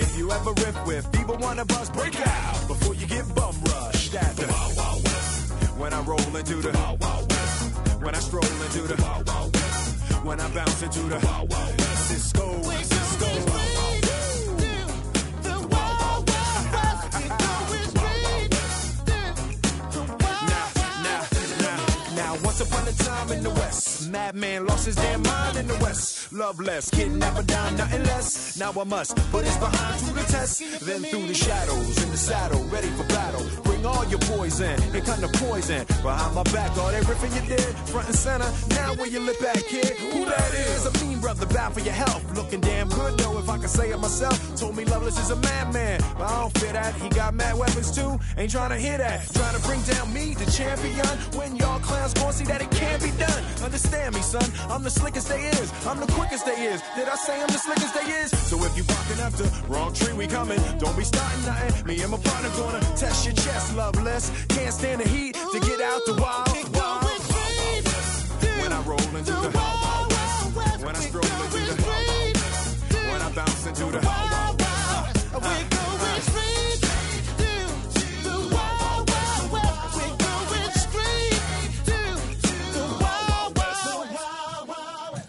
[SPEAKER 12] If you ever riff with either one of us, break out before you get bum rushed at the Wild Wild West. When I roll into the Wild Wild West. When I stroll into the Wild Wild West. When I bounce into the Wild Wild West. Cisco, Cisco. Wild Wild West. Nah, nah, nah. Now, once upon a time in the West, madman lost his damn mind in the West. Love less, kidnapper down, nothing less. Now I must put his behind to the test. Then through the shadows, in the saddle, ready for battle. Bring all your poison, it kind of poison. Behind my back, all that riffing you did, front and center. Now where you look back, kid, who that is? A mean brother, bow for your health. Looking damn good though, if I can say it myself. Told me Loveless is a madman, but I don't fear that. He got mad weapons too, ain't trying to hear that. Trying to bring down me, the champion. When y'all clowns gon' see that it can't be done. Understand me, son, I'm the slickest they is. I'm the quickest they is. Did I say I'm the slickest they is? So if you walking up the wrong tree, we coming. Don't be starting nothing. Me and my partner gonna test your chest, Loveless. Can't stand the heat to get out the wild. wild. When I roll into the wild west, when I stroll into the when I bounce into the wild west, we going straight to the wild west. We going straight to the wild west.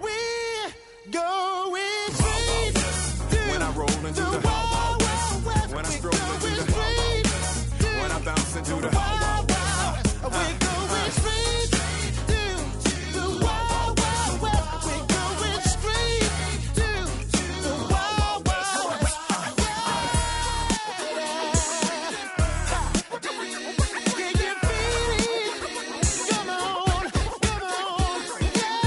[SPEAKER 12] We going straight when I roll into the wild west, when I stroll into the wild west, when I bounce into the wild west, we going straight to the wild west, we going straight to the wild west. Can you feel it? Come on, come on, yeah.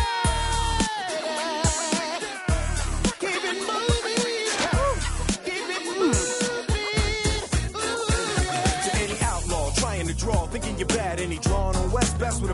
[SPEAKER 12] Keep it moving.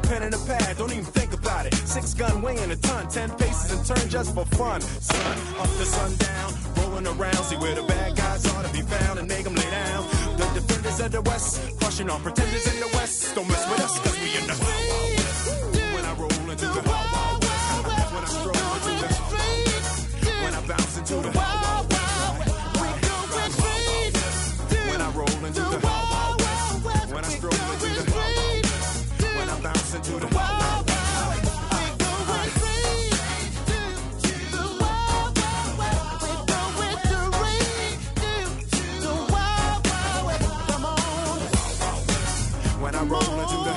[SPEAKER 12] pen and a pad, don't even think about it. Six gun weighing a ton, ten paces and turn just for fun. Sun up to sundown, rolling around, see where the bad guys are to be found and make them lay down. The defenders of the west, crushing on pretenders in the west. Don't mess with us, cause we in the wild, wild west. When I roll into the wild, wild west, when I stroll into the wild, wild west, when I bounce into the wild, wild west, when I roll into the wild, wild west, when I stroll into the wild, wild west, when I bounce into the wild, wild west. When I roll into the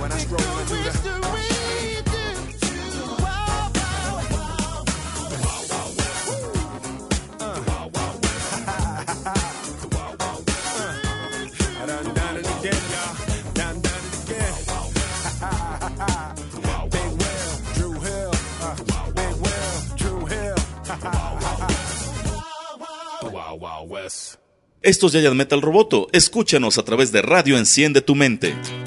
[SPEAKER 12] when I stroll into the I done done it again, y'all. Done done it again. Big Will, Drew Hill. Uh, Big Will, Drew Hill. The Wild Wild West.
[SPEAKER 2] Estos ya Metal Roboto, escúchanos a través de Radio Enciende tu Mente.